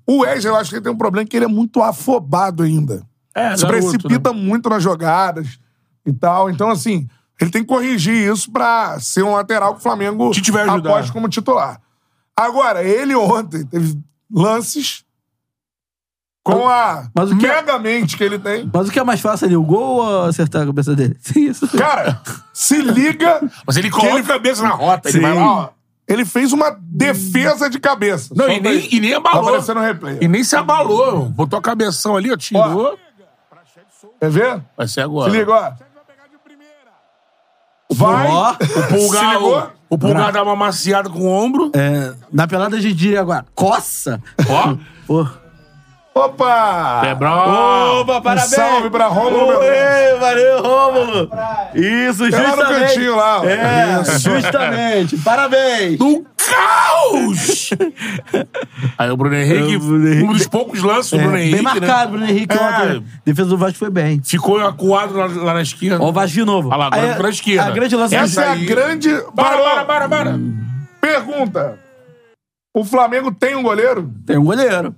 Speaker 1: O Wesley, eu acho que ele tem um problema que ele é muito afobado ainda.
Speaker 2: É,
Speaker 1: Se
Speaker 2: garoto,
Speaker 1: precipita muito nas jogadas e tal. Então, assim, ele tem que corrigir isso pra ser um lateral que o Flamengo
Speaker 2: Tite vai ajudar.
Speaker 1: aposte como titular. Agora, ele ontem teve lances com a
Speaker 3: Mas o que-
Speaker 2: é?
Speaker 1: mega mente que ele tem.
Speaker 3: Mas o que é mais fácil ali, o gol ou acertar a cabeça dele? Isso.
Speaker 1: Cara, se liga.
Speaker 2: Mas ele coloca
Speaker 1: que
Speaker 2: a cabeça na rota, ele
Speaker 1: Sim.
Speaker 2: vai lá, ó.
Speaker 1: Ele fez uma defesa de cabeça.
Speaker 2: Não,
Speaker 1: Só
Speaker 2: e
Speaker 1: pra-
Speaker 2: nem, e nem
Speaker 1: Tá
Speaker 2: abalou.
Speaker 1: aparecendo no replay.
Speaker 2: E nem se abalou. irmão. Botou a cabeção ali, ó, tirou.
Speaker 1: Quer ver?
Speaker 2: Vai ser
Speaker 1: Se
Speaker 2: agora.
Speaker 1: liga, ó. Vai.
Speaker 3: Ó,
Speaker 2: O
Speaker 1: Se
Speaker 2: pulgar,
Speaker 1: ligou?
Speaker 2: o, o pulgar dá uma maciada com o ombro.
Speaker 3: é, na pelada de diria agora, coça!
Speaker 2: Ó.
Speaker 3: Pô.
Speaker 1: Opa!
Speaker 3: É
Speaker 2: É Quebrou.
Speaker 3: Opa,
Speaker 1: parabéns. Ah, um salve pra Rômulo
Speaker 3: Uê,
Speaker 1: Mendonça.
Speaker 3: Valeu, Rômulo! Isso,
Speaker 1: Tá lá
Speaker 3: justamente!
Speaker 1: no cantinho lá, ó.
Speaker 3: É,
Speaker 1: Isso.
Speaker 3: justamente! Parabéns!
Speaker 2: Do caos! Aí o Bruno Henrique,
Speaker 3: É, o Bruno Henrique-
Speaker 2: um dos poucos lances do
Speaker 3: É,
Speaker 2: Bruno Henrique,
Speaker 3: bem marcado,
Speaker 2: né?
Speaker 3: Bruno Henrique.
Speaker 2: É.
Speaker 3: ontem. Defesa do Vasco foi bem.
Speaker 2: Ficou acuado lá, lá na esquerda.
Speaker 3: Ó, o Vasco de novo.
Speaker 2: Olha lá, agora
Speaker 3: Aí,
Speaker 2: pra esquerda.
Speaker 3: A grande lança
Speaker 1: Essa é a
Speaker 2: aí.
Speaker 1: grande.
Speaker 2: Para,
Speaker 1: Parou.
Speaker 2: para, para, para.
Speaker 1: Pergunta. O Flamengo tem um goleiro?
Speaker 3: Tem um goleiro.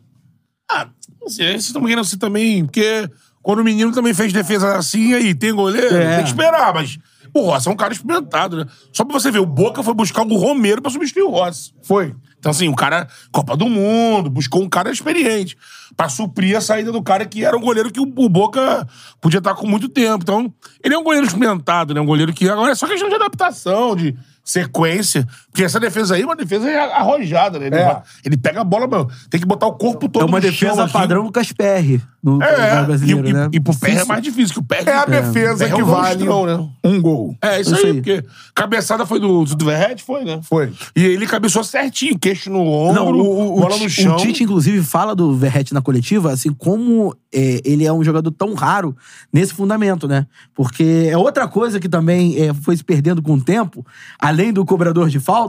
Speaker 2: Ah, não sei, vocês estão querendo assim também, porque quando o menino também fez defesa assim, aí tem goleiro,
Speaker 3: É.
Speaker 2: tem que esperar, mas o Rossi é um cara experimentado, né? Só pra você ver, o Boca foi buscar o Romero pra substituir o Rossi.
Speaker 1: Foi.
Speaker 2: Então, assim, o cara, Copa do Mundo, buscou um cara experiente pra suprir a saída do cara que era um goleiro que o o Boca podia estar com muito tempo. Então, ele é um goleiro experimentado, né? Um goleiro que agora é só questão de adaptação, de sequência. Porque essa defesa aí é uma defesa arrojada, né? Ele,
Speaker 1: É.
Speaker 2: vai- ele pega a bola, mano, tem que botar o corpo todo
Speaker 3: É uma
Speaker 2: no chão,
Speaker 3: defesa
Speaker 2: assim.
Speaker 3: padrão Lucas Perry no
Speaker 2: É,
Speaker 3: no
Speaker 2: e,
Speaker 3: brasileiro,
Speaker 2: e,
Speaker 3: né?
Speaker 2: e pro Perry é
Speaker 3: Difícil.
Speaker 2: mais difícil que o Perry.
Speaker 1: É a defesa
Speaker 2: É, é
Speaker 1: que
Speaker 2: um
Speaker 1: vale
Speaker 2: monstrão, né?
Speaker 1: um gol.
Speaker 2: É, isso,
Speaker 3: Isso
Speaker 2: aí,
Speaker 3: aí.
Speaker 2: porque cabeçada foi do, do Verret, foi, né?
Speaker 1: Foi.
Speaker 2: E ele cabeçou certinho, queixo no ombro,
Speaker 3: Não, o, o, o
Speaker 2: bola
Speaker 3: Ti-
Speaker 2: no chão.
Speaker 3: o Tite, inclusive, fala do Verrete na coletiva, assim, como é, ele é um jogador tão raro nesse fundamento, né? Porque é outra coisa que também é, foi se perdendo com o tempo, além do cobrador de faltas,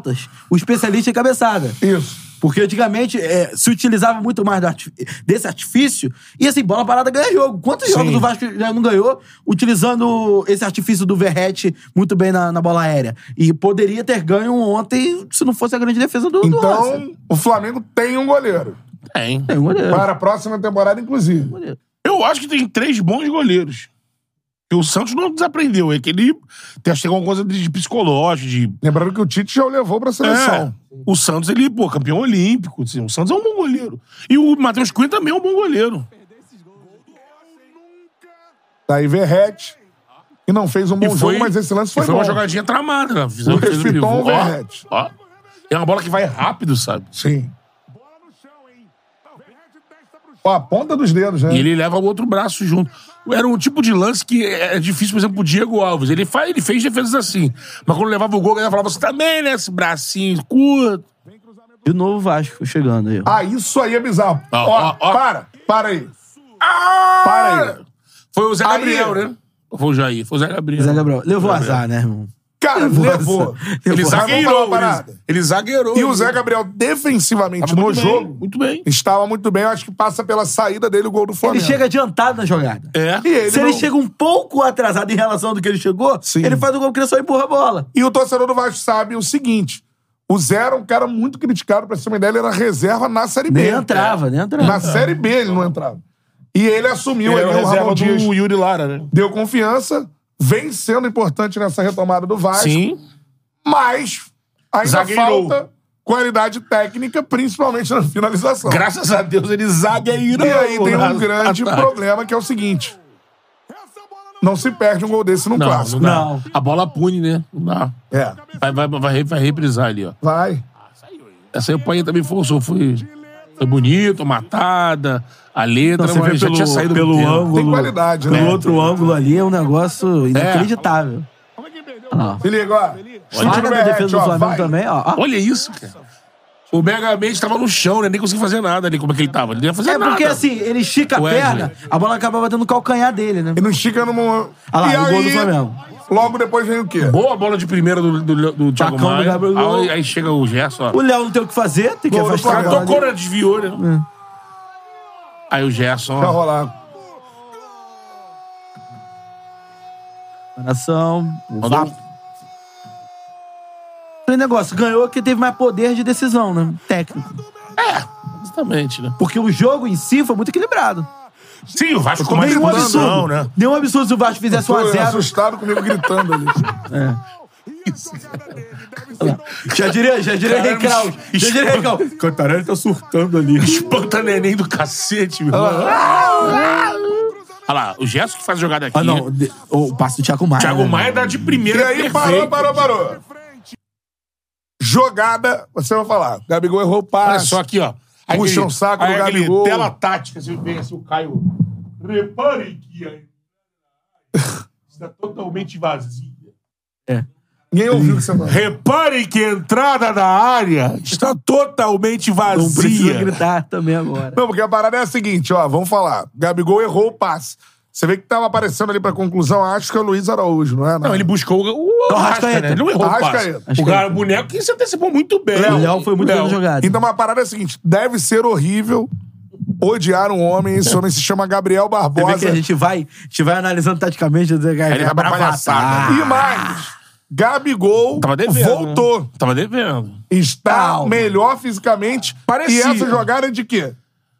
Speaker 3: o especialista em cabeçada.
Speaker 1: Isso.
Speaker 3: Porque antigamente é, se utilizava muito mais do arti- desse artifício. E assim, bola parada ganha jogo. Quantos jogos o Vasco já não ganhou utilizando esse artifício do Verrete muito bem na, na bola aérea? E poderia ter ganho ontem se não fosse a grande defesa do, do Rossi.
Speaker 1: Então, o Flamengo tem um goleiro.
Speaker 2: Tem.
Speaker 3: É, um goleiro. um
Speaker 1: Para a próxima temporada, inclusive.
Speaker 3: goleiro.
Speaker 2: Eu acho que tem três bons goleiros. E o Santos não desaprendeu. É que ele tem acho que tem alguma coisa de psicológico, de.
Speaker 1: Lembrando que o Tite já o levou pra
Speaker 2: É.
Speaker 1: seleção.
Speaker 2: O Santos, ele, pô, campeão olímpico. assim, O Santos é um bom goleiro. E o Matheus Cunha também é um bom goleiro.
Speaker 1: Daí Verrete. E não fez um bom
Speaker 2: E foi-
Speaker 1: jogo, mas esse lance
Speaker 2: e
Speaker 1: foi, bom.
Speaker 2: uma jogadinha tramada. Né? Fiz-
Speaker 1: Lucas
Speaker 2: fez o
Speaker 1: Piton,
Speaker 2: pivô. Ó,
Speaker 1: Verrete.
Speaker 2: ó. É uma bola que vai rápido, sabe?
Speaker 1: Sim. Com a ponta dos dedos, né?
Speaker 2: E ele leva o outro braço junto. Era um tipo de lance que é difícil, por exemplo, pro Diego Alves. Ele, faz, ele fez defesas assim. Mas quando levava o gol, a galera falava, você também, né? Esse bracinho curto.
Speaker 3: De novo o Vasco chegando aí. ó.
Speaker 1: Ah, isso aí é bizarro.
Speaker 2: Ó,
Speaker 1: Ó,
Speaker 2: ó, ó.
Speaker 1: para, para aí.
Speaker 2: Ah!
Speaker 1: Para aí.
Speaker 2: Foi o Zé
Speaker 1: Aí.
Speaker 2: Gabriel, né? Ou Foi o Jair, foi o Zé Gabriel.
Speaker 3: Zé Gabriel. Levou azar, né, irmão?
Speaker 1: Cara, levou.
Speaker 2: Ele
Speaker 1: Mas vamos falar uma
Speaker 2: zagueirou.
Speaker 1: parada.
Speaker 2: Ele, ele zagueirou.
Speaker 1: E o Zé Gabriel, defensivamente,
Speaker 2: Tava
Speaker 1: no
Speaker 2: muito bem,
Speaker 1: jogo,
Speaker 2: Muito bem.
Speaker 1: estava muito bem. Eu acho que passa pela saída dele o gol do
Speaker 3: Ele
Speaker 1: Flamengo.
Speaker 3: chega adiantado na jogada.
Speaker 2: É.
Speaker 1: E ele
Speaker 3: Se ele
Speaker 1: não-
Speaker 3: chega um pouco atrasado em relação do que ele chegou,
Speaker 1: Sim.
Speaker 3: ele faz o gol que ele só empurra a bola.
Speaker 1: E o torcedor do Vasco sabe o seguinte: o Zé era um cara muito criticado, pra cima dele, era reserva na Série B.
Speaker 3: Nem
Speaker 1: é.
Speaker 3: entrava, nem entrava.
Speaker 1: Na Série B ele não entrava. E ele assumiu
Speaker 2: Ele
Speaker 1: ele um
Speaker 2: era
Speaker 1: ali, o Ramon
Speaker 2: É, reserva
Speaker 1: Dias
Speaker 2: do Yuri Lara, né?
Speaker 1: deu confiança, vem sendo importante nessa retomada do Vasco,
Speaker 2: Sim.
Speaker 1: mas ainda
Speaker 2: Zagueirou.
Speaker 1: falta qualidade técnica, principalmente na finalização.
Speaker 2: Graças a Deus ele zagueirou.
Speaker 1: e aí tem um
Speaker 2: Ataque.
Speaker 1: grande problema que é o seguinte: não se perde um gol desse no
Speaker 2: Não,
Speaker 1: clássico.
Speaker 2: não dá.
Speaker 3: Não.
Speaker 2: A bola pune, né? Não dá.
Speaker 1: É.
Speaker 2: Vai, vai, vai, re- vai reprisar ali, ó.
Speaker 1: Vai.
Speaker 2: Essa aí o Painha também forçou. Foi, foi bonito, matada. A letra,
Speaker 3: Não, você
Speaker 2: Então, mas
Speaker 3: vê
Speaker 2: já
Speaker 3: pelo-
Speaker 2: tinha saído
Speaker 3: pelo
Speaker 2: muito tempo.
Speaker 3: ângulo.
Speaker 1: Tem qualidade, né?
Speaker 3: No outro ângulo ali é um negócio inacreditável. Olha lá, ó.
Speaker 1: Se liga, ó. Chute
Speaker 3: Falha
Speaker 1: no
Speaker 3: na defesa
Speaker 1: Berrete,
Speaker 3: do
Speaker 1: ó.
Speaker 3: Flamengo
Speaker 1: Vai.
Speaker 3: também, ó. ó.
Speaker 2: Olha isso, cara. O Mega Mendes tava no chão, né? Nem conseguia fazer nada ali. Como é que ele tava? Ele não ia fazer
Speaker 3: É
Speaker 2: nada.
Speaker 3: porque assim, ele estica a
Speaker 2: Wesley.
Speaker 3: perna, a bola acaba batendo no calcanhar dele, né?
Speaker 1: E não estica numa.
Speaker 3: Olha lá,
Speaker 1: e
Speaker 3: o
Speaker 1: aí,
Speaker 3: gol do Flamengo.
Speaker 1: Logo depois vem o quê?
Speaker 2: Boa bola de primeira do, do, do Thiago
Speaker 3: Bacão do
Speaker 2: Maia.
Speaker 3: Gabriel Gol.
Speaker 2: Aí, aí chega o Gerson, ó.
Speaker 3: O Léo não tem o que fazer, tem que
Speaker 1: Gol do
Speaker 3: afastar a
Speaker 1: Flamengo.
Speaker 3: bola
Speaker 2: Tocou,
Speaker 3: ali.
Speaker 2: né? Desviou, né? Aí o Gerson,
Speaker 1: Pra
Speaker 2: ó.
Speaker 1: rolar.
Speaker 3: Coração.
Speaker 2: Mandou um-
Speaker 3: Aquele negócio, ganhou que teve mais poder de decisão, né? Técnico.
Speaker 2: Exatamente, né?
Speaker 3: Porque o jogo em si foi muito equilibrado.
Speaker 2: Sim, o Vasco ficou mais
Speaker 3: Nenhum um absurdo.
Speaker 2: não, né?
Speaker 3: Nenhum um absurdo se o Vasco fizesse 1 a
Speaker 1: Tô
Speaker 3: 0
Speaker 1: assustado comigo gritando ali.
Speaker 3: Já diria, já diria
Speaker 2: Caramba,
Speaker 3: Recraus. Já diria Recraus. Cantarelli tá surtando ali.
Speaker 2: Espanta neném do cacete, meu irmão. Olha lá, o Gerson que faz a jogada aqui. né?
Speaker 3: Ah, não. de- O passe do Thiago Maia.
Speaker 2: Thiago
Speaker 3: né?
Speaker 2: Maia dá de primeira.
Speaker 1: E aí,
Speaker 2: perfeito.
Speaker 1: parou, parou, parou. Jogada, você vai falar. Gabigol errou o
Speaker 2: Olha
Speaker 1: passe.
Speaker 2: só aqui, ó.
Speaker 1: Puxa o saco do
Speaker 2: aí aquele
Speaker 1: Gabigol.
Speaker 2: tela tática, você vê assim, o Caio. Repare que a está totalmente vazia.
Speaker 1: Ninguém ouviu o que você falou.
Speaker 2: Repare que a entrada da área está totalmente
Speaker 3: Não precisa
Speaker 2: vazia.
Speaker 3: gritar também agora.
Speaker 1: Não, porque a parada é a seguinte, ó, vamos falar. Gabigol errou o passe. Você vê que tava aparecendo ali pra conclusão, acho que é o Luiz Araújo, não é?
Speaker 2: Não, ele buscou o, o
Speaker 3: Não,
Speaker 2: Arrasca,
Speaker 3: Arrascaeta.
Speaker 2: né? Ele não errou o passe.
Speaker 1: Arrascaeta.
Speaker 2: O, cara, o boneco que se antecipou muito bem.
Speaker 3: O Léo foi muito
Speaker 2: Léo.
Speaker 3: bem jogado.
Speaker 1: Então, mas a parada é a seguinte: deve ser horrível odiar um homem. Esse homem se chama Gabriel
Speaker 3: Você vê que a
Speaker 1: Barbosa.
Speaker 3: gente vai, a gente vai analisando taticamente. Ele
Speaker 2: Ele vai pra
Speaker 3: Ah.
Speaker 2: palhaçada.
Speaker 1: E mais, Gabigol
Speaker 2: Tava devendo.
Speaker 1: voltou.
Speaker 2: né? Tava devendo.
Speaker 1: Está
Speaker 3: Calma.
Speaker 1: melhor fisicamente.
Speaker 2: Parecia.
Speaker 1: E essa jogada é de quê?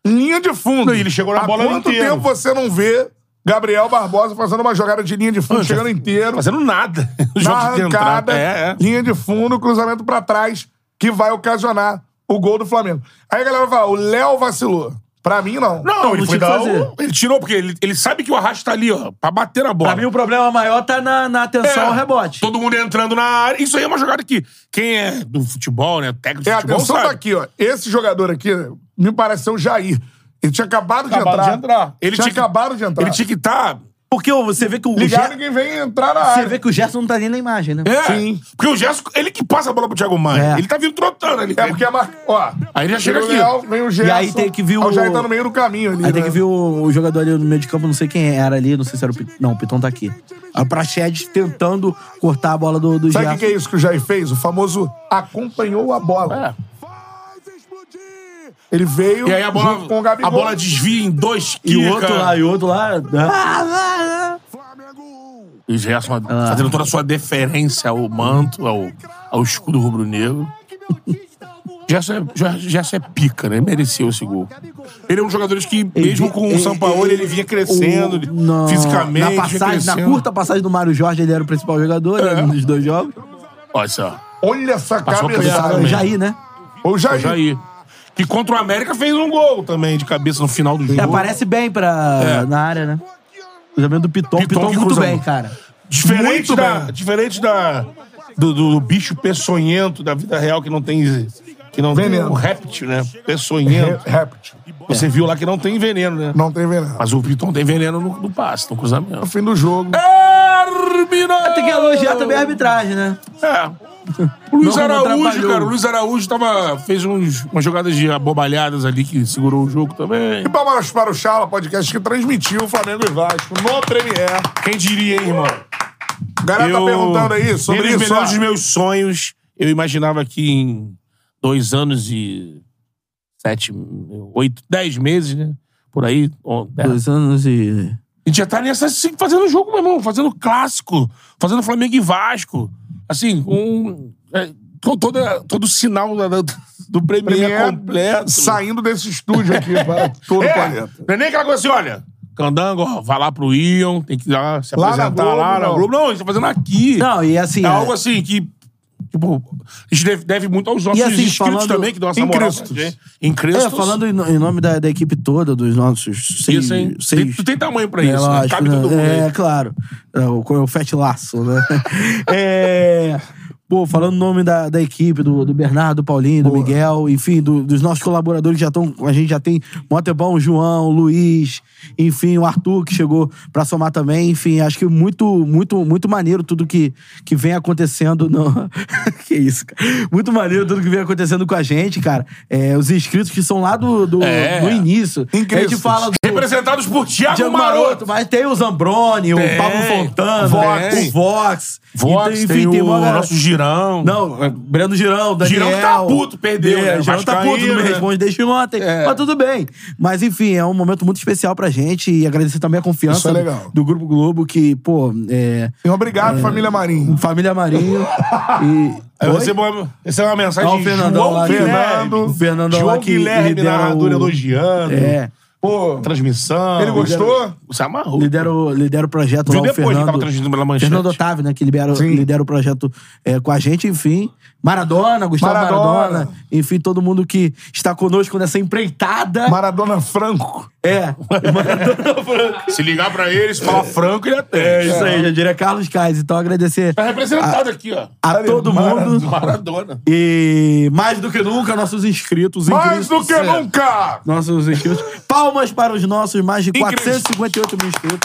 Speaker 1: Linha de fundo.
Speaker 2: Não, e ele chegou na
Speaker 1: Há
Speaker 2: bola
Speaker 1: quanto
Speaker 2: inteiro.
Speaker 1: tempo você não vê Gabriel Barbosa fazendo uma jogada de linha de fundo, chegando inteiro?
Speaker 2: Fazendo nada. O
Speaker 1: na
Speaker 2: jogo de entrada.
Speaker 1: arrancada,
Speaker 2: É, é.
Speaker 1: linha de fundo, cruzamento pra trás, que vai ocasionar o gol do Flamengo. Aí a galera vai falar, o Léo vacilou. Pra mim, não.
Speaker 2: Não,
Speaker 3: Não,
Speaker 2: ele
Speaker 3: Então, não tinha
Speaker 2: foi dar
Speaker 3: que
Speaker 2: o... Ele tirou, porque ele, ele sabe que o arrasto tá ali, ó, pra bater na bola.
Speaker 3: Pra mim, o problema maior tá na, na atenção ao rebote.
Speaker 2: Todo mundo entrando na área. Isso aí é uma jogada que quem é do futebol, né? Técnico de
Speaker 1: É, a
Speaker 2: futebol
Speaker 1: atenção
Speaker 2: sabe.
Speaker 1: tá aqui, ó. Esse jogador aqui né, me pareceu o Jair. Ele tinha acabado,
Speaker 2: Acabado
Speaker 1: de entrar.
Speaker 2: de entrar. Ele
Speaker 1: tinha,
Speaker 2: tinha que-
Speaker 1: acabado de entrar.
Speaker 2: Ele tinha que tá, estar...
Speaker 3: Porque você vê que o, o
Speaker 1: Ligar,
Speaker 3: Ger...
Speaker 1: ninguém vem entrar na
Speaker 3: você
Speaker 1: área.
Speaker 3: vê que o Gerson não tá nem na imagem, né?
Speaker 2: É,
Speaker 1: Sim.
Speaker 2: porque o Gerson, ele que passa a bola pro Thiago Maia.
Speaker 3: É.
Speaker 2: Ele tá vindo trotando ali.
Speaker 1: É porque a marca... Ó,
Speaker 2: Aí ele já chega
Speaker 1: vem
Speaker 2: aqui.
Speaker 1: O Léo, vem o Gerson.
Speaker 3: E aí tem que vir o-
Speaker 1: Aí O Jair tá no meio do caminho ali,
Speaker 3: Aí tem
Speaker 1: né?
Speaker 3: que ver o, o jogador ali no meio de campo, não sei quem era ali, não sei se era o Piton. Não, o Piton tá aqui. Aí o Praxedes tentando cortar a bola do, do
Speaker 1: Sabe o
Speaker 3: Gerson.
Speaker 1: que, que é isso que o Jair fez? O famoso acompanhou a bola.
Speaker 2: É.
Speaker 1: Ele veio
Speaker 2: E aí a bola,
Speaker 1: junto com o Gabigol.
Speaker 2: a bola desvia em dois
Speaker 3: E
Speaker 2: quilos.
Speaker 3: o outro lá, e o outro lá. né? Ah, ah, ah.
Speaker 2: E o Gerson fazendo toda a sua deferência ao manto, ao, ao escudo rubro-negro. Gerson é, Ger- Gerson é pica, né? Ele Mereceu esse gol. Ele é um dos jogadores que, mesmo com o
Speaker 3: Ele-
Speaker 2: São Paulo, ele vinha crescendo ele-
Speaker 3: O- na-
Speaker 2: fisicamente.
Speaker 3: Na,
Speaker 2: vinha
Speaker 3: passagem, na
Speaker 2: crescendo. É.
Speaker 3: curta passagem do Mário Jorge, ele era o principal jogador né, nos dois jogos.
Speaker 2: Olha só.
Speaker 1: Olha essa
Speaker 2: Passou a
Speaker 1: cabeçada.
Speaker 2: cabeçada,
Speaker 3: O
Speaker 2: É, Também.
Speaker 3: Jair, né?
Speaker 1: Ou o
Speaker 2: O
Speaker 1: Jair.
Speaker 2: Jair. Que contra o América fez um gol também de cabeça no final do jogo.
Speaker 3: É, aparece bem pra,
Speaker 2: Uhum. É.
Speaker 3: na área, né? Cruzamento do Piton.
Speaker 2: Piton
Speaker 3: Piton,
Speaker 2: que
Speaker 3: muito
Speaker 2: cruza
Speaker 3: bem,
Speaker 2: muito.
Speaker 3: cara.
Speaker 2: Diferente
Speaker 1: Muito
Speaker 2: da.
Speaker 1: bem.
Speaker 2: Diferente da. Do, do- do bicho peçonhento da vida real que não tem. Que não
Speaker 1: Veneno.
Speaker 2: tem o réptil, né? Peçonhento.
Speaker 1: Re- réptil.
Speaker 2: Você viu lá que não tem veneno,
Speaker 3: É.
Speaker 2: né?
Speaker 1: Não tem veneno.
Speaker 2: Mas o Piton tem veneno no, no passe, no cruzamento.
Speaker 1: No fim do jogo. É,
Speaker 2: Terminou!
Speaker 3: Tem que elogiar também a arbitragem, né?
Speaker 2: É. O Luiz
Speaker 3: Não, não
Speaker 2: Araújo,
Speaker 3: atrapalhou.
Speaker 2: cara, o Luiz Araújo tava, fez uns, umas jogadas de abobalhadas ali que segurou o jogo também.
Speaker 1: E palmas para o Chala Podcast que transmitiu o Flamengo e Vasco no Premier.
Speaker 2: Quem diria, hein, irmão?
Speaker 1: A galera tá perguntando aí sobre
Speaker 2: pelos
Speaker 1: isso. ó.
Speaker 2: melhores dos meus sonhos, eu imaginava que em dois anos e sete, oito, dez meses, né? Por aí. ó, né?
Speaker 3: Dois anos e.
Speaker 2: A gente já tá nessa, assim, fazendo jogo, meu irmão, fazendo clássico, fazendo Flamengo e Vasco. Assim, um, é, com toda, todo o sinal da- da- do Premier,
Speaker 1: Premier
Speaker 2: completo.
Speaker 1: Saindo desse estúdio aqui para todo o planeta.
Speaker 2: Não é nem aquela coisa assim, olha. Candango, ó, vai lá pro Ion, tem que ir lá se
Speaker 1: Lá na
Speaker 2: apresentar
Speaker 1: Globo,
Speaker 2: lá na
Speaker 1: não.
Speaker 2: Globo. Não, a gente tá fazendo aqui.
Speaker 3: Não, e assim. é-
Speaker 2: é algo assim que. Tipo, a gente deve, deve muito aos nossos
Speaker 3: E assim,
Speaker 2: inscritos
Speaker 3: falando-
Speaker 2: também, que dão essa
Speaker 1: em
Speaker 2: moral.
Speaker 1: Cristos.
Speaker 2: pra gente. Em Cristos.
Speaker 3: É, falando em, em nome da, da equipe toda, dos nossos seis.
Speaker 2: Isso, hein?
Speaker 3: seis
Speaker 2: Tem- tu tem tamanho pra
Speaker 3: É,
Speaker 2: isso, né?
Speaker 3: lógico,
Speaker 2: Cabe
Speaker 3: né?
Speaker 2: todo mundo
Speaker 3: É,
Speaker 2: aí.
Speaker 3: claro. É, o, o Fat Laço, né? É, Pô, falando o nome da, da equipe, do, do Bernardo, do Paulinho, do Miguel, enfim, do- dos nossos colaboradores que já estão. A gente já tem Motebão, o João, o Luiz, enfim, o Arthur que chegou pra somar também. Enfim, acho que muito, muito, muito maneiro tudo que, que vem acontecendo. No... que isso, cara. Muito maneiro tudo que vem acontecendo com a gente, cara. É, os inscritos que são lá do, do,
Speaker 2: É.
Speaker 3: do início. A gente
Speaker 1: Incrível.
Speaker 3: fala do.
Speaker 2: Representados por Thiago
Speaker 3: Thiago
Speaker 2: Maroto.
Speaker 3: Maroto, Tá mas tem o Zambroni, o
Speaker 2: Tem.
Speaker 3: Pablo Fontana,
Speaker 2: Vox.
Speaker 3: o Vox.
Speaker 2: Vox,
Speaker 3: Então,
Speaker 2: tem, o
Speaker 3: uma galera-
Speaker 2: nosso girão.
Speaker 3: Não, é Breno Girão, Daniel.
Speaker 2: Girão tá puto, perdeu, né?
Speaker 3: É, Girão tá
Speaker 2: Vascaíno,
Speaker 3: puto, não me
Speaker 2: né?
Speaker 3: responde desde ontem.
Speaker 2: É.
Speaker 3: Mas tudo bem. Mas enfim, é um momento muito especial pra gente e agradecer também a confiança
Speaker 1: Isso é legal.
Speaker 3: do, do Grupo Globo que, pô, é...
Speaker 1: E obrigado, família Marinho.
Speaker 3: Família Marinho e...
Speaker 2: Eu
Speaker 3: Oi?
Speaker 2: recebo uma,
Speaker 1: é
Speaker 2: recebo uma mensagem
Speaker 3: Ah, o
Speaker 2: de
Speaker 3: Fernandão
Speaker 2: É, João
Speaker 3: lá, que-
Speaker 2: Guilherme.
Speaker 3: o Fernandão
Speaker 2: João
Speaker 3: lá que
Speaker 2: Guilherme,
Speaker 3: lidera
Speaker 2: narrador
Speaker 3: o-
Speaker 2: elogiando.
Speaker 3: É,
Speaker 1: Pô,
Speaker 2: Transmissão.
Speaker 1: ele gostou?
Speaker 2: Se amarrou.
Speaker 3: lidera o, lidera o projeto
Speaker 2: Viu
Speaker 3: lá, o
Speaker 2: depois que
Speaker 3: Fernando.
Speaker 2: tava transmitindo pela manchete.
Speaker 3: Fernando Otávio, né? Que libera,
Speaker 1: Sim.
Speaker 3: lidera o projeto é, com a gente, enfim. Maradona, Gustavo Maradona.
Speaker 1: Maradona.
Speaker 3: Enfim, todo mundo que está conosco nessa empreitada.
Speaker 1: Maradona Franco.
Speaker 3: é, Maradona Franco.
Speaker 2: Se ligar pra ele, se falar franco, ele
Speaker 3: É
Speaker 2: atende.
Speaker 3: isso aí, já diria Carlos Cais. Então, agradecer
Speaker 2: Tá representado aqui, ó.
Speaker 3: a todo
Speaker 1: Maradona.
Speaker 3: mundo.
Speaker 2: Maradona.
Speaker 3: E mais do que nunca, nossos inscritos. em
Speaker 1: Mais
Speaker 3: Cristo,
Speaker 1: do que
Speaker 3: certo?
Speaker 1: nunca!
Speaker 3: Nossos inscritos. Palmas para os nossos mais de
Speaker 2: Cristo.
Speaker 3: 458 mil inscritos.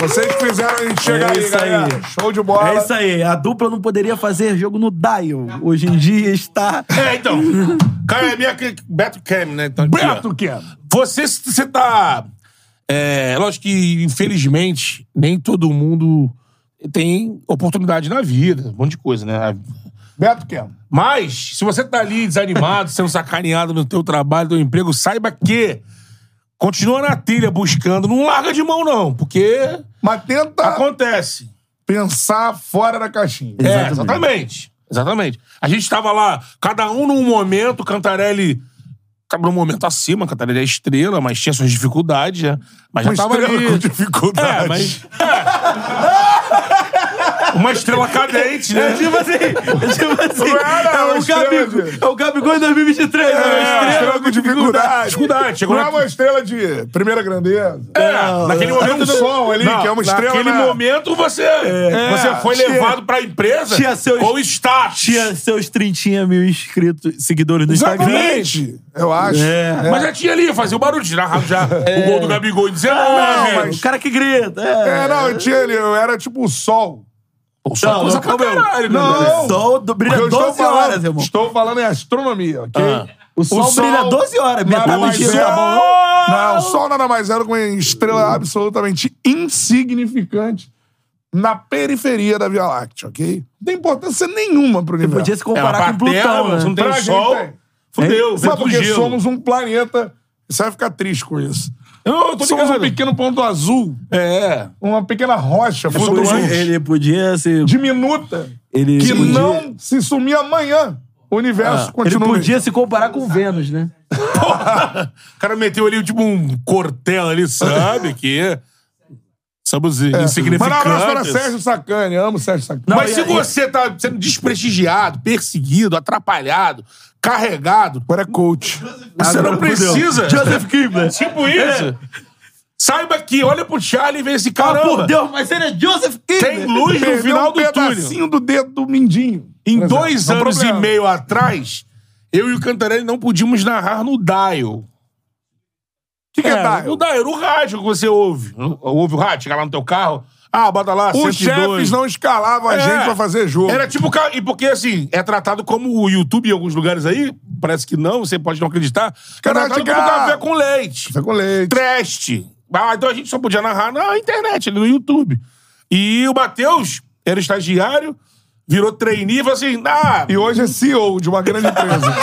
Speaker 1: Vocês que fizeram a gente chegar
Speaker 3: É
Speaker 1: aí,
Speaker 3: isso aí.
Speaker 1: galera. Show de bola.
Speaker 3: É isso aí. A dupla não poderia fazer jogo no Dial. Hoje em dia está.
Speaker 2: É, então. Cara, é minha. Beto Cam, né? Então, aqui, ó.
Speaker 1: Beto que é.
Speaker 2: Você, você tá. É, lógico que, infelizmente, nem todo mundo tem oportunidade na vida, um monte de coisa, né?
Speaker 1: Beto que é.
Speaker 2: Mas, se você tá ali desanimado, sendo sacaneado no teu trabalho, no teu emprego, saiba que continua na trilha buscando, não larga de mão, não, porque
Speaker 1: Mas tenta
Speaker 2: acontece.
Speaker 1: pensar fora da caixinha.
Speaker 2: É, exatamente. Exatamente. A gente tava lá, cada um num momento, Cantarelli tava num momento acima, Cantarelli é estrela, mas tinha suas dificuldades, né? Mas já
Speaker 1: Uma
Speaker 2: tava
Speaker 1: estrela
Speaker 2: ali.
Speaker 1: com dificuldade.
Speaker 2: É, mas. é. Uma estrela cadente,
Speaker 3: É
Speaker 2: né?
Speaker 3: tipo assim, é tipo assim.
Speaker 1: Não era,
Speaker 3: é,
Speaker 1: uma
Speaker 3: o
Speaker 1: estrela,
Speaker 3: Gabigol,
Speaker 1: gente.
Speaker 3: é o Gabigol em 2023, é,
Speaker 1: É,
Speaker 3: uma estrela.
Speaker 1: com dificuldade.
Speaker 2: dificuldade, chegou
Speaker 1: Não é
Speaker 2: na-
Speaker 1: uma estrela de primeira grandeza.
Speaker 2: É, naquele momento.
Speaker 1: um sol ali, que é uma estrela,
Speaker 2: Naquele
Speaker 1: né? É,
Speaker 2: momento você, você foi
Speaker 1: Tinha-
Speaker 2: levado pra empresa
Speaker 3: tinha seus-
Speaker 2: ou status.
Speaker 3: Tinha seus 30 mil inscritos, seguidores no Instagram.
Speaker 1: Exatamente. Eu acho.
Speaker 3: É.
Speaker 2: Mas já tinha ali, fazia o barulho, de narrar já o gol do Gabigol em 19.
Speaker 1: É. Não,
Speaker 3: O cara que grita. É,
Speaker 1: É, não, eu tinha ele, eu era tipo o sol.
Speaker 2: Pô, só
Speaker 3: Não,
Speaker 2: coisa
Speaker 3: não,
Speaker 2: pra
Speaker 3: calma aí.
Speaker 2: caralho,
Speaker 1: Não,
Speaker 2: né, velho?
Speaker 3: O sol do,
Speaker 1: Porque
Speaker 3: brilha
Speaker 1: eu
Speaker 3: 12 horas, irmão.
Speaker 1: Estou falando em astronomia, ok?
Speaker 2: Ah.
Speaker 3: O sol, brilha 12 horas, metade
Speaker 1: nada
Speaker 3: do
Speaker 1: mais
Speaker 3: dia
Speaker 1: é-
Speaker 3: tá bom.
Speaker 1: Não, o sol nada mais era que uma
Speaker 3: Uhum.
Speaker 1: estrela absolutamente insignificante na periferia da Via Láctea, ok? Não tem importância nenhuma pro universo.
Speaker 3: Podia se
Speaker 2: É, mas
Speaker 3: comparar
Speaker 2: pra
Speaker 3: com Plutão,
Speaker 2: terra,
Speaker 3: né?
Speaker 2: se não tem
Speaker 1: Pra
Speaker 2: o
Speaker 1: gente
Speaker 2: sol,
Speaker 1: tem.
Speaker 2: fudeu,
Speaker 1: Só
Speaker 2: vento
Speaker 1: porque
Speaker 2: gelo.
Speaker 1: somos um planeta. Você vai ficar triste com isso.
Speaker 2: Eu não, eu tô
Speaker 1: Somos um
Speaker 2: ligado.
Speaker 1: pequeno ponto azul,
Speaker 2: É.
Speaker 1: uma pequena
Speaker 3: É
Speaker 1: rocha
Speaker 3: Ele-
Speaker 1: flutuante,
Speaker 3: Ele podia se.
Speaker 1: diminuta,
Speaker 3: Ele
Speaker 1: que
Speaker 3: podia- Ah,
Speaker 1: não se sumir amanhã. O universo
Speaker 3: Ele
Speaker 1: continua.
Speaker 3: podia se comparar com Vênus, né?
Speaker 2: O cara meteu ali, tipo, um cortel ali, sabe? Que. Somos
Speaker 1: Mas um
Speaker 2: insignificantes.
Speaker 1: abraço para Sérgio Sacani. Amo Sérgio Sacani.
Speaker 3: Não,
Speaker 2: Mas
Speaker 3: e-
Speaker 2: se
Speaker 3: e-
Speaker 2: você tá sendo desprestigiado, perseguido, atrapalhado, carregado,
Speaker 1: Agora é coach.
Speaker 2: você
Speaker 3: Agora
Speaker 2: não
Speaker 3: Ah, fudeu.
Speaker 2: precisa.
Speaker 3: Joseph Kibler.
Speaker 2: Tipo isso. Saiba que olha pro Charlie e vê esse
Speaker 3: Ah,
Speaker 2: cara.
Speaker 3: por Deus, mas ele é Joseph Kibler.
Speaker 2: Tem luz no
Speaker 1: Perdeu
Speaker 2: final
Speaker 1: um
Speaker 2: do túnel.
Speaker 1: pedacinho do dedo do mindinho.
Speaker 2: Em
Speaker 1: Por exemplo.
Speaker 2: dois
Speaker 1: Não é um
Speaker 2: anos e
Speaker 1: problema.
Speaker 2: meio atrás, Eu e o Cantarelli não podíamos narrar no dial.
Speaker 1: que, que é, dial?
Speaker 2: No dial, no rádio que você ouve. Ouve o rádio, chega lá no teu carro. Ah, bota lá,
Speaker 1: Os
Speaker 2: 102.
Speaker 1: chefes não escalavam a
Speaker 2: É.
Speaker 1: gente pra fazer jogo.
Speaker 2: Era tipo. ca- E porque, assim, é tratado como o YouTube em alguns lugares aí, parece que não, você pode não acreditar. É
Speaker 1: Cara,
Speaker 2: tratado
Speaker 1: de
Speaker 2: como
Speaker 1: gato.
Speaker 2: café com leite.
Speaker 1: Café com leite.
Speaker 2: Trash. Ah, então a gente só podia narrar na internet, ali no YouTube. E o Matheus era estagiário, virou trainee e falou assim: ah,
Speaker 1: E hoje é CEO de uma grande empresa.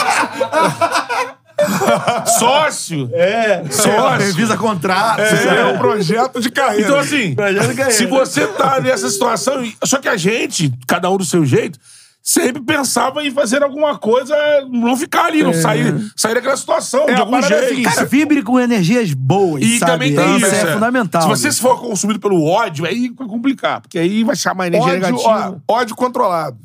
Speaker 2: sócio.
Speaker 3: É. Só
Speaker 2: Sócio.
Speaker 3: revisa contrato.
Speaker 1: Isso aí é um projeto de carreira.
Speaker 2: Então, assim,
Speaker 3: Imagina que é
Speaker 2: se
Speaker 3: ele.
Speaker 2: você tá nessa situação, e- só que a gente, cada um do seu jeito, sempre pensava em fazer alguma coisa, não ficar ali, não sair, sair daquela situação, de
Speaker 1: a
Speaker 2: algum
Speaker 1: parada é a
Speaker 2: jeito.
Speaker 1: seguinte,
Speaker 3: Cara, vibre com energias boas,
Speaker 2: E
Speaker 3: sabe?
Speaker 2: também
Speaker 1: então,
Speaker 2: tem
Speaker 3: isso.
Speaker 2: isso.
Speaker 3: é fundamental.
Speaker 2: Se
Speaker 1: né?
Speaker 2: você for consumido pelo ódio, aí vai complicar, porque aí vai chamar energia
Speaker 1: ódio, ó,
Speaker 2: negativa.
Speaker 1: ódio controlado.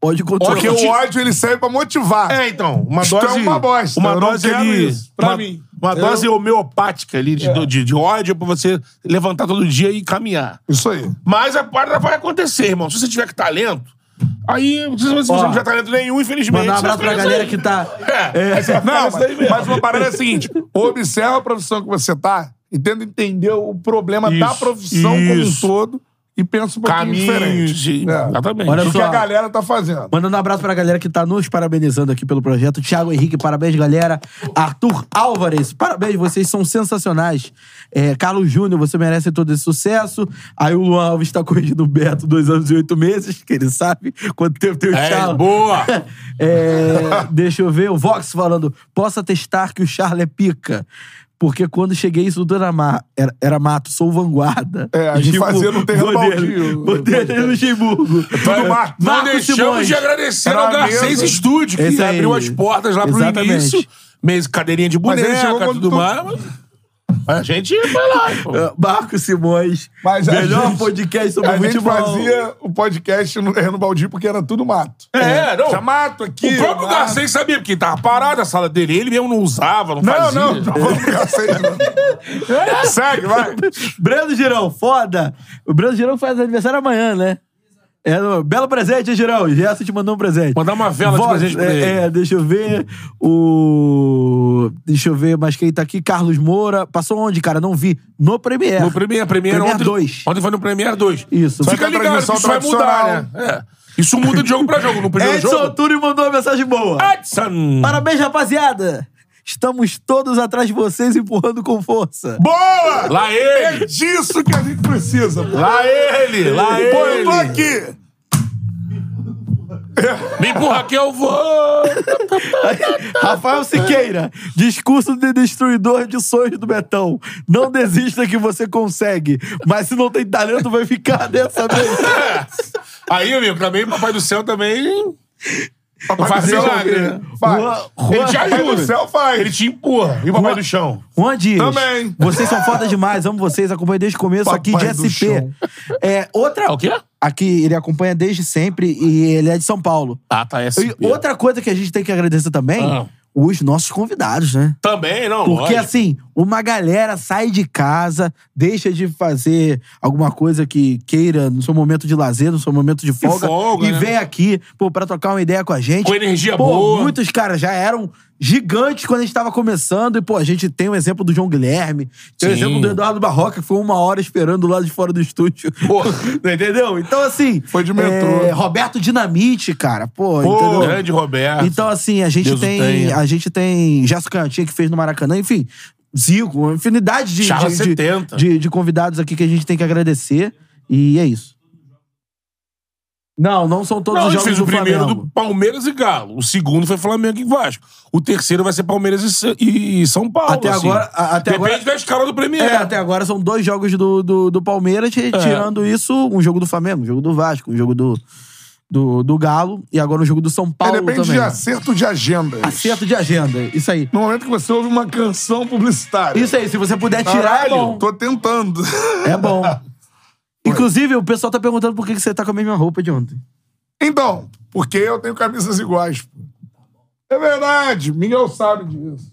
Speaker 3: Pode controlar.
Speaker 1: Porque o ódio ele serve pra motivar.
Speaker 2: É, então, uma
Speaker 1: Isto é
Speaker 2: dose.
Speaker 1: uma bosta, eu
Speaker 2: Uma
Speaker 1: não
Speaker 2: dose
Speaker 1: quero
Speaker 2: ali.
Speaker 1: isso, pra
Speaker 2: uma,
Speaker 1: mim. É.
Speaker 2: Uma
Speaker 1: Eu-
Speaker 2: dose homeopática ali de, de, de ódio pra você levantar todo dia e caminhar.
Speaker 1: Isso aí.
Speaker 2: Mas a parada vai acontecer, irmão. Se você tiver que talento, aí se você
Speaker 3: Ó,
Speaker 2: não tiver talento nenhum, infelizmente.
Speaker 3: Mandar um
Speaker 2: você
Speaker 3: abraço
Speaker 2: vai
Speaker 3: pra
Speaker 2: ficar
Speaker 3: galera
Speaker 2: nisso
Speaker 3: que tá.
Speaker 2: aí. É, aí você vai ficar
Speaker 1: Não,
Speaker 2: nisso aí
Speaker 1: mas,
Speaker 2: mesmo.
Speaker 1: mas uma parada é a seguinte: observa a profissão que você tá e tenta entender o problema da
Speaker 2: Isso,
Speaker 1: profissão como um
Speaker 2: isso.
Speaker 1: todo e pensa um pouquinho
Speaker 2: Caminhos.
Speaker 1: diferente.
Speaker 2: de-
Speaker 1: É.
Speaker 2: Exatamente.
Speaker 3: Olha
Speaker 1: O que
Speaker 3: só.
Speaker 1: a galera tá fazendo.
Speaker 3: Mandando um abraço pra galera que tá nos parabenizando aqui pelo projeto. Thiago Henrique, parabéns, galera. Arthur Álvares, parabéns, vocês são sensacionais. É, Carlos Júnior, você merece todo esse sucesso. Aí o Luan Alves tá corrigindo o Beto, dois anos e oito meses, que ele sabe quanto tempo tem o
Speaker 2: É,
Speaker 3: Charles.
Speaker 2: boa!
Speaker 3: É, deixa eu ver, o Vox falando: posso atestar que o Charles é pica. Porque quando cheguei, isso tudo era, ma- era, era mato, sou vanguarda. Tipo,
Speaker 1: É, a gente fazia no terreno baldio.
Speaker 3: modelo, modelo Luxemburgo.
Speaker 1: Tudo mato.
Speaker 2: Não
Speaker 3: Marcos
Speaker 2: deixamos
Speaker 3: Simões.
Speaker 2: de agradecer
Speaker 1: Era né?
Speaker 2: ao
Speaker 1: a
Speaker 2: Garcês
Speaker 1: mesa.
Speaker 2: Estúdio, que
Speaker 3: Esse aí.
Speaker 2: abriu as portas lá pro
Speaker 3: Exatamente.
Speaker 2: início. Mesmo cadeirinha de
Speaker 1: Mas ele
Speaker 2: boneca,
Speaker 1: chegou quando
Speaker 2: tudo
Speaker 1: tu- É.
Speaker 2: mais. mas- Mas a gente vai lá. pô.
Speaker 3: Uh, Marcos Simões.
Speaker 1: Mas a
Speaker 3: melhor
Speaker 1: gente-
Speaker 3: podcast sobre
Speaker 1: A gente
Speaker 3: futebol.
Speaker 1: fazia o podcast no terreno baldio porque era tudo mato.
Speaker 2: É, não.
Speaker 1: Tinha mato aqui.
Speaker 2: O próprio
Speaker 1: mato.
Speaker 2: Garcês sabia, porque tava parado a sala dele. Ele mesmo não usava, não,
Speaker 1: Não,
Speaker 2: fazia.
Speaker 1: não, não vamos pro Garcês,
Speaker 3: É.
Speaker 1: não. Segue, vai.
Speaker 3: Brando Girão, foda. O Brando Girão faz aniversário amanhã, né? É, no- belo presente, hein, Girão? Gerson te mandou um presente.
Speaker 2: Mandar uma vela de
Speaker 3: Vox,
Speaker 2: presente pra
Speaker 3: é,
Speaker 2: ele.
Speaker 3: É, deixa eu ver. O. Deixa eu ver, mas quem tá aqui? Carlos Moura. Passou onde, cara? Não vi. No
Speaker 1: É.
Speaker 3: Premiere.
Speaker 2: No Premiere, Premiere
Speaker 3: Premiere
Speaker 2: ontem.
Speaker 3: dois.
Speaker 2: Ontem foi no Premiere 2.
Speaker 3: Isso. Só
Speaker 2: Fica
Speaker 1: que a
Speaker 2: ligado que
Speaker 1: transmissão
Speaker 2: isso vai mudar,
Speaker 1: tradicional-
Speaker 2: né? É. Isso muda de jogo pra jogo. No primeiro
Speaker 3: Edson
Speaker 2: jogo.
Speaker 3: Turi mandou uma mensagem boa.
Speaker 2: Edson!
Speaker 3: Parabéns, rapaziada. Estamos todos atrás de vocês, empurrando com força.
Speaker 1: Boa!
Speaker 2: Lá
Speaker 1: É
Speaker 2: ele!
Speaker 1: disso que a gente precisa. pô.
Speaker 2: Lá ele! Lá ele!
Speaker 1: Pô, eu tô aqui.
Speaker 2: Me empurra que eu vou!
Speaker 3: Rafael Siqueira, discurso de destruidor de sonhos do Betão. Não desista que você consegue, mas se não tem talento, vai ficar dessa vez.
Speaker 2: Aí, amigo, também Papai do Céu também
Speaker 1: Papai
Speaker 2: faz
Speaker 1: do céu,
Speaker 2: milagre, né?
Speaker 1: Faz.
Speaker 3: Juan, Juan,
Speaker 2: Ele te
Speaker 1: Papai do
Speaker 2: ajuda.
Speaker 1: céu faz.
Speaker 2: Ele te empurra. E o Papai
Speaker 3: Juan-
Speaker 2: do Chão?
Speaker 3: Juan Dias,
Speaker 1: Também.
Speaker 3: vocês são foda demais, amo vocês, acompanho desde o começo
Speaker 1: Papai
Speaker 3: aqui de
Speaker 1: do chão.
Speaker 3: SP. É, outra.
Speaker 2: É o quê?
Speaker 3: Aqui ele acompanha desde sempre e ele é assim, de São Paulo.
Speaker 2: Ah, tá. É
Speaker 3: E outra coisa que a gente tem que agradecer também,
Speaker 2: Ah.
Speaker 3: os nossos convidados, né?
Speaker 2: Também, não.
Speaker 3: Porque
Speaker 2: lógico.
Speaker 3: assim, uma galera sai de casa, deixa de fazer alguma coisa que queira no seu momento de lazer, no seu momento de folga,
Speaker 2: folga,
Speaker 3: e
Speaker 2: né?
Speaker 3: vem aqui, pô, pra trocar uma ideia com a gente.
Speaker 2: Com energia
Speaker 3: pô,
Speaker 2: boa.
Speaker 3: muitos caras já eram gigantes quando a gente tava começando e, pô, a gente tem o exemplo do João Guilherme, tem o
Speaker 2: Sim.
Speaker 3: exemplo do Eduardo Barroca, que foi uma hora esperando lá de fora do estúdio.
Speaker 2: Pô.
Speaker 3: Não Entendeu? Então assim...
Speaker 1: Foi de metrô.
Speaker 3: é, Roberto Dinamite, cara, pô,
Speaker 2: Pô, é
Speaker 3: entendeu?
Speaker 2: grande Roberto.
Speaker 3: Então, assim, a gente
Speaker 2: Deus o
Speaker 3: tem.
Speaker 2: tenha.
Speaker 3: A gente tem Gerson Cantinha que fez no Maracanã, enfim. Zico, uma infinidade de,
Speaker 2: Charla
Speaker 3: de, de-
Speaker 2: 70.
Speaker 3: de- de convidados aqui que a gente tem que agradecer. E é isso. Não, não são todos
Speaker 2: Não, a
Speaker 3: os
Speaker 2: gente
Speaker 3: jogos
Speaker 2: fez
Speaker 3: do
Speaker 2: o primeiro
Speaker 3: Flamengo.
Speaker 2: do Palmeiras e Galo. O segundo foi Flamengo e Vasco. O terceiro vai ser Palmeiras e Sa- e São Paulo.
Speaker 3: Até
Speaker 2: assim.
Speaker 3: agora- a- até
Speaker 2: Depende
Speaker 3: agora-
Speaker 2: da escala do Premier.
Speaker 3: É, até agora são dois jogos do, do, do
Speaker 2: É.
Speaker 3: Palmeiras, e tirando isso, um jogo do Flamengo, um jogo do Vasco, um jogo do, do, do Galo e agora um jogo do São
Speaker 1: É,
Speaker 3: Paulo
Speaker 1: depende
Speaker 3: também.
Speaker 1: de acerto de agenda.
Speaker 3: Acerto de agenda, isso aí.
Speaker 1: No momento que você ouve uma canção publicitária.
Speaker 3: Isso aí, se você puder tirar, é bom.
Speaker 1: Caralho, tô tentando.
Speaker 3: É bom. Inclusive, o pessoal tá perguntando por que que você tá com a mesma roupa de ontem.
Speaker 1: Então, porque eu tenho camisas iguais. pô. É verdade, Miguel sabe disso.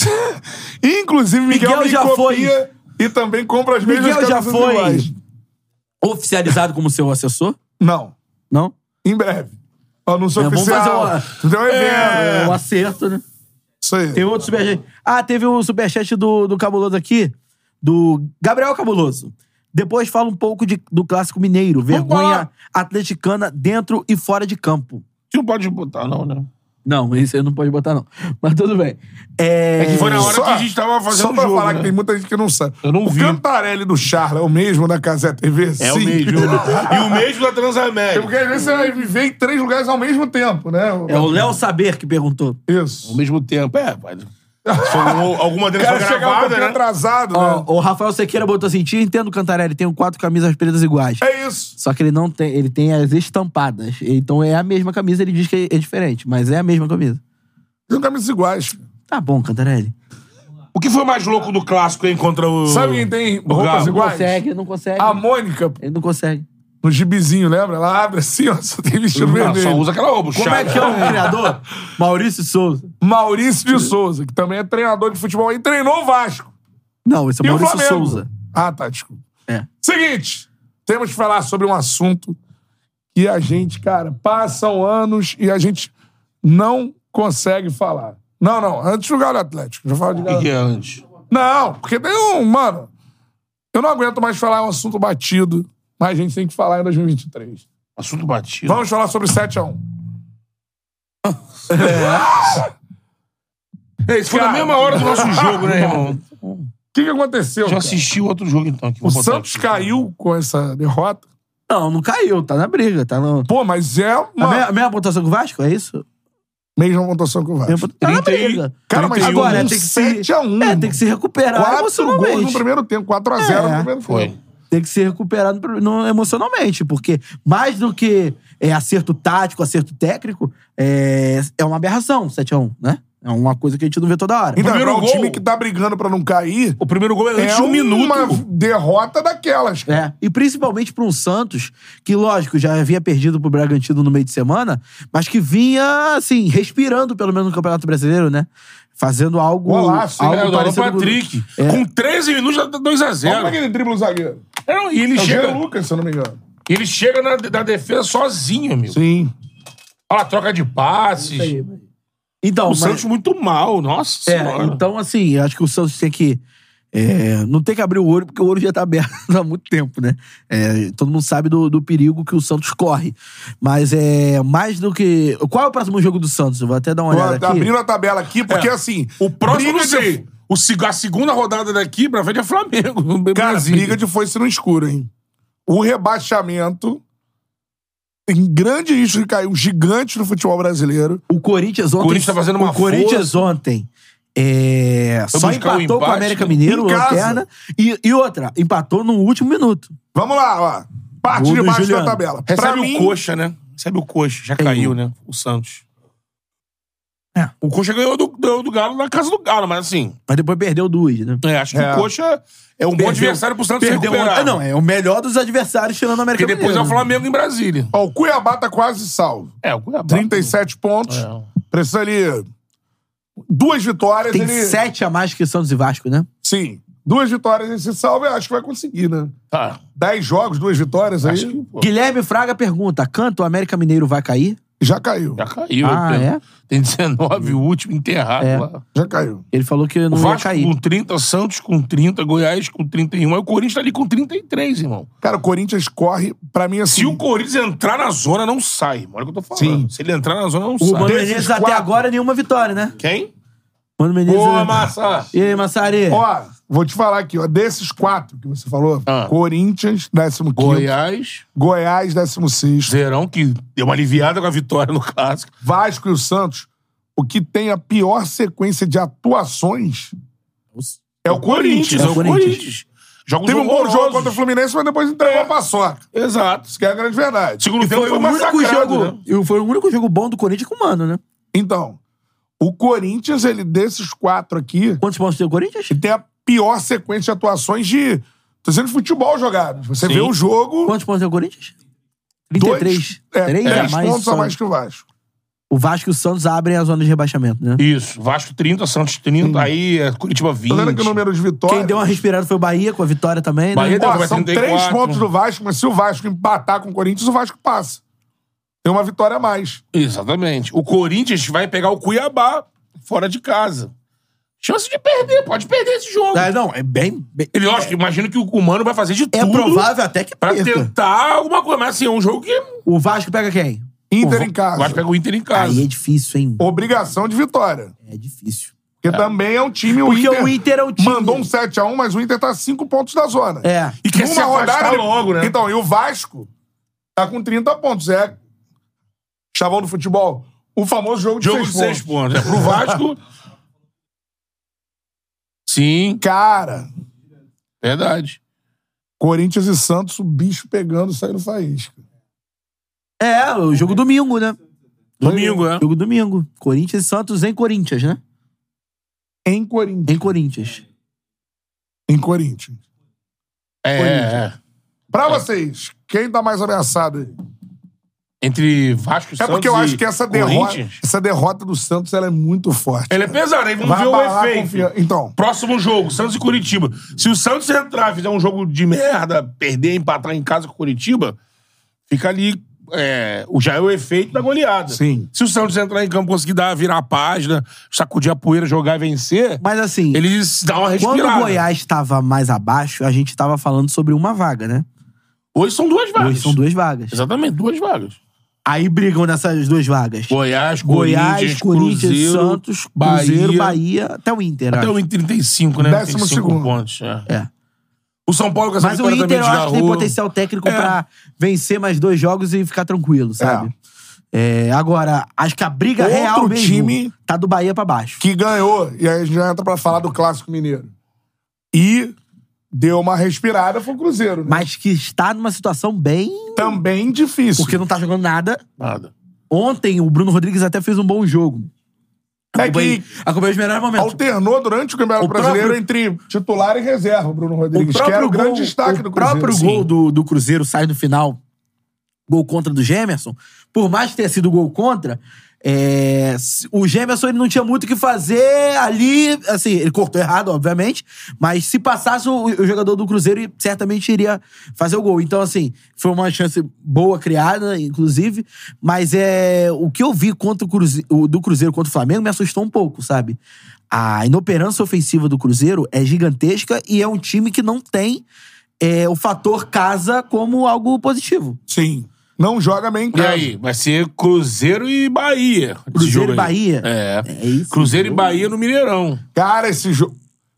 Speaker 1: Inclusive, Miguel,
Speaker 3: Miguel
Speaker 1: me
Speaker 3: já
Speaker 1: copia e também compra as mesmas
Speaker 3: Miguel já
Speaker 1: camisas
Speaker 3: foi.
Speaker 1: iguais.
Speaker 3: Oficializado como seu assessor?
Speaker 1: Não,
Speaker 3: Não?
Speaker 1: em breve. Anúncio
Speaker 3: É, vamos
Speaker 1: oficial.
Speaker 3: fazer uma-
Speaker 1: Deu um evento.
Speaker 3: É. O acerto, né?
Speaker 1: Isso aí.
Speaker 3: Tem outro superchat. Ah, teve um superchat do, do Cabuloso aqui, do Gabriel Cabuloso. Depois fala um pouco de- do clássico mineiro. Vergonha
Speaker 2: falar.
Speaker 3: atleticana dentro e fora de campo.
Speaker 2: Não pode botar, não, né?
Speaker 3: Não, isso aí não pode botar, não. Mas tudo bem. É,
Speaker 2: É que foi na hora
Speaker 1: Só-
Speaker 2: que a gente tava fazendo
Speaker 1: Só
Speaker 2: o
Speaker 1: pra
Speaker 2: jogo,
Speaker 1: falar
Speaker 2: né?
Speaker 1: que tem muita gente que não sabe.
Speaker 2: Eu não
Speaker 1: o
Speaker 2: vi.
Speaker 1: Cantarelli do Charla é o mesmo da Casé TV?
Speaker 2: É o mesmo. e o mesmo da Transamérica.
Speaker 1: É Porque às vezes você vai viver em três lugares ao mesmo tempo, né?
Speaker 3: é o Léo Saber que perguntou.
Speaker 2: Ao
Speaker 1: Isso.
Speaker 2: É mesmo tempo. É, velho. Se algum- Alguma
Speaker 1: O
Speaker 2: delas
Speaker 1: cara
Speaker 2: foi
Speaker 1: chegava um
Speaker 2: gravada,
Speaker 1: pouquinho
Speaker 2: né?
Speaker 1: atrasado, né?
Speaker 3: Ó, o Rafael Sequeira botou assim: Tia, entendo, Cantarelli, tenho quatro camisas pretas iguais.
Speaker 1: É isso.
Speaker 3: Só que ele não tem, ele tem as estampadas. Então é a mesma camisa, ele diz que é diferente, mas é a mesma camisa.
Speaker 1: São camisas iguais.
Speaker 3: Tá bom, Cantarelli.
Speaker 2: O que foi mais louco do clássico, hein, contra o...
Speaker 1: Sabe quem tem
Speaker 2: o
Speaker 1: roupas
Speaker 2: Galo.
Speaker 3: Não
Speaker 1: iguais?
Speaker 3: consegue, não consegue.
Speaker 1: A Mônica, pô,
Speaker 3: Ele não consegue.
Speaker 1: no gibizinho, lembra? Ela abre assim, ó, só tem vestido
Speaker 2: Não,
Speaker 1: vermelho.
Speaker 2: só usa aquela roupa,
Speaker 3: Como é que é o criador? Maurício Souza.
Speaker 1: Maurício de Souza, que também é treinador de futebol e treinou o Vasco.
Speaker 3: Não, esse é
Speaker 1: E o
Speaker 3: Maurício
Speaker 1: Flamengo.
Speaker 3: Souza.
Speaker 1: Ah, tá, desculpa.
Speaker 3: É.
Speaker 1: Seguinte, temos que falar sobre um assunto que a gente, cara, passam anos e a gente não consegue falar. Não, não, antes do Galo Atlético. Já falo de Galo
Speaker 2: que é antes?
Speaker 1: Não, porque tem um. Mano, eu não aguento mais falar é um assunto batido, mas a gente tem que falar em 2023.
Speaker 2: Assunto batido.
Speaker 1: Vamos falar sobre 7x1.
Speaker 2: É, isso foi
Speaker 1: Cara.
Speaker 2: na mesma hora do nosso jogo, né, irmão?
Speaker 1: O que, que aconteceu?
Speaker 2: Já
Speaker 1: cara?
Speaker 2: assisti o outro jogo, então. Aqui,
Speaker 1: O
Speaker 2: vou botar
Speaker 1: Santos
Speaker 2: aqui.
Speaker 1: caiu com essa derrota.
Speaker 3: Não, não caiu, tá na briga, tá no.
Speaker 1: Pô, mas é
Speaker 3: A
Speaker 1: uma
Speaker 3: me- a mesma pontuação que o Vasco, é isso?
Speaker 1: mesma pontuação que o Vasco.
Speaker 3: Mesma pontuação- Tá na
Speaker 2: 30 e-
Speaker 3: briga.
Speaker 1: Cara, mas
Speaker 2: 31,
Speaker 1: agora
Speaker 3: Agora,
Speaker 1: um
Speaker 3: tem que se.
Speaker 1: 7 a 1
Speaker 3: É, tem que se recuperar
Speaker 1: 4 gols no
Speaker 3: emocionalmente.
Speaker 1: primeiro tempo, 4x0 no
Speaker 3: É.
Speaker 1: primeiro tempo. Então,
Speaker 2: Foi.
Speaker 3: Tem que se recuperar no- no- emocionalmente, porque mais do que é, acerto tático, acerto técnico, é, é uma aberração 7x1, né? É uma coisa que a gente não vê toda hora.
Speaker 1: Então,
Speaker 2: Primeiro
Speaker 1: agora, o
Speaker 2: gol-
Speaker 1: time que tá brigando pra não cair
Speaker 2: O primeiro gol é antes
Speaker 1: é
Speaker 2: de um minuto.
Speaker 1: uma derrota daquelas. cara.
Speaker 3: É, e principalmente para um Santos, que lógico, já havia perdido pro Bragantino no meio de semana, mas que vinha, assim, respirando pelo menos no Campeonato Brasileiro, né? Fazendo algo,
Speaker 1: Golaço,
Speaker 3: algo
Speaker 2: É, o do
Speaker 3: parecido com-
Speaker 2: Patrick.
Speaker 3: É.
Speaker 2: Com 13 minutos, já tá 2x0.
Speaker 1: Como é que ele dribla o zagueiro?
Speaker 2: Não, E ele,
Speaker 1: É o Jean
Speaker 2: chega,
Speaker 1: Lucas, se eu não me engano.
Speaker 2: ele chega na, na defesa sozinho, amigo.
Speaker 1: Sim.
Speaker 2: Olha a troca de passes.
Speaker 3: Então,
Speaker 2: O
Speaker 3: mas-
Speaker 2: Santos muito mal, nossa
Speaker 3: é,
Speaker 2: senhora.
Speaker 3: então assim, eu acho que o Santos tem que é, não tem que abrir o olho, porque o olho já tá aberto há muito tempo, né? É, todo mundo sabe do, do perigo que o Santos corre. Mas é mais do que. Qual é o próximo jogo do Santos? Eu vou até dar uma olhada.
Speaker 2: tá
Speaker 3: aqui.
Speaker 1: tá Abrindo a tabela aqui, porque
Speaker 2: É.
Speaker 1: assim.
Speaker 2: O próximo, eu
Speaker 1: briga
Speaker 2: não sei.
Speaker 1: de,
Speaker 2: O, sig- a segunda rodada daqui pra frente é Flamengo. no
Speaker 1: Cara,
Speaker 2: Brasil.
Speaker 1: briga de foice no escuro, hein? O rebaixamento tem grande risco de cair um gigante no futebol brasileiro.
Speaker 3: O Corinthians ontem.
Speaker 2: Corinthians tá fazendo uma
Speaker 3: O Corinthians ontem. é,
Speaker 2: Foi
Speaker 3: só
Speaker 2: buscar o
Speaker 3: empatou com o
Speaker 2: empate,
Speaker 3: América
Speaker 2: né?
Speaker 3: Mineiro,
Speaker 1: Em casa.
Speaker 3: Lanterna. E, e outra, empatou no último minuto.
Speaker 1: Vamos lá, ó. Parte
Speaker 3: Gol
Speaker 1: de
Speaker 3: do
Speaker 1: baixo
Speaker 3: Juliano.
Speaker 1: da tabela.
Speaker 2: Recebe
Speaker 1: pra
Speaker 2: o
Speaker 1: mim,
Speaker 2: Coxa, né? Recebe o Coxa. Já caiu, né? O Santos.
Speaker 3: É.
Speaker 2: O Coxa ganhou do, ganhou do Galo na casa do Galo, mas assim,
Speaker 3: Mas depois perdeu duas, né?
Speaker 2: é, acho que
Speaker 1: É.
Speaker 2: o Coxa é um bom adversário pro Santos se
Speaker 3: perdeu
Speaker 2: recuperar.
Speaker 3: ontem. Não, é o melhor dos adversários tirando o América
Speaker 2: Porque depois é
Speaker 3: Mineiro. né?
Speaker 2: o Flamengo em Brasília.
Speaker 1: ó, o Cuiabá tá quase salvo.
Speaker 2: É, o Cuiabá.
Speaker 1: 37 pontos.
Speaker 2: É.
Speaker 1: Precisa ali. Duas vitórias.
Speaker 3: Tem
Speaker 1: ele...
Speaker 3: sete a mais que Santos e Vasco, né?
Speaker 1: Sim. Duas vitórias ele se salva, eu acho que vai conseguir, né?
Speaker 2: Tá.
Speaker 1: Dez jogos, duas vitórias aí.
Speaker 2: Acho que, pô,
Speaker 3: Guilherme Fraga pergunta: Canto, o América Mineiro vai cair?
Speaker 1: Já caiu.
Speaker 2: já caiu.
Speaker 3: Ah,
Speaker 2: tem,
Speaker 3: é?
Speaker 2: tem 19, o último enterrado
Speaker 3: É.
Speaker 2: lá.
Speaker 1: Já caiu.
Speaker 3: Ele falou que
Speaker 2: O
Speaker 3: não vai
Speaker 2: Vasco
Speaker 3: cair.
Speaker 2: com 30, Santos com 30, Goiás com 31. Aí o Corinthians tá ali com 33, irmão.
Speaker 1: Cara, o Corinthians corre, pra mim, assim.
Speaker 2: Se o Corinthians entrar na zona, não sai. irmão. Olha o que eu tô falando.
Speaker 1: Sim.
Speaker 2: Se ele entrar na zona, não
Speaker 3: O
Speaker 2: sai.
Speaker 3: Mano
Speaker 1: desses
Speaker 3: Menezes até
Speaker 1: quatro-
Speaker 3: agora nenhuma vitória, né?
Speaker 2: Quem?
Speaker 3: Mano Menezes. é-
Speaker 2: Boa, massa!
Speaker 3: E aí, Massari?
Speaker 1: É. Ó, vou te falar aqui, ó. Desses quatro que você falou,
Speaker 2: Ah.
Speaker 1: Corinthians, 15 Goiás.
Speaker 2: Goiás,
Speaker 1: Goiás, 16
Speaker 2: Zerão, que deu uma aliviada com a vitória no clássico.
Speaker 1: Vasco e o Santos. O que tem a pior sequência de atuações é o Corinthians.
Speaker 2: é o
Speaker 3: É o Corinthians.
Speaker 2: Corinthians. Joga
Speaker 1: Teve um bom jogo contra o Fluminense, mas depois entregou
Speaker 2: É.
Speaker 1: a paçoca.
Speaker 2: Exato.
Speaker 1: Isso que é a grande verdade.
Speaker 2: Segundo tempo
Speaker 3: Foi
Speaker 2: foi
Speaker 3: o único
Speaker 2: massacrado,
Speaker 3: jogo.
Speaker 2: né?
Speaker 3: e Foi o único jogo bom do Corinthians com o Mano, né?
Speaker 1: Então, o Corinthians, ele desses quatro aqui,
Speaker 3: Quantos pontos tem o Corinthians?
Speaker 1: ele tem a pior sequência de atuações de... Tô dizendo de futebol jogado. Você
Speaker 2: Sim.
Speaker 1: vê o jogo...
Speaker 3: Quantos pontos tem o Corinthians?
Speaker 1: Dois,
Speaker 3: 33.
Speaker 1: é,
Speaker 3: Três a
Speaker 1: três
Speaker 3: mais
Speaker 1: pontos
Speaker 3: só.
Speaker 1: a mais que o Vasco.
Speaker 3: O Vasco e o Santos abrem a zona de rebaixamento, né?
Speaker 2: Isso. Vasco 30, Santos 30, aí é Curitiba 20.
Speaker 1: Tá vendo que o número de vitórias...
Speaker 3: Quem deu uma respirada foi o Bahia, com a vitória também,
Speaker 2: Bahia
Speaker 3: né?
Speaker 2: deu-
Speaker 1: Ó,
Speaker 2: vai
Speaker 1: são
Speaker 2: 34.
Speaker 1: três pontos do Vasco, mas se o Vasco empatar com o Corinthians, o Vasco passa. tem uma vitória a mais.
Speaker 2: Exatamente. O Corinthians vai pegar o Cuiabá fora de casa. Chance de perder, pode perder esse jogo.
Speaker 3: Ah, não, é bem. bem-
Speaker 2: Ele, eu acho que imagino que o Mano vai fazer de
Speaker 3: é
Speaker 2: tudo
Speaker 3: provável até que
Speaker 2: pra
Speaker 3: perca.
Speaker 2: tentar alguma coisa. Mas assim, é um jogo que
Speaker 3: O Vasco pega quem?
Speaker 1: Inter em
Speaker 2: vai
Speaker 1: casa.
Speaker 2: pegar o Inter em casa.
Speaker 3: Aí é difícil, hein?
Speaker 1: Obrigação de vitória.
Speaker 3: É difícil.
Speaker 1: Porque também é um time. O
Speaker 3: Porque
Speaker 1: Inter
Speaker 3: o Inter é um time.
Speaker 1: mandou um 7x1, mas o Inter tá 5 pontos da zona.
Speaker 3: É.
Speaker 2: E quer se
Speaker 1: Numa
Speaker 2: afastar
Speaker 1: rodada, ele-
Speaker 2: logo, né?
Speaker 1: Então, e o Vasco tá com 30 pontos. É. Chavão do futebol. O famoso jogo de
Speaker 2: jogo
Speaker 1: seis
Speaker 2: de seis
Speaker 1: pontos.
Speaker 2: pontos. É pro Vasco. Sim,
Speaker 1: Cara,
Speaker 2: verdade.
Speaker 1: Corinthians e Santos, o bicho pegando, saindo faísca.
Speaker 3: É, o jogo domingo, né?
Speaker 2: Domingo, é.
Speaker 3: Jogo domingo. Corinthians e Santos em Corinthians, né?
Speaker 1: Em Corinthians.
Speaker 3: Em Corinthians.
Speaker 1: Em Corinthians.
Speaker 2: É, é, é.
Speaker 1: Pra vocês, quem tá mais ameaçado aí?
Speaker 2: Entre Vasco e
Speaker 1: É
Speaker 2: Santos
Speaker 1: porque eu acho
Speaker 2: e
Speaker 1: que essa derrota,
Speaker 2: Corinthians,
Speaker 1: essa derrota do Santos ela é muito forte.
Speaker 2: Ela é
Speaker 1: cara.
Speaker 2: pesada, aí vamos
Speaker 1: Vai
Speaker 2: ver
Speaker 1: abalar
Speaker 2: o
Speaker 1: a
Speaker 2: efeito.
Speaker 1: confiança. Então,
Speaker 2: Próximo jogo, Santos e Curitiba. Se o Santos entrar, fizer um jogo de merda, perder, empatar em casa com o Curitiba, fica ali. é, o- já é o efeito da goleada.
Speaker 1: Sim.
Speaker 2: Se o Santos entrar em campo, conseguir dar, virar a página, sacudir a poeira, jogar e vencer,
Speaker 3: Mas assim,
Speaker 2: eles dão uma respirada.
Speaker 3: quando o Goiás estava mais abaixo, a gente estava falando sobre uma vaga, né?
Speaker 2: Hoje são duas vagas.
Speaker 3: Hoje são duas vagas.
Speaker 2: Exatamente, duas vagas.
Speaker 3: Aí brigam nessas duas vagas.
Speaker 2: Goiás,
Speaker 3: Goiás, Corinthians,
Speaker 2: Cruzeiro,
Speaker 3: Santos, Cruzeiro, Bahia, até o Inter.
Speaker 2: Até
Speaker 3: acho.
Speaker 2: o Inter 35, né?
Speaker 1: Décimo
Speaker 2: 35
Speaker 1: segundo.
Speaker 2: pontos. É.
Speaker 3: É.
Speaker 2: O São Paulo com essa
Speaker 3: Mas o
Speaker 2: vitória
Speaker 3: Inter
Speaker 2: também
Speaker 3: eu acho que tem
Speaker 2: desgarrou.
Speaker 3: potencial técnico
Speaker 2: É.
Speaker 3: pra vencer mais dois jogos e ficar tranquilo, sabe? É, agora, acho que a briga
Speaker 1: Outro
Speaker 3: real mesmo
Speaker 1: time-
Speaker 3: tá do Bahia pra baixo.
Speaker 1: que ganhou, e aí a gente já entra pra falar do Clássico Mineiro. E deu uma respirada foi o Cruzeiro. né?
Speaker 3: Mas que está numa situação bem...
Speaker 1: Também difícil.
Speaker 3: Porque não tá jogando nada.
Speaker 2: Nada.
Speaker 3: Ontem o Bruno Rodrigues até fez um bom jogo.
Speaker 1: é
Speaker 3: Acompanhei,
Speaker 1: que
Speaker 3: acompanhei os melhores momentos.
Speaker 1: alternou durante o Campeonato
Speaker 3: O
Speaker 1: Brasileiro
Speaker 3: próprio-
Speaker 1: entre titular e reserva, o Bruno Rodrigues, que era o grande destaque
Speaker 3: o
Speaker 1: do Cruzeiro.
Speaker 3: próprio
Speaker 1: Sim.
Speaker 3: gol do, do Cruzeiro sai no final. Gol contra do Gemerson. Por mais que tenha sido gol contra, é, s- o Gemerson ele não tinha muito o que fazer ali. Assim, ele cortou errado, obviamente. Mas se passasse o, o jogador do Cruzeiro, ele certamente iria fazer o gol. Então, assim, foi uma chance boa criada, inclusive. Mas é o que eu vi contra o Cruze- o- do Cruzeiro contra o Flamengo me assustou um pouco, sabe? A inoperância ofensiva do Cruzeiro é gigantesca e é um time que não tem é, o fator casa como algo positivo.
Speaker 1: Sim. Não joga bem em
Speaker 2: E
Speaker 1: casa.
Speaker 2: aí? Vai ser Cruzeiro e Bahia. esse jogo
Speaker 3: Cruzeiro e
Speaker 2: aí.
Speaker 3: Bahia.
Speaker 2: É.
Speaker 3: É isso.
Speaker 2: Cruzeiro e Bahia no Mineirão.
Speaker 1: Cara, esse jogo.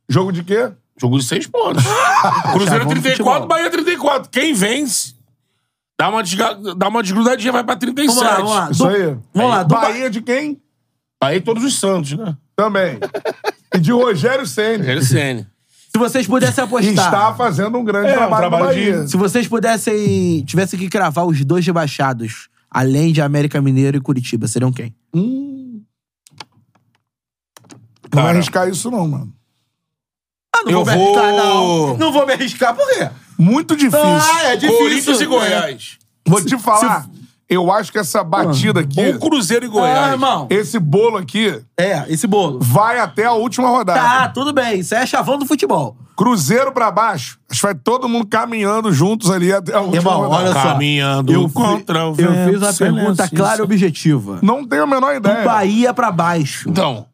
Speaker 1: Jogo de quê?
Speaker 2: Jogo de seis pontos.
Speaker 3: Chavão
Speaker 2: Cruzeiro
Speaker 3: no
Speaker 2: 34,
Speaker 3: futebol.
Speaker 2: Bahia 34. Quem vence, dá uma, desga... dá uma desgrudadinha, vai pra 37.
Speaker 3: Vamos lá, vamos lá.
Speaker 1: Isso
Speaker 3: Ah, Do-
Speaker 1: aí.
Speaker 3: Vamos lá, do Ba-
Speaker 1: Bahia de quem?
Speaker 2: Aí todos os Santos, né?
Speaker 1: Também. e de Rogério
Speaker 3: É.
Speaker 1: Senna,
Speaker 2: Rogério Ceni.
Speaker 3: Se vocês pudessem
Speaker 1: que está
Speaker 3: apostar.
Speaker 1: fazendo um grande
Speaker 2: É, um
Speaker 1: trabalho, no
Speaker 2: trabalho de-
Speaker 1: Bahia.
Speaker 3: Se vocês pudessem. Tivessem que cravar os dois rebaixados, além de América Mineiro e Curitiba, seriam quem?
Speaker 1: Não vai
Speaker 2: Cara.
Speaker 1: arriscar isso, não, mano.
Speaker 3: Ah, não
Speaker 2: Eu
Speaker 3: vou me arriscar,
Speaker 2: vou-
Speaker 3: não. Não vou me arriscar, por quê?
Speaker 1: Muito difícil.
Speaker 3: Ah, é difícil.
Speaker 2: Corinthians e Goiás.
Speaker 1: Vou te falar. Eu acho que essa batida aqui,
Speaker 2: Ou Cruzeiro e
Speaker 3: Ah,
Speaker 2: Goiás.
Speaker 3: irmão.
Speaker 1: esse bolo aqui,
Speaker 3: É, esse bolo.
Speaker 1: vai até a última rodada.
Speaker 3: Tá, tudo bem. Isso é chavão do futebol.
Speaker 1: Cruzeiro pra baixo. Acho que vai todo mundo caminhando juntos ali até a última
Speaker 3: Irmão,
Speaker 1: rodada.
Speaker 3: olha só.
Speaker 2: Caminhando contra o
Speaker 3: Eu
Speaker 2: vento,
Speaker 3: fiz uma pergunta
Speaker 2: silêncio.
Speaker 3: clara e objetiva.
Speaker 1: Não tenho a menor
Speaker 3: Do
Speaker 1: ideia.
Speaker 3: Bahia pra baixo.
Speaker 2: Então,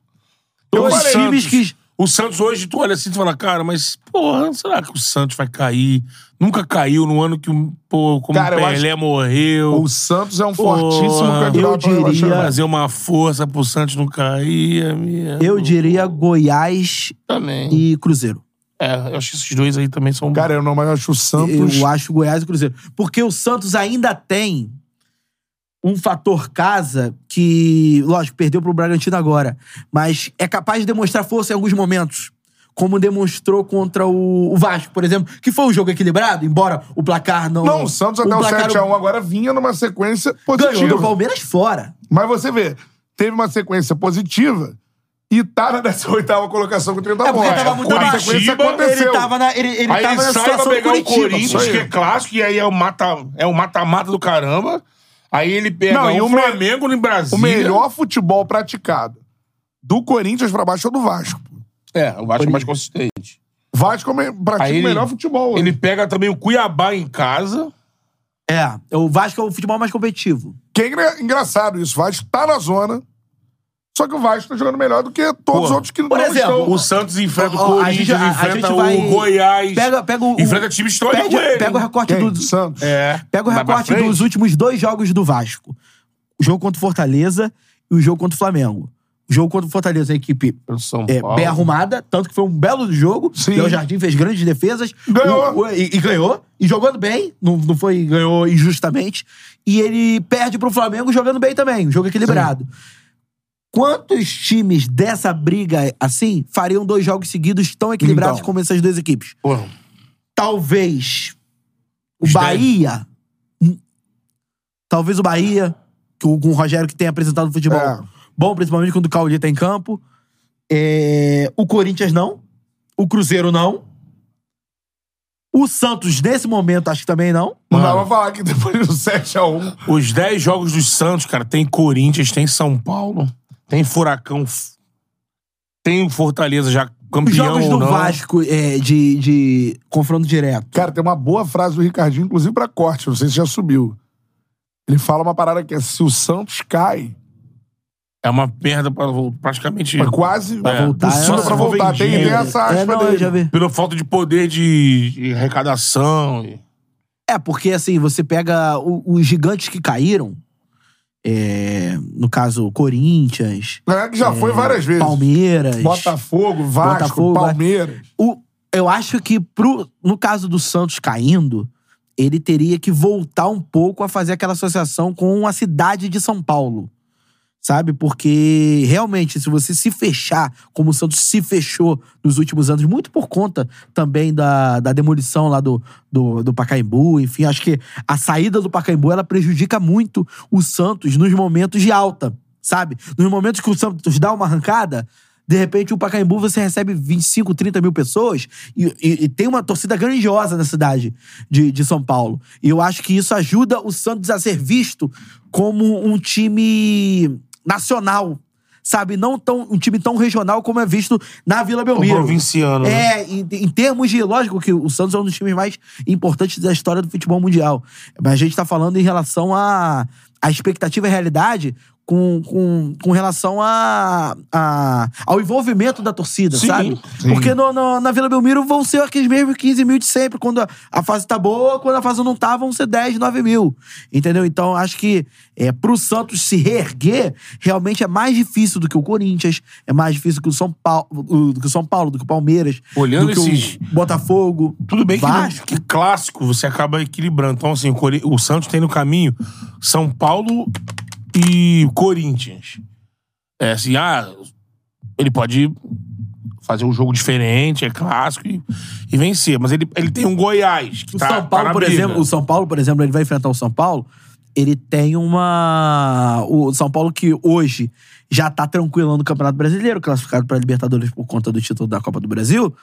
Speaker 1: Eu
Speaker 3: Dois
Speaker 1: falei,
Speaker 3: times
Speaker 2: Santos.
Speaker 3: que.
Speaker 2: O Santos hoje, tu olha assim e fala, cara, mas, porra, será que o Santos vai cair? Nunca caiu no ano que o, pô, como
Speaker 1: Cara,
Speaker 2: o
Speaker 1: eu acho
Speaker 2: Pelé morreu.
Speaker 1: O Santos é um fortíssimo
Speaker 2: eu
Speaker 1: candidato ao
Speaker 3: diria-
Speaker 1: rebaixamento.
Speaker 2: Fazer uma força pro Santos não cair, amigo.
Speaker 3: Eu diria Goiás
Speaker 2: Também.
Speaker 3: e Cruzeiro.
Speaker 2: É, eu acho que esses dois aí também são...
Speaker 1: Cara, eu não, mas eu acho o Santos.
Speaker 3: Eu acho Goiás e Cruzeiro. Porque o Santos ainda tem um fator casa que, lógico, perdeu pro Bragantino agora, mas é capaz de demonstrar força em alguns momentos. Como demonstrou contra o o Vasco, por exemplo, que foi um jogo equilibrado, embora o placar não.
Speaker 1: Não, o Santos até o,
Speaker 3: placar
Speaker 1: 7x1 agora vinha numa sequência
Speaker 3: Ganhou do
Speaker 1: positiva.
Speaker 3: Palmeiras fora.
Speaker 1: Mas você vê, teve uma sequência positiva e tá na 18 colocação com 30
Speaker 3: É porque
Speaker 1: pontos.
Speaker 3: tava muito
Speaker 1: a
Speaker 2: abaixo.
Speaker 1: sequência
Speaker 2: Curitiba,
Speaker 1: aconteceu.
Speaker 3: Ele tava na, ele, ele
Speaker 2: aí
Speaker 3: tava
Speaker 2: ele
Speaker 3: na
Speaker 2: sai pra
Speaker 3: situação
Speaker 2: pegar
Speaker 3: Curitiba.
Speaker 2: o Corinthians,
Speaker 1: isso aí.
Speaker 2: que é clássico, e aí é o mata-mata é o mata-mata do caramba. Aí ele pega
Speaker 1: Não, e
Speaker 2: o
Speaker 1: o me-
Speaker 2: Flamengo no Brasil.
Speaker 1: O melhor futebol praticado do Corinthians pra baixo é o do Vasco. pô.
Speaker 2: É, o Vasco é mais consistente.
Speaker 1: Vasco é o me- pratica
Speaker 2: Aí
Speaker 1: o
Speaker 2: ele-
Speaker 1: melhor futebol.
Speaker 2: Ele pega também o Cuiabá em casa.
Speaker 3: É, o Vasco é o futebol mais competitivo.
Speaker 1: Que é engra- engraçado isso. O Vasco tá na zona, só que o Vasco tá jogando melhor do que todos os outros que
Speaker 3: por
Speaker 1: não
Speaker 3: exemplo,
Speaker 1: estão.
Speaker 2: O Santos enfrenta o
Speaker 3: Ó, ó, a gente-
Speaker 2: Corinthians,
Speaker 3: a- a
Speaker 2: enfrenta
Speaker 3: gente vai-
Speaker 2: o Goiás.
Speaker 3: Pega, pega o.
Speaker 2: Enfrenta time histórico
Speaker 3: pega-
Speaker 2: com ele.
Speaker 3: Pega o recorte
Speaker 1: Quem?
Speaker 3: do.
Speaker 1: Santos.
Speaker 2: É.
Speaker 3: Pega o
Speaker 2: Vai pra
Speaker 3: recorte
Speaker 2: frente.
Speaker 3: dos últimos dois jogos do Vasco. O jogo contra o Fortaleza e o jogo contra o Flamengo. O jogo contra o Fortaleza, a equipe
Speaker 2: Pelo São
Speaker 3: é,
Speaker 2: Paulo.
Speaker 3: bem arrumada, tanto que foi um belo jogo.
Speaker 1: Sim.
Speaker 3: Léo Jardim fez grandes defesas.
Speaker 1: Ganhou.
Speaker 3: O- o- e, e ganhou. E jogando bem. Não, não foi, ganhou injustamente. E ele perde pro Flamengo jogando bem também. Um jogo equilibrado. Quantos times dessa briga assim fariam dois jogos seguidos tão equilibrados
Speaker 1: Então.
Speaker 3: como essas duas equipes?
Speaker 2: Pô,
Speaker 3: Talvez o
Speaker 2: Os
Speaker 3: Bahia. Hum. Talvez o Bahia, que o- com o Rogério que tem apresentado futebol
Speaker 1: É.
Speaker 3: bom, principalmente quando o Cauli tá em campo. É, O Corinthians não. O Cruzeiro não. O Santos, nesse momento, acho que também não.
Speaker 1: Não dá pra falar que depois do 7x1.
Speaker 2: Os 10 jogos do Santos, cara, tem Corinthians, tem São Paulo, tem Furacão, f- tem o Fortaleza já
Speaker 3: Os
Speaker 2: campeão
Speaker 3: jogos
Speaker 2: ou
Speaker 3: do
Speaker 2: não.
Speaker 3: Vasco é, de, de confronto direto.
Speaker 1: Cara, tem uma boa frase do Ricardinho, inclusive pra corte, não sei se já subiu. Ele fala uma parada que é: se o Santos cai,
Speaker 2: É uma perda pra, praticamente
Speaker 1: é quase
Speaker 2: Pra voltar,
Speaker 1: impossível
Speaker 2: é.
Speaker 1: pra voltar. Tem, tem essa aspa
Speaker 3: é, não,
Speaker 1: dele.
Speaker 3: eu já vi.
Speaker 2: pela falta de poder de, de arrecadação. e-
Speaker 3: É, porque assim, você pega o- os gigantes que caíram, é, no caso, Corinthians,
Speaker 1: Galera é que já foi várias vezes.
Speaker 3: É, Palmeiras.
Speaker 1: Botafogo, Vasco,
Speaker 3: Botafogo,
Speaker 1: Palmeiras.
Speaker 3: O- eu acho que pro, no caso do Santos caindo, ele teria que voltar um pouco a fazer aquela associação com a cidade de São Paulo. Sabe? Porque realmente, se você se fechar, como o Santos se fechou nos últimos anos, muito por conta também da, da demolição lá do, do, do Pacaembu, enfim, acho que a saída do Pacaembu ela prejudica muito o Santos nos momentos de alta, sabe? Nos momentos que o Santos dá uma arrancada, de repente o Pacaembu você recebe 25, 30 mil pessoas e, e- e tem uma torcida grandiosa na cidade de, de São Paulo. E eu acho que isso ajuda o Santos a ser visto como um time nacional, sabe? Não tão, um time tão regional como é visto na Vila
Speaker 2: O
Speaker 3: Belmiro.
Speaker 2: provinciano. né?
Speaker 3: É, em, em termos de. Lógico que o Santos é um dos times mais importantes da história do futebol mundial. Mas a gente tá falando em relação à a, expectativa e realidade com, com, com relação a, a- ao envolvimento da torcida,
Speaker 2: Sim,
Speaker 3: sabe?
Speaker 1: sim.
Speaker 3: Porque no- no- na Vila Belmiro vão ser aqueles mesmos 15 mil de sempre. Quando a, a fase tá boa, quando a fase não tá, vão ser 10, 9 mil. Entendeu? Então, acho que é, pro Santos se reerguer, realmente é mais difícil do que o Corinthians, é mais difícil que o São Paulo, do que o, São Paulo, do que o Palmeiras,
Speaker 2: Olhando
Speaker 3: do que
Speaker 2: esses-
Speaker 3: o Botafogo.
Speaker 2: Tudo bem que, no-
Speaker 3: Vasco.
Speaker 2: que clássico você acaba equilibrando. Então, assim, o, Cori- o Santos tem no caminho São Paulo e Corinthians. É assim, ah, ele pode fazer um jogo diferente, é clássico e, e vencer. Mas ele, ele tem um Goiás. Que
Speaker 3: O
Speaker 2: tá-
Speaker 3: São
Speaker 2: tá
Speaker 3: Paulo,
Speaker 2: na
Speaker 3: por
Speaker 2: briga.
Speaker 3: exemplo, o São Paulo, por exemplo, ele vai enfrentar o São Paulo. Ele tem uma. O São Paulo que hoje já tá tranquilão no Campeonato Brasileiro, classificado pra Libertadores por conta do título da Copa do Brasil.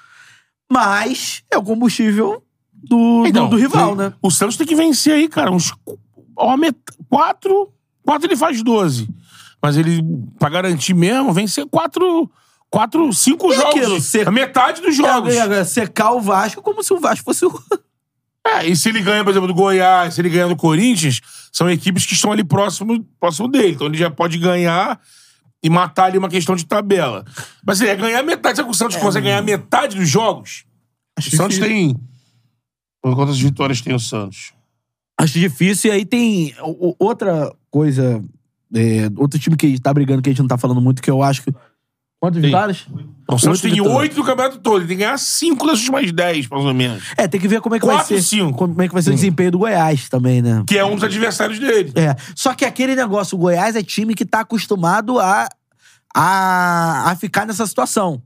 Speaker 3: Mas é o combustível do, do- do, rival, né?
Speaker 2: Então, O Santos tem que vencer aí, cara. Uns qu- ó, met- quatro. Quatro ele faz 12. Mas ele, pra garantir mesmo, vencer quatro. Quatro, cinco
Speaker 3: E
Speaker 2: jogos.
Speaker 3: aquilo, você-
Speaker 2: A metade dos jogos.
Speaker 3: É, é, é, secar o Vasco como se o Vasco fosse o.
Speaker 2: É, e se ele ganha, por exemplo, do Goiás, se ele ganha do Corinthians, são equipes que estão ali próximo, próximo dele. Então ele já pode ganhar e matar ali uma questão de tabela. Mas assim, é ganhar metade. Será que o Santos consegue ganhar metade dos jogos?
Speaker 3: Acho
Speaker 2: o Santos
Speaker 3: difícil.
Speaker 2: tem. Quantas vitórias tem o Santos?
Speaker 3: Acho difícil. E aí tem o- o- outra coisa. é, outro time que tá brigando que a gente não tá falando muito, que eu acho que. Quantas vitórias?
Speaker 2: Então, o Santos
Speaker 3: Oito
Speaker 2: tem
Speaker 3: vitórias.
Speaker 2: oito do campeonato todo. Ele tem que ganhar cinco das últimas dez, mais ou menos.
Speaker 3: É, tem que ver como é que vai
Speaker 2: Quatro
Speaker 3: ser.
Speaker 2: e cinco.
Speaker 3: Como é que vai ser o desempenho do Goiás também, né?
Speaker 2: Que é um dos adversários dele.
Speaker 3: É. Só que aquele negócio, o Goiás é time que tá acostumado a, a, a ficar nessa situação.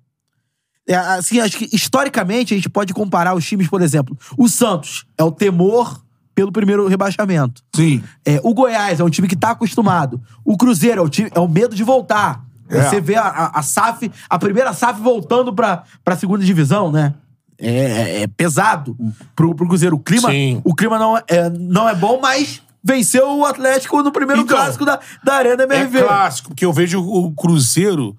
Speaker 3: É, assim, acho que historicamente a gente pode comparar os times, por exemplo. O Santos é o temor pelo primeiro rebaixamento.
Speaker 1: Sim.
Speaker 3: É, o Goiás é um time que tá acostumado. O Cruzeiro é o, time, é o medo de voltar.
Speaker 1: É.
Speaker 3: Você vê a, a, a SAF, a primeira SAF voltando pra, pra segunda divisão, né? É, é- é pesado pro, pro Cruzeiro. O clima,
Speaker 2: Sim.
Speaker 3: o clima não, é, não é bom, mas venceu o Atlético no primeiro
Speaker 2: Então,
Speaker 3: clássico da, da Arena
Speaker 2: É
Speaker 3: MRV.
Speaker 2: clássico, porque eu vejo o Cruzeiro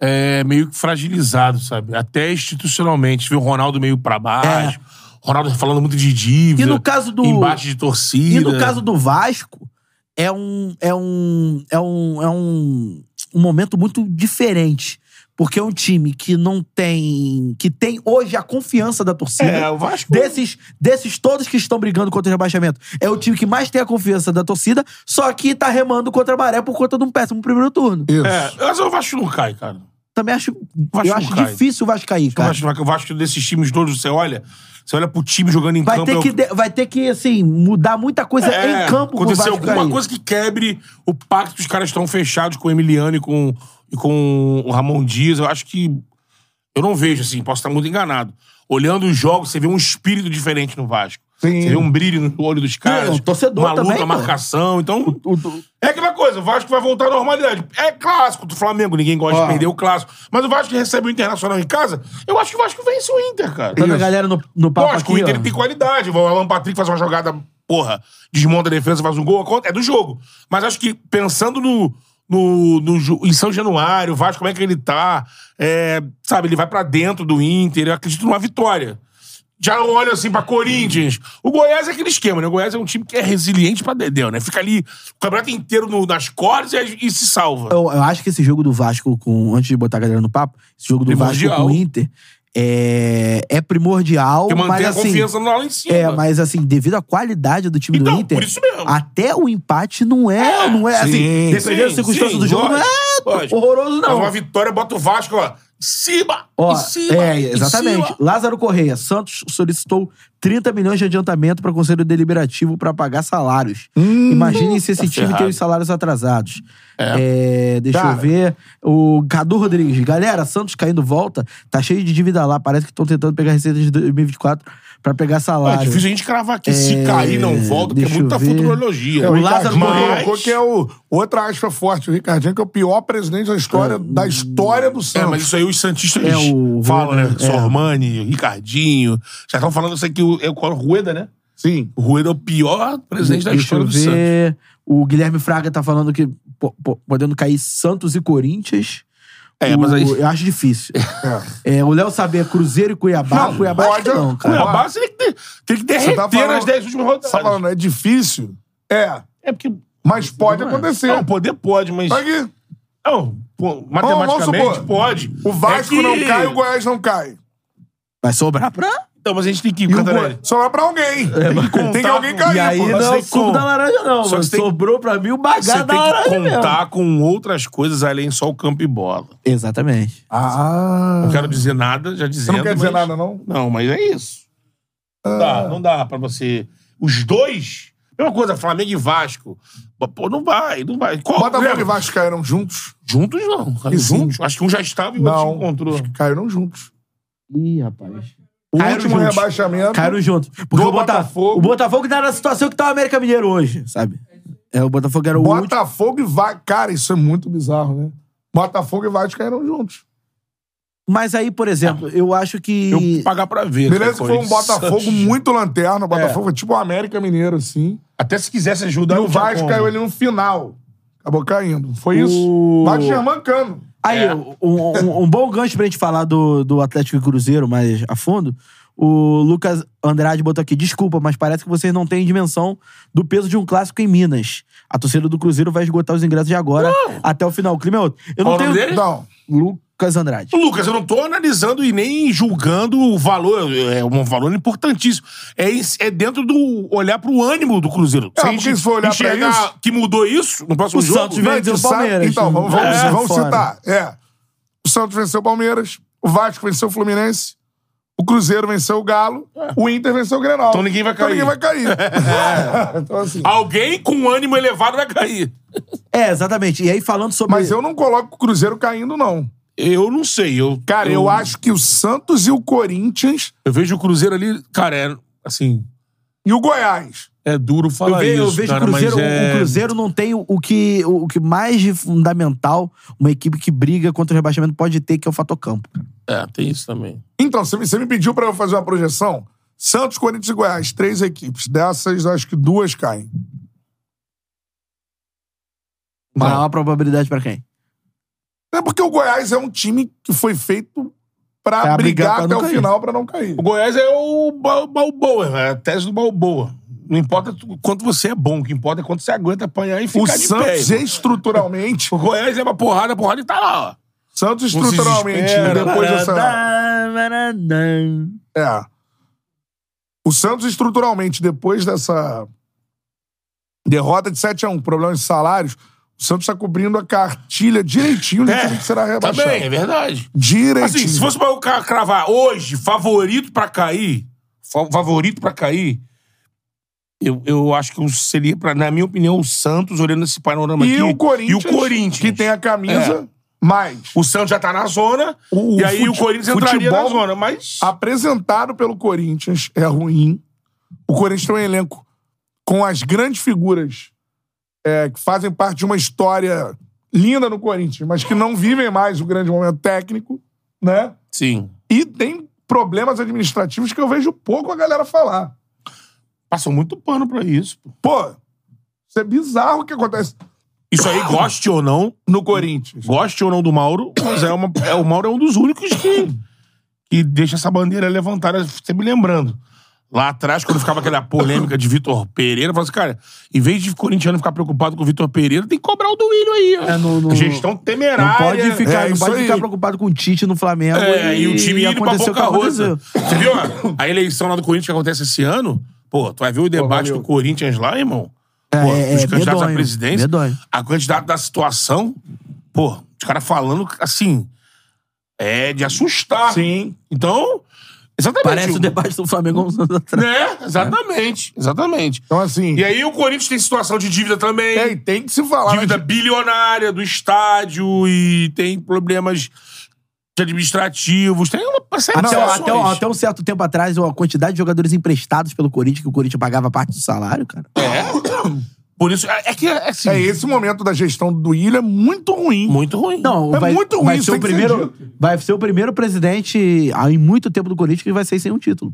Speaker 2: é, meio que fragilizado, sabe? Até institucionalmente. Você vê o Ronaldo meio pra baixo. Ronaldo falando muito de dívida.
Speaker 3: E no caso do-
Speaker 2: Embate de
Speaker 3: E
Speaker 2: torcida.
Speaker 3: no caso do Vasco, é um. É um. É um. É um, um momento muito diferente. Porque é um time que não tem. que tem hoje a confiança da torcida.
Speaker 2: É, o Vasco.
Speaker 3: Desses, desses todos que estão brigando contra o rebaixamento, é o time que mais tem a confiança da torcida, só que tá remando contra a maré por conta de um péssimo primeiro turno.
Speaker 1: Isso.
Speaker 2: É, mas o Vasco não cai, cara.
Speaker 3: Também acho,
Speaker 2: Vasco
Speaker 3: eu acho
Speaker 2: cai.
Speaker 3: difícil o Vasco cair,
Speaker 2: O
Speaker 3: cara.
Speaker 2: Vasco, não cai. o Vasco desses times todos, você olha. Você olha pro time jogando em
Speaker 3: Vai
Speaker 2: campo. é
Speaker 3: ter,
Speaker 2: o-
Speaker 3: que, de- vai ter que, assim, mudar muita coisa
Speaker 2: É,
Speaker 3: em campo pro
Speaker 2: acontecer
Speaker 3: Vasco
Speaker 2: alguma
Speaker 3: cair.
Speaker 2: coisa que quebre o pacto que os caras estão fechados com o Emiliano e com, e com o Ramon Dias. Eu acho que. Eu não vejo, assim, posso estar muito enganado. Olhando os jogos, você vê um espírito diferente no Vasco.
Speaker 1: Sim.
Speaker 2: Você vê um brilho no olho dos caras.
Speaker 3: Não, o é um torcedor
Speaker 2: uma
Speaker 3: também,
Speaker 2: luta, uma
Speaker 3: pô.
Speaker 2: marcação. Então,
Speaker 3: O- o-
Speaker 2: é aquela coisa, o Vasco vai voltar à normalidade. É clássico do Flamengo, ninguém gosta
Speaker 3: Ah.
Speaker 1: Ó.
Speaker 2: de perder o clássico. Mas o Vasco que recebe o Internacional em casa, eu acho que o Vasco vence o Inter, cara.
Speaker 3: Tá na galera no, no papo
Speaker 2: Lógico, o
Speaker 3: aqui,
Speaker 2: Inter
Speaker 3: ó.
Speaker 2: tem qualidade. O Alan Patrick faz uma jogada, porra, desmonta a defesa, faz um gol. aconte- É do jogo. Mas acho que pensando no, no, no jo- em São Januário, o Vasco, como é que ele tá? é, sabe, ele vai pra dentro do Inter. Eu acredito numa vitória. Já não olho assim pra Corinthians. O Goiás é aquele esquema, né? O Goiás é um time que é resiliente pra Dedéu, né? Fica ali o campeonato inteiro no- nas cordas e, e se salva.
Speaker 3: Eu, eu acho que esse jogo do Vasco com. Antes de botar a galera no papo, esse jogo do
Speaker 2: Primordial.
Speaker 3: Vasco com o Inter é, é primordial,
Speaker 2: Porque mantém
Speaker 3: mas
Speaker 2: a
Speaker 3: assim.
Speaker 2: confiança no lá em cima.
Speaker 3: É, mas assim, devido à qualidade do time
Speaker 2: Então,
Speaker 3: do Inter,
Speaker 2: por isso mesmo.
Speaker 3: até o empate não é, não é assim,
Speaker 1: sim,
Speaker 3: dependendo
Speaker 2: sim,
Speaker 3: da circunstância
Speaker 2: sim,
Speaker 3: do jogo,
Speaker 2: lógico,
Speaker 3: não é
Speaker 2: lógico.
Speaker 3: horroroso
Speaker 2: Mas
Speaker 3: não.
Speaker 2: uma vitória bota o Vasco, ó. Em cima!
Speaker 3: Ó,
Speaker 2: em cima!
Speaker 3: é,
Speaker 2: em
Speaker 3: exatamente.
Speaker 2: cima.
Speaker 3: Lázaro Correia, Santos solicitou 30 milhões de adiantamento para o Conselho Deliberativo para pagar salários. Imaginem se esse time
Speaker 2: Hum, tá ferrado.
Speaker 3: tem os salários atrasados. É, deixa
Speaker 1: Cara.
Speaker 3: eu ver. O Cadu Rodrigues, galera, Santos caindo volta, tá cheio de dívida lá. Parece que estão tentando pegar receita de 2024 para pegar
Speaker 2: É
Speaker 3: salário.
Speaker 2: difícil a gente cravar aqui. Se cair, não volta, porque é
Speaker 3: deixa eu
Speaker 2: muita
Speaker 3: ver.
Speaker 2: futurologia.
Speaker 1: É, o
Speaker 3: O Lázaro
Speaker 1: Ricardinho
Speaker 2: Correia.
Speaker 1: colocou que é o, outra aspa forte, o Ricardinho, que é o pior presidente da história, da história do
Speaker 2: É,
Speaker 1: Santos.
Speaker 2: mas isso aí os Santistas
Speaker 3: É, o-
Speaker 2: falam, né?
Speaker 3: é.
Speaker 2: Sormani, Ricardinho. Já estão falando isso aqui, o- é o qual? Rueda, né?
Speaker 1: Sim.
Speaker 2: O Rueda é o pior presidente da
Speaker 3: Deixa
Speaker 2: história
Speaker 3: eu
Speaker 2: do Santos.
Speaker 3: ver. O Guilherme Fraga tá falando que po- po- podendo cair Santos e Corinthians.
Speaker 2: É,
Speaker 3: O-
Speaker 2: mas aí-
Speaker 3: Eu acho difícil.
Speaker 1: É.
Speaker 3: É, o Léo Saber, Cruzeiro e Cuiabá.
Speaker 1: Não,
Speaker 3: Cuiabá acho que
Speaker 1: pode-
Speaker 3: não,
Speaker 2: Ué,
Speaker 3: cara.
Speaker 2: a base tem que, ter- tem que derreter
Speaker 1: Você tá falando-
Speaker 2: nas 10 últimas rodadas.
Speaker 1: Tá falando, é difícil? É.
Speaker 2: É porque...
Speaker 1: Mas pode
Speaker 3: é.
Speaker 1: acontecer.
Speaker 2: Não, poder pode, mas...
Speaker 1: Tá aqui.
Speaker 2: Não, pô,
Speaker 1: vamos
Speaker 2: matematicamente
Speaker 1: supor.
Speaker 2: pode.
Speaker 1: O Vasco
Speaker 2: É que-
Speaker 1: não cai, o Goiás não cai.
Speaker 3: Vai sobrar pra.
Speaker 2: Então, mas a gente tem que...
Speaker 1: E o
Speaker 2: Cantarelli,
Speaker 1: Goi- Sobra pra alguém.
Speaker 3: É.
Speaker 1: tem, que, É, tem que alguém cair,
Speaker 3: e aí
Speaker 1: pô.
Speaker 3: não
Speaker 2: você
Speaker 3: é
Speaker 2: tem
Speaker 3: o suco
Speaker 2: como.
Speaker 3: da laranja, não.
Speaker 2: Só
Speaker 3: mano.
Speaker 2: que você tem que-
Speaker 3: Sobrou pra mim o
Speaker 2: Você
Speaker 3: bagado
Speaker 2: tem
Speaker 3: da
Speaker 2: que
Speaker 3: laranja mesmo.
Speaker 2: contar com outras coisas além só o campo e bola.
Speaker 3: Exatamente.
Speaker 1: Ah.
Speaker 2: Não quero dizer nada, já dizendo.
Speaker 1: Você não quer dizer
Speaker 2: mas-
Speaker 1: nada, Ah. não?
Speaker 2: Não, mas é isso. Não dá, não dá pra você. Os dois. Mesma coisa, Flamengo e Vasco. Pô, não vai, não vai. Qual,
Speaker 1: Botafogo
Speaker 2: lembra?
Speaker 1: e Vasco caíram juntos?
Speaker 2: Juntos não. cara,
Speaker 1: E sim.
Speaker 2: juntos. Acho que um já estava e o outro se
Speaker 1: Não.
Speaker 2: encontrou.
Speaker 1: Caíram juntos.
Speaker 3: Ih, rapaz.
Speaker 1: O
Speaker 3: Caíram
Speaker 1: último
Speaker 3: juntos.
Speaker 1: rebaixamento.
Speaker 3: Caíram junto. Porque
Speaker 1: Do
Speaker 3: o Botafogo.
Speaker 1: Botafogo.
Speaker 3: O Botafogo tá na situação que tá o América Mineiro hoje, sabe? É, o Botafogo era o último.
Speaker 1: Botafogo e Vasco. Cara, isso é muito bizarro, né? Botafogo e Vasco caíram juntos.
Speaker 3: Mas aí, por exemplo, eu acho que.
Speaker 2: Eu vou pagar pra ver.
Speaker 1: Beleza
Speaker 2: cara,
Speaker 1: que foi um
Speaker 2: Corinthians,
Speaker 1: Botafogo
Speaker 2: Santos.
Speaker 1: muito lanterna. O Botafogo é tipo o América Mineiro, assim.
Speaker 2: Até se quisesse ajudar,
Speaker 1: E o
Speaker 2: não tinha
Speaker 1: Vasco
Speaker 2: como.
Speaker 1: caiu ali no final. Acabou caindo. não Foi isso?
Speaker 3: O-
Speaker 1: Vasco germancano.
Speaker 3: Aí,
Speaker 2: É.
Speaker 3: um, um- um bom gancho pra gente falar do, do Atlético e Cruzeiro mais a fundo. O Lucas Andrade botou aqui: desculpa, mas parece que vocês não têm dimensão do peso de um clássico em Minas. A torcida do Cruzeiro vai esgotar os ingressos de agora até o final. O clima é outro. Eu não
Speaker 2: Qual o
Speaker 3: tenho.
Speaker 2: nome dele?
Speaker 1: Não.
Speaker 3: Lucas Andrade.
Speaker 2: Lucas, eu não tô analisando e nem julgando o valor. É um valor importantíssimo. É, ins- é dentro do olhar pro ânimo do Cruzeiro.
Speaker 1: É, porque se for olhar pra
Speaker 2: enxergar
Speaker 1: isso-
Speaker 2: que mudou isso no próximo
Speaker 3: O
Speaker 2: jogo.
Speaker 3: Santos vem-
Speaker 1: Não,
Speaker 3: venceu
Speaker 1: tu
Speaker 3: o Palmeiras.
Speaker 1: Então, vamos, vamos,
Speaker 2: É,
Speaker 1: vamos
Speaker 3: fora.
Speaker 1: citar. É. O Santos venceu o Palmeiras, o Vasco venceu o Fluminense, o Cruzeiro venceu o Galo, o Inter venceu o Grenal.
Speaker 2: Então ninguém vai cair.
Speaker 1: Então ninguém vai cair. então, assim,
Speaker 2: Alguém com ânimo elevado vai cair.
Speaker 3: É, exatamente. E aí, falando sobre.
Speaker 1: mas eu não coloco o Cruzeiro caindo, não.
Speaker 2: Eu não sei. Eu,
Speaker 1: Cara, eu, acho que o Santos e o Corinthians
Speaker 2: Eu vejo o Cruzeiro ali, cara, é, assim,
Speaker 1: e o Goiás.
Speaker 2: é duro
Speaker 3: Eu,
Speaker 2: falar
Speaker 3: ve- eu
Speaker 2: isso.
Speaker 3: vejo
Speaker 2: cara,
Speaker 3: o Cruzeiro.
Speaker 2: mas
Speaker 3: o-
Speaker 2: é-
Speaker 3: O Cruzeiro não tem o, o que, o, o que mais de fundamental uma equipe que briga contra o rebaixamento pode ter, que é o fator campo. cara.
Speaker 2: É, tem isso também.
Speaker 1: Então, você me, você me pediu pra eu fazer uma projeção? Santos, Corinthians e Goiás, três equipes. Dessas, acho que duas caem.
Speaker 3: Maior probabilidade pra quem?
Speaker 1: É porque o Goiás é um time que foi feito pra,
Speaker 3: Pra
Speaker 1: brigar,
Speaker 3: brigar pra
Speaker 1: até
Speaker 3: não
Speaker 1: o
Speaker 3: cair.
Speaker 1: final pra não cair.
Speaker 2: O Goiás é o Ba- Balboa, é a tese do Balboa. Não importa tu- quanto você é bom, o que importa é quanto você aguenta apanhar e
Speaker 1: O
Speaker 2: ficar de pé.
Speaker 1: Santos,
Speaker 2: irmão.
Speaker 1: estruturalmente,
Speaker 2: O Goiás é uma porrada, porrada e tá lá, ó.
Speaker 1: Santos
Speaker 2: Não se
Speaker 1: estruturalmente,
Speaker 2: desespera.
Speaker 1: depois dessa. É. O Santos estruturalmente, depois dessa derrota de 7x1, problema de salários, o Santos tá cobrindo a cartilha direitinho de
Speaker 2: É,
Speaker 1: time que será
Speaker 2: Tá
Speaker 1: rebaixado.
Speaker 2: bem, é verdade.
Speaker 1: Direitinho.
Speaker 2: Assim, se fosse pra eu ca- cravar hoje, favorito pra cair, fa- favorito pra cair, eu, eu acho que o- seria, pra, na minha opinião, o Santos olhando esse panorama
Speaker 1: E
Speaker 2: aqui.
Speaker 1: o Corinthians.
Speaker 2: E o Corinthians.
Speaker 1: Que tem a camisa, mas
Speaker 2: O Santos já tá na zona,
Speaker 1: O-
Speaker 2: e
Speaker 1: o
Speaker 2: aí
Speaker 1: fute-
Speaker 2: o Corinthians entraria
Speaker 1: futebol-
Speaker 2: na zona, mas...
Speaker 1: apresentado pelo Corinthians é ruim. O Corinthians tem um elenco com as grandes figuras é, que fazem parte de uma história linda no Corinthians, mas que não vivem mais o grande momento técnico, né?
Speaker 2: Sim.
Speaker 1: E tem problemas administrativos que eu vejo pouco a galera falar.
Speaker 2: Passou muito pano pra isso.
Speaker 1: Pô,
Speaker 2: pô.
Speaker 1: isso é bizarro o que acontece
Speaker 2: Isso aí, goste ou não,
Speaker 1: no Corinthians.
Speaker 2: goste ou não do Mauro, mas é uma, é, o Mauro é um dos únicos que, que deixa essa bandeira levantada, sempre lembrando. Lá atrás, quando ficava aquela polêmica de Vitor Pereira, eu falava assim, cara, em vez de corintiano ficar preocupado com o Vitor Pereira, tem que cobrar o Duílio aí. ó.
Speaker 3: É, no- no-
Speaker 2: Gestão temerária.
Speaker 3: Não pode ficar,
Speaker 1: é
Speaker 3: não
Speaker 1: isso
Speaker 3: pode
Speaker 1: aí.
Speaker 3: ficar preocupado com o Tite no Flamengo.
Speaker 2: É, e o time indo pra
Speaker 3: aconteceu o que
Speaker 2: Boca Rosa.
Speaker 3: aconteceu.
Speaker 2: Você viu a- a eleição lá do Corinthians que acontece esse ano? Pô, tu vai ver o debate
Speaker 1: valeu.
Speaker 2: do Corinthians lá, irmão? Pô,
Speaker 3: é,
Speaker 2: os
Speaker 3: é,
Speaker 2: candidatos à
Speaker 3: medonho,
Speaker 2: presidência,
Speaker 3: medonho.
Speaker 2: a quantidade da situação, pô, os caras falando assim, é de assustar.
Speaker 1: Sim.
Speaker 2: Então, exatamente.
Speaker 3: Parece o debate do Flamengo há uns anos atrás.
Speaker 2: Né? Exatamente, exatamente.
Speaker 1: Então, assim,
Speaker 2: E aí o Corinthians tem situação de dívida também.
Speaker 1: é, e tem que se falar.
Speaker 2: Dívida bilionária do estádio e tem problemas de administrativos. Tem uma série de
Speaker 3: Até,
Speaker 2: situações.
Speaker 3: até- até um certo tempo atrás, a quantidade de jogadores emprestados pelo Corinthians, que o Corinthians pagava parte do salário, cara.
Speaker 2: Por isso, é é que é assim,
Speaker 1: É esse momento da gestão do Duílio é muito ruim.
Speaker 2: muito ruim.
Speaker 3: Não,
Speaker 1: É
Speaker 3: vai,
Speaker 1: muito ruim,
Speaker 3: vai
Speaker 1: isso
Speaker 3: ser o
Speaker 1: tem que ser
Speaker 3: primeiro, Vai ser o primeiro presidente há em muito tempo do Corinthians que vai ser sem um título.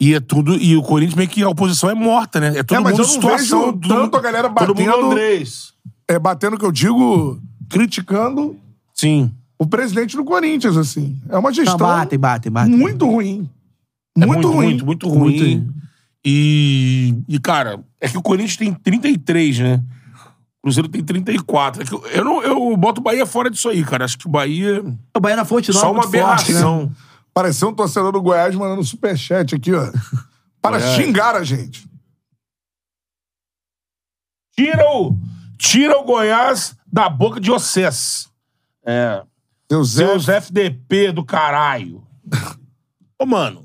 Speaker 2: E é tudo. E o Corinthians meio que a oposição é morta, né? É todo
Speaker 1: É, mas
Speaker 2: mundo
Speaker 1: eu não
Speaker 2: situação.
Speaker 1: vejo tanto a galera
Speaker 2: todo mundo um
Speaker 1: batendo.
Speaker 2: Andrés.
Speaker 1: É batendo o que eu digo, criticando
Speaker 2: Sim.
Speaker 1: o presidente do Corinthians, assim. É uma
Speaker 3: Não,
Speaker 1: gestão
Speaker 3: batem, batem, batem.
Speaker 1: muito ruim.
Speaker 2: É
Speaker 1: muito, ruim.
Speaker 2: Muito, muito ruim.
Speaker 3: Muito.
Speaker 2: E, e, cara, é que o Corinthians tem 33, né? O Cruzeiro tem 34. É que eu, eu, não, eu boto o Bahia fora disso aí, cara. Acho que o Bahia.
Speaker 3: O Baiana Fonte não é
Speaker 2: só uma
Speaker 3: muito forte, né?
Speaker 2: aberração.
Speaker 1: Pareceu um torcedor do Goiás mandando superchat aqui, ó. Para
Speaker 2: Goiás.
Speaker 1: xingar a gente.
Speaker 2: Tira o, tira o Goiás da boca de vocês. É.
Speaker 1: Seu Zé.
Speaker 2: Seus FDP do caralho. Ô, mano.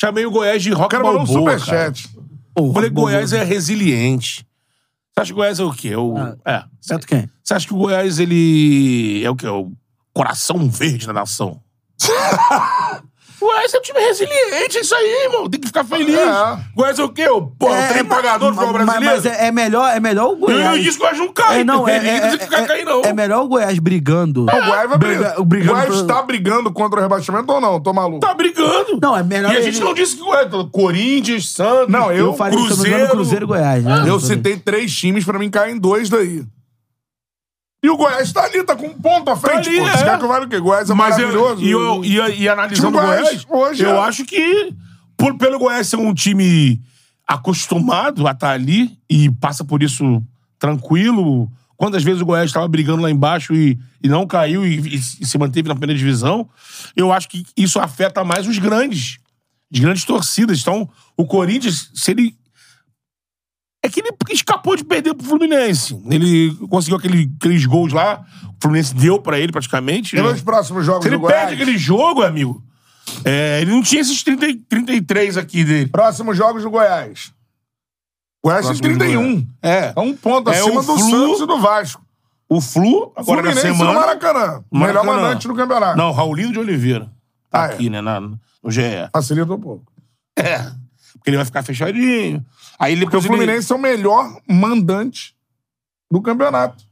Speaker 2: Chamei o Goiás de rock
Speaker 1: Quero
Speaker 2: balboa,
Speaker 1: mandar um
Speaker 2: cara.
Speaker 1: superchat.
Speaker 3: Porra,
Speaker 2: Falei,
Speaker 3: bom,
Speaker 2: Goiás é resiliente. Você acha que o Goiás é o quê? É O...
Speaker 3: Ah.
Speaker 2: É.
Speaker 3: Certo quem?
Speaker 2: Você acha que o Goiás, ele... É o quê? É o coração verde da nação. o Goiás é um time resiliente, é isso aí, irmão. Tem que ficar feliz.
Speaker 1: É.
Speaker 2: Goiás é o quê? O porra,
Speaker 3: É,
Speaker 2: o trem pagador do
Speaker 3: mas-
Speaker 2: futebol
Speaker 3: mas-
Speaker 2: brasileiro?
Speaker 3: Mas é, é melhor, é melhor o
Speaker 2: Eu
Speaker 3: Goiás.
Speaker 2: disse que o Goiás não cai.
Speaker 3: É, não, é,
Speaker 2: Ele
Speaker 3: é,
Speaker 2: não tem que ficar
Speaker 3: é-
Speaker 2: caindo, não.
Speaker 3: é melhor o Goiás brigando.
Speaker 1: O Goiás vai brigar.
Speaker 3: Briga-
Speaker 1: O
Speaker 3: brigando
Speaker 1: Goiás
Speaker 3: pro-
Speaker 1: está brigando contra o rebaixamento ou não? Tô maluco.
Speaker 2: Tá brigando.
Speaker 3: Não, é melhor
Speaker 2: E a
Speaker 3: ele-
Speaker 2: gente não disse que é Corinthians, Santos.
Speaker 1: Não, eu,
Speaker 3: Eu falei, se eu não me engano,
Speaker 2: Cruzeiro-
Speaker 3: Cruzeiro e Goiás. Né?
Speaker 1: eu citei três times, pra mim caem dois daí. E o Goiás tá ali, tá com um ponto à frente,
Speaker 2: ali,
Speaker 1: pô.
Speaker 2: é.
Speaker 1: Esse cara que vale o quê? Goiás é
Speaker 2: Mas eu,
Speaker 1: maravilhoso.
Speaker 2: e, eu- e, e analisando o
Speaker 1: Time Goiás,
Speaker 2: Goiás,
Speaker 1: hoje
Speaker 2: eu
Speaker 1: é.
Speaker 2: acho que por, pelo Goiás ser um time acostumado a estar ali e passa por isso tranquilo. Quantas vezes o Goiás estava brigando lá embaixo e, e não caiu e, e- e se manteve na primeira divisão, eu acho que isso afeta mais os grandes, as grandes torcidas. Então, o Corinthians, se ele É que ele escapou de perder pro Fluminense. Ele conseguiu aquele- aqueles gols lá. O Fluminense deu pra ele praticamente. né?
Speaker 1: Vê os próximos jogos
Speaker 2: Se ele
Speaker 1: do Goiás.
Speaker 2: perde aquele jogo, amigo, é, ele não tinha esses 30, 33 aqui dele.
Speaker 1: Próximos jogos do Goiás. Goiás tem
Speaker 2: Próximo do
Speaker 1: 31.
Speaker 2: É.
Speaker 1: É um ponto
Speaker 2: É
Speaker 1: acima
Speaker 2: o
Speaker 1: do
Speaker 2: Flu.
Speaker 1: Santos e do Vasco.
Speaker 2: O Flu, agora na
Speaker 1: Fluminense no
Speaker 2: semana.
Speaker 1: Maracanã.
Speaker 2: Maracanã.
Speaker 1: Melhor mandante do campeonato.
Speaker 2: Não, Raulino de Oliveira. Tá
Speaker 1: Ah, é.
Speaker 2: aqui, né? Na, no GE.
Speaker 1: Facilita um pouco.
Speaker 2: É. Porque ele vai ficar fechadinho. Aí ele
Speaker 1: Porque o Fluminense é o melhor mandante do campeonato.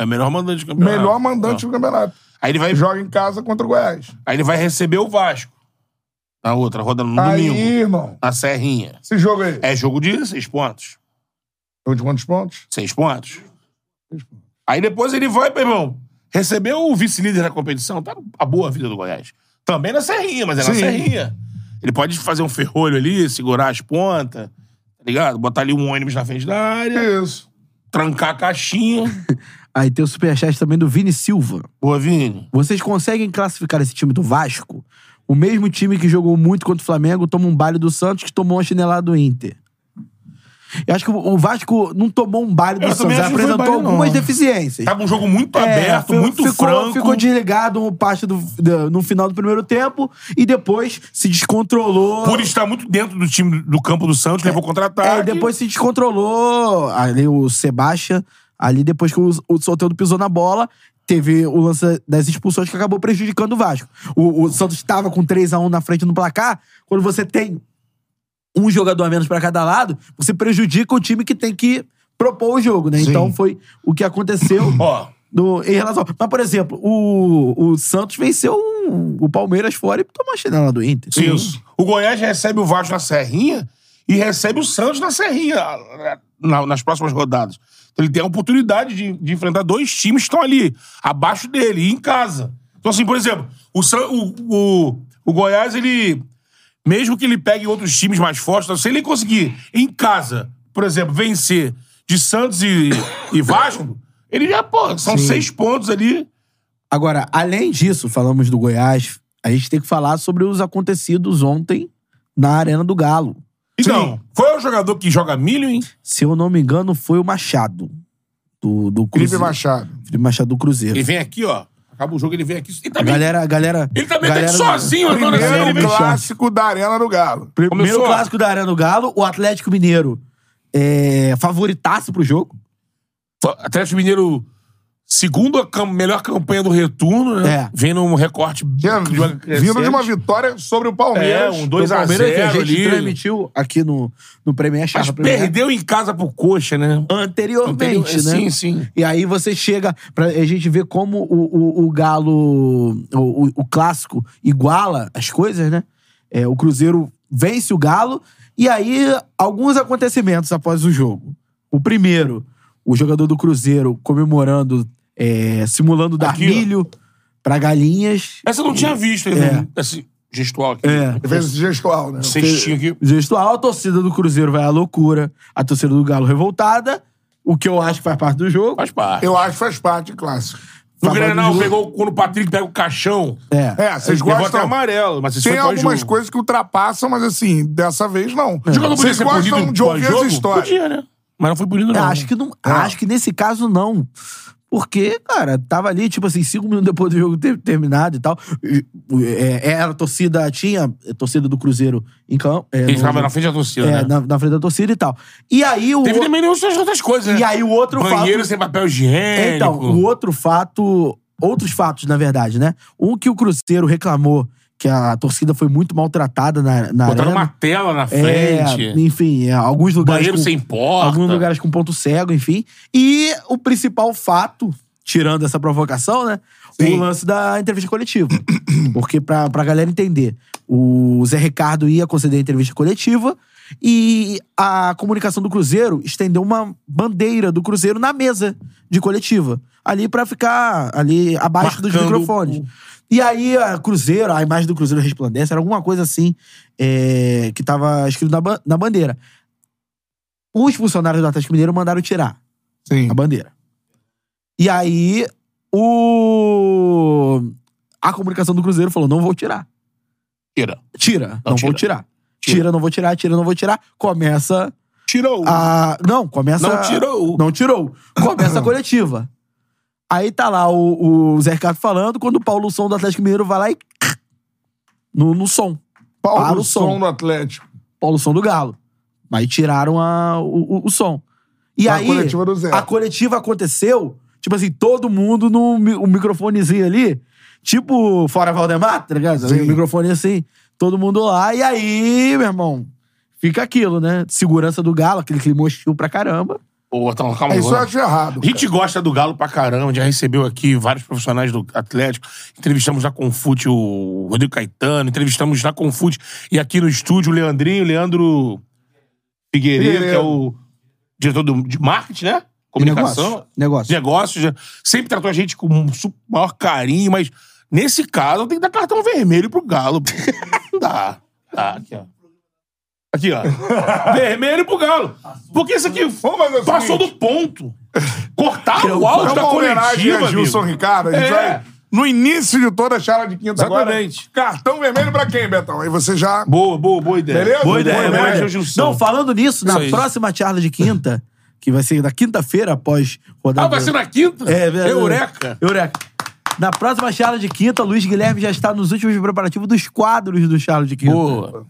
Speaker 2: É o melhor mandante do campeonato.
Speaker 1: Melhor mandante
Speaker 2: É.
Speaker 1: do campeonato.
Speaker 2: Aí ele, vai,
Speaker 1: Joga em casa contra o Goiás.
Speaker 2: aí ele vai receber o Vasco. Na outra, roda no
Speaker 1: Aí,
Speaker 2: Um domingo.
Speaker 1: irmão.
Speaker 2: Na Serrinha.
Speaker 1: Esse jogo aí.
Speaker 2: É jogo de seis pontos.
Speaker 1: Jogo de quantos pontos?
Speaker 2: Seis pontos. Aí depois ele vai, meu irmão, Recebeu o vice-líder da competição, tá a boa vida do Goiás. Também na Serrinha, mas é na
Speaker 1: Sim.
Speaker 2: Serrinha. Ele pode fazer um ferrolho ali, segurar as pontas, tá ligado? Botar ali um ônibus na frente da área,
Speaker 1: Isso.
Speaker 2: trancar a caixinha.
Speaker 3: Aí tem o superchat também do Vini Silva.
Speaker 2: Boa, Vini.
Speaker 3: Vocês conseguem classificar esse time do Vasco? O mesmo time que jogou muito contra o Flamengo toma um baile do Santos que tomou uma chinelada do Inter. Eu acho que o Vasco não tomou um baile do
Speaker 2: Eu também
Speaker 3: Santos,
Speaker 2: acho que foi
Speaker 3: apresentou
Speaker 2: baile, não.
Speaker 3: algumas deficiências.
Speaker 2: Tava um jogo muito
Speaker 3: É,
Speaker 2: aberto,
Speaker 3: fi-
Speaker 2: muito
Speaker 3: ficou,
Speaker 2: franco.
Speaker 3: Ficou desligado um parte do, da- no final do primeiro tempo e depois se descontrolou.
Speaker 2: Por estar muito dentro do time do campo do Santos, levou
Speaker 3: É,
Speaker 2: contra-ataque.
Speaker 3: e depois se descontrolou ali o Sebastian, ali depois que o, o Soteldo pisou na bola, teve o lance das expulsões que acabou prejudicando o Vasco. O, o Santos estava com 3 a 1 na frente no placar, quando você tem um jogador a menos para cada lado, você prejudica o time que tem que propor o jogo, né? Então foi o que aconteceu.
Speaker 2: Ó,
Speaker 3: No, em relação. Mas, por exemplo, o, o Santos venceu o, o Palmeiras fora e tomou a chinela do Inter.
Speaker 2: Isso. O Goiás recebe o Vasco na Serrinha e recebe o Santos na Serrinha eh, na- nas próximas rodadas. Então ele tem a oportunidade de, de enfrentar dois times que estão ali, abaixo dele, e em casa. Então, assim, por exemplo, o, San- o, o, o Goiás, ele. Mesmo que ele pegue outros times mais fortes, então, se ele conseguir em casa, por exemplo, vencer de Santos e, e Vasco, ele já, pô, são seis pontos ali.
Speaker 3: Agora, além disso, falamos do Goiás, a gente tem que falar sobre os acontecidos ontem na Arena do Galo.
Speaker 2: Então, foi o jogador que joga milho, hein?
Speaker 3: Se eu não me engano, foi o Machado. Do, do
Speaker 1: Felipe
Speaker 3: Cruzeiro.
Speaker 1: Machado.
Speaker 3: Felipe Machado do Cruzeiro.
Speaker 2: Ele vem aqui, ó. Acaba o jogo, ele vem aqui. E
Speaker 3: A
Speaker 2: também
Speaker 3: galera, a galera.
Speaker 2: Ele também tá
Speaker 3: galera
Speaker 2: aqui sozinho,
Speaker 3: do-
Speaker 2: andando
Speaker 3: galera
Speaker 2: assim,
Speaker 3: do
Speaker 2: ele
Speaker 1: Primeiro
Speaker 2: vem
Speaker 3: Galo.
Speaker 1: clássico da Arena do Galo.
Speaker 3: Primeiro
Speaker 2: Começou.
Speaker 3: clássico da Arena do Galo, o Atlético Mineiro é favoritaço pro jogo.
Speaker 2: Atlético Mineiro, segundo a cam- melhor campanha do retorno, né?
Speaker 3: É.
Speaker 2: Vem num recorte. b-
Speaker 1: Tinha-
Speaker 2: de uma crescente.
Speaker 1: Vindo de uma vitória sobre o Palmeiras.
Speaker 2: É, um dois
Speaker 3: O
Speaker 2: a
Speaker 3: Então, Palmeiras que a
Speaker 2: zero
Speaker 3: gente
Speaker 2: ali.
Speaker 3: transmitiu aqui no, no Premier
Speaker 2: Mas
Speaker 3: Charla Premier.
Speaker 2: perdeu em casa pro Coxa, né?
Speaker 3: Anteriormente,
Speaker 2: Anterior-
Speaker 3: né?
Speaker 2: Sim, sim.
Speaker 3: E aí você chega pra a gente ver como o, o, o Galo, o, o- o clássico, iguala as coisas, né? É, o Cruzeiro vence o Galo. E aí, alguns acontecimentos após o jogo. O primeiro, o jogador do Cruzeiro comemorando, é, simulando dar
Speaker 2: Aqui, ó.
Speaker 3: milho pra galinhas.
Speaker 2: Essa eu não tinha visto, hein? Esse gestual aqui.
Speaker 3: É.
Speaker 1: Às vezes gestual, né?
Speaker 2: Cestinho aqui.
Speaker 3: Gestual, a torcida do Cruzeiro vai à loucura. A torcida do Galo revoltada. O que eu acho que faz parte do jogo.
Speaker 2: Faz parte.
Speaker 1: Eu acho que faz parte de clássico.
Speaker 2: No
Speaker 3: Faz parte do
Speaker 2: Grenal
Speaker 3: jogo.
Speaker 2: pegou quando o Patrick pega o caixão.
Speaker 3: É.
Speaker 1: É, vocês
Speaker 2: Levou até
Speaker 1: gostam.
Speaker 2: amarelo, mas isso
Speaker 1: Tem
Speaker 2: foi pós-jogo.
Speaker 1: algumas coisas que ultrapassam, mas assim, dessa vez não.
Speaker 2: O jogador podia
Speaker 1: Vocês
Speaker 2: ser
Speaker 1: gostam
Speaker 2: punido
Speaker 1: de ouvir
Speaker 2: pós-jogo?
Speaker 1: essa história.
Speaker 2: Podia, né? Mas não foi punido,
Speaker 3: Eu
Speaker 2: não. É.
Speaker 3: Acho que não. Acho que nesse caso não. Porque, cara, tava ali, tipo assim, cinco minutos depois do jogo ter terminado e tal. E, é, Era a torcida, tinha a torcida do Cruzeiro em campo. é,
Speaker 2: Ele
Speaker 3: no-
Speaker 2: estava na frente da torcida,
Speaker 3: é,
Speaker 2: né?
Speaker 3: na, na frente da torcida e tal. E aí o.
Speaker 2: Teve
Speaker 3: o-
Speaker 2: também nem outras outras coisas, né?
Speaker 3: E aí o outro
Speaker 2: Banheiro
Speaker 3: fato.
Speaker 2: sem papel higiênico.
Speaker 3: Então, o outro fato. Outros fatos, na verdade, né? Um que o Cruzeiro reclamou que a torcida foi muito maltratada na, na
Speaker 2: Botaram
Speaker 3: arena.
Speaker 2: uma tela
Speaker 3: né?
Speaker 2: na
Speaker 3: É,
Speaker 2: frente.
Speaker 3: enfim, é, alguns lugares.
Speaker 2: banheiro
Speaker 3: com-
Speaker 2: sem porta.
Speaker 3: alguns lugares com ponto cego, enfim. E o principal fato, tirando essa provocação, né?
Speaker 2: Sim.
Speaker 3: O lance da entrevista coletiva. Porque, pra, pra galera entender, o Zé Ricardo ia conceder a entrevista coletiva e a comunicação do Cruzeiro estendeu uma bandeira do Cruzeiro na mesa de coletiva. Ali pra ficar ali abaixo dos
Speaker 2: Marcando
Speaker 3: microfones.
Speaker 2: o-
Speaker 3: E aí, a Cruzeiro, a imagem do Cruzeiro resplandece, era alguma coisa assim é, que tava escrito na, ban- na bandeira. Os funcionários do Atlético Mineiro mandaram tirar
Speaker 1: Sim.
Speaker 3: a bandeira. E aí, o... a comunicação do Cruzeiro falou: não vou tirar.
Speaker 2: Tira.
Speaker 3: Tira,
Speaker 2: Não
Speaker 3: não, vou tirar. Tira. não vou tirar, tira, não vou tirar. Começa
Speaker 2: Tirou. um,
Speaker 3: a. Não, começa.
Speaker 2: Não tirou. um.
Speaker 3: Não tirou. Começa a coletiva. Aí tá lá o, o Zé Ricardo falando, quando o Paulo Som do Atlético Mineiro vai lá e. No, no som. Para
Speaker 1: Paulo
Speaker 3: o
Speaker 1: Som
Speaker 3: som.
Speaker 1: no Atlético.
Speaker 3: Paulo Som do Galo. Aí tiraram a, o, o- o som. E
Speaker 1: Na
Speaker 3: aí.
Speaker 1: coletiva do Zé.
Speaker 3: A coletiva aconteceu, tipo assim, todo mundo no mi- o microfonezinho ali, tipo fora Valdemar, tá ligado?
Speaker 1: Sim.
Speaker 3: O microfone assim, todo mundo lá. E aí, meu irmão, fica aquilo, né? Segurança do Galo, aquele clima hostil pra caramba.
Speaker 2: Ô, então, calma
Speaker 1: É
Speaker 2: aí.
Speaker 1: isso eu
Speaker 2: vamos-
Speaker 1: acho errado.
Speaker 2: A gente gosta do Galo pra caramba, já recebeu aqui vários profissionais do Atlético. Entrevistamos na Confute o Rodrigo Caetano, entrevistamos na Confute e aqui no estúdio o Leandrinho, o Leandro Figueiredo, que é o diretor do- de marketing, né? comunicação.
Speaker 3: negócio, negócio.
Speaker 2: Negócios. já- Sempre tratou a gente com o su- maior carinho, mas nesse caso tem que dar cartão vermelho pro Galo. pô. Não dá. Dá, aqui, ó. Aqui, ó. vermelho pro Galo. Porque isso aqui
Speaker 1: Vamos fazer é o
Speaker 2: passou do
Speaker 1: seguinte.
Speaker 2: ponto. Cortar o
Speaker 1: É
Speaker 2: áudio da
Speaker 1: uma homenagem
Speaker 2: coletiva,
Speaker 1: a Gilson
Speaker 2: amigo.
Speaker 1: Ricardo. A gente
Speaker 2: É.
Speaker 1: vai no início de toda a charla de quinta
Speaker 2: Exatamente.
Speaker 1: agora. Cartão vermelho pra quem, Betão? Aí você já...
Speaker 2: Boa, boa, boa ideia.
Speaker 1: Beleza?
Speaker 2: Boa ideia,
Speaker 1: Boa
Speaker 2: boa
Speaker 1: ideia.
Speaker 2: ideia. Gilson.
Speaker 3: Não, falando nisso, na
Speaker 2: é, aí.
Speaker 3: próxima charla de quinta, que vai ser na quinta-feira após rodar.
Speaker 2: Ah, vai ser na quinta?
Speaker 3: É, verdade.
Speaker 2: Eureka.
Speaker 3: Eureka. Na próxima charla de quinta, Luiz Guilherme já está nos últimos preparativos dos quadros do charla de quinta.
Speaker 2: Boa.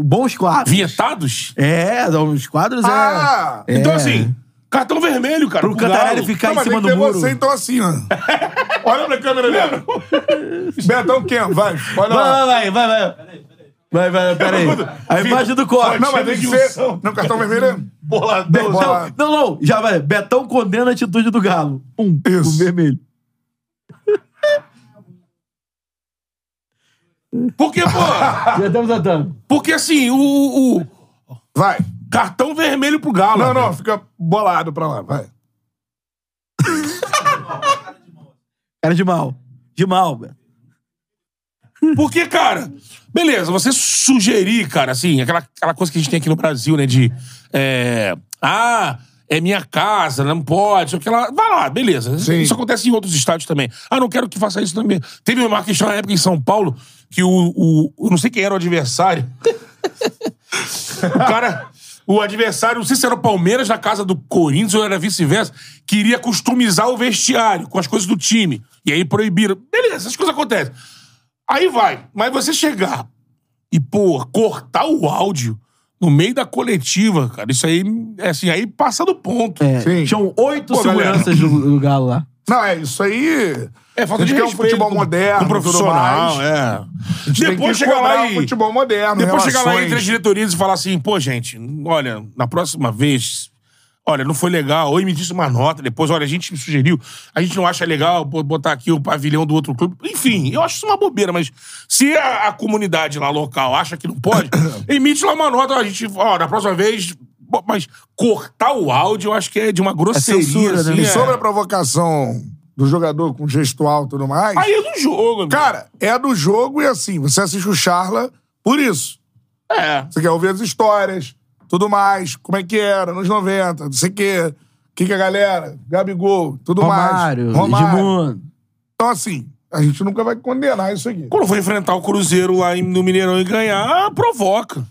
Speaker 3: Bons quadros.
Speaker 2: Vinhetados?
Speaker 3: É, os quadros
Speaker 1: Ah!
Speaker 3: é.
Speaker 2: Então,
Speaker 3: É.
Speaker 2: assim, cartão vermelho, cara.
Speaker 3: Pro
Speaker 2: pro Galo.
Speaker 3: Cantarelli ficar
Speaker 1: Não,
Speaker 3: em
Speaker 1: mas
Speaker 3: cima
Speaker 1: tem que
Speaker 3: do
Speaker 1: ter
Speaker 3: muro.
Speaker 1: você então assim, ó. Olha pra câmera, lembra? Betão quem? é? Vai, olha lá.
Speaker 3: Vai, vai, vai, vai. Vai, vai, peraí. A imagem do corte.
Speaker 1: Não, mas tem que ser... Não, cartão vermelho é...
Speaker 2: Boladão.
Speaker 1: Bola-
Speaker 3: Não, não, não, já vai. Betão condena a atitude do Galo. Um,
Speaker 1: Isso.
Speaker 3: o vermelho.
Speaker 2: Porque, pô,
Speaker 1: Tá.
Speaker 3: Já estamos atando.
Speaker 2: porque assim, o, o
Speaker 1: Vai.
Speaker 2: cartão vermelho pro Galo.
Speaker 1: Não, não,
Speaker 2: né?
Speaker 1: fica bolado pra lá, vai.
Speaker 3: Cara de mal. De mal, Beto.
Speaker 2: Porque, cara, beleza, você sugerir, cara, assim, aquela, aquela coisa que a gente tem aqui no Brasil, né, de. é, ah, é minha casa, não pode, sei o que lá. Vai lá, beleza.
Speaker 1: Sim.
Speaker 2: Isso acontece em outros estádios também. Ah, não quero que faça isso também. Teve uma questão na época em São Paulo que o. o eu não sei quem era o adversário. O cara, o adversário, não sei se era o Palmeiras na casa do Corinthians ou era vice-versa, queria customizar o vestiário com as coisas do time. E aí proibiram. Beleza, essas coisas acontecem. Aí vai. Mas você chegar e, pô, cortar o áudio no meio da coletiva, cara, isso aí, é assim, aí passa do ponto.
Speaker 3: É,
Speaker 1: Sim.
Speaker 3: Tinham oito
Speaker 1: Pô,
Speaker 3: seguranças do, do Galo lá.
Speaker 1: Não, é isso aí.
Speaker 2: É falta
Speaker 1: A gente
Speaker 2: de
Speaker 1: quer
Speaker 2: respeito
Speaker 1: um futebol
Speaker 2: com-
Speaker 1: moderno,
Speaker 2: com
Speaker 1: tudo
Speaker 2: profissional,
Speaker 1: mais.
Speaker 2: é.
Speaker 1: Tem
Speaker 2: Depois
Speaker 1: que
Speaker 2: chegar
Speaker 1: cobrar
Speaker 2: lá
Speaker 1: o
Speaker 2: e
Speaker 1: futebol moderno,
Speaker 2: Depois chegar lá
Speaker 1: relações.
Speaker 2: entre as diretorias e falar assim, pô, gente, olha, na próxima vez, olha, não foi legal, ou me disse uma nota, depois, olha, a gente me sugeriu, a gente não acha legal bo- botar aqui o pavilhão do outro clube. Enfim, eu acho isso uma bobeira, mas se a, a comunidade lá local acha que não pode, emite lá uma nota, ó, a gente, ó, na próxima vez. bo- Mas cortar o áudio, eu acho que é de uma grosseria.
Speaker 3: censura, né?
Speaker 2: assim,
Speaker 1: E
Speaker 2: é.
Speaker 1: sobre a provocação do jogador com gestual e tudo mais...
Speaker 2: Aí é do jogo, amigo.
Speaker 1: Cara, é do jogo e assim, você assiste o Charla por isso.
Speaker 2: É.
Speaker 1: Você quer ouvir as histórias, tudo mais, como é que era, nos 90, não sei o quê. O que que a galera, Gabigol, tudo
Speaker 3: Romário,
Speaker 1: mais. Romário.
Speaker 3: Edmundo.
Speaker 1: Então assim, a gente nunca vai condenar isso aqui.
Speaker 2: Quando for enfrentar o Cruzeiro lá em- no Mineirão e ganhar, provoca.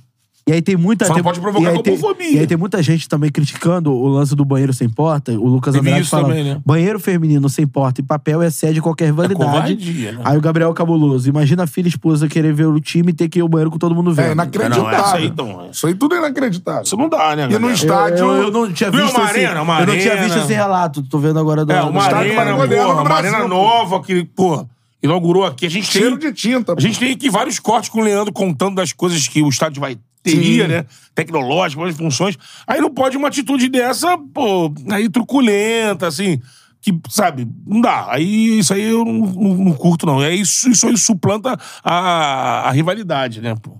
Speaker 3: E aí tem muita...
Speaker 2: Só não
Speaker 3: tem-
Speaker 2: pode provocar
Speaker 3: e aí tem-
Speaker 2: homofobia.
Speaker 3: E aí tem muita gente também criticando o lance do banheiro sem porta. O Lucas
Speaker 2: Teve
Speaker 3: Andrade
Speaker 2: isso
Speaker 3: falando,
Speaker 2: também, né?
Speaker 3: banheiro feminino sem porta e papel excede
Speaker 1: É
Speaker 3: qualquer validade.
Speaker 2: covardia, né?
Speaker 3: aí o Gabriel Cabuloso, imagina a filha e esposa querer ver o time e ter que ir ao banheiro com todo mundo vendo.
Speaker 1: É inacreditável.
Speaker 2: Não, é isso aí, então, é.
Speaker 1: Isso aí tudo é inacreditável.
Speaker 2: Isso não dá, né,
Speaker 1: e no
Speaker 2: galera?
Speaker 1: estádio.
Speaker 3: Eu, eu não tinha
Speaker 2: Viu,
Speaker 3: visto
Speaker 2: uma
Speaker 3: esse,
Speaker 2: arena, uma
Speaker 3: Eu não tinha
Speaker 2: arena.
Speaker 3: visto esse relato. Tô vendo agora do,
Speaker 2: É,
Speaker 3: do
Speaker 2: uma
Speaker 3: estádio.
Speaker 1: estádio
Speaker 2: arena,
Speaker 1: mais moderno
Speaker 2: porra,
Speaker 1: do
Speaker 2: uma
Speaker 1: Brasil,
Speaker 2: arena
Speaker 1: pô.
Speaker 2: nova que, pô, inaugurou aqui. A gente
Speaker 1: Cheiro
Speaker 2: tem,
Speaker 1: de tinta.
Speaker 2: a gente tem aqui vários cortes com o Leandro contando das coisas que o estádio vai teria,
Speaker 1: Sim.
Speaker 2: né? Tecnológico, várias funções. Aí não pode uma atitude dessa, pô, aí truculenta, assim, que, sabe, não dá. Aí isso aí eu não, não- não curto, não. É isso, isso aí suplanta a, a rivalidade, né, pô?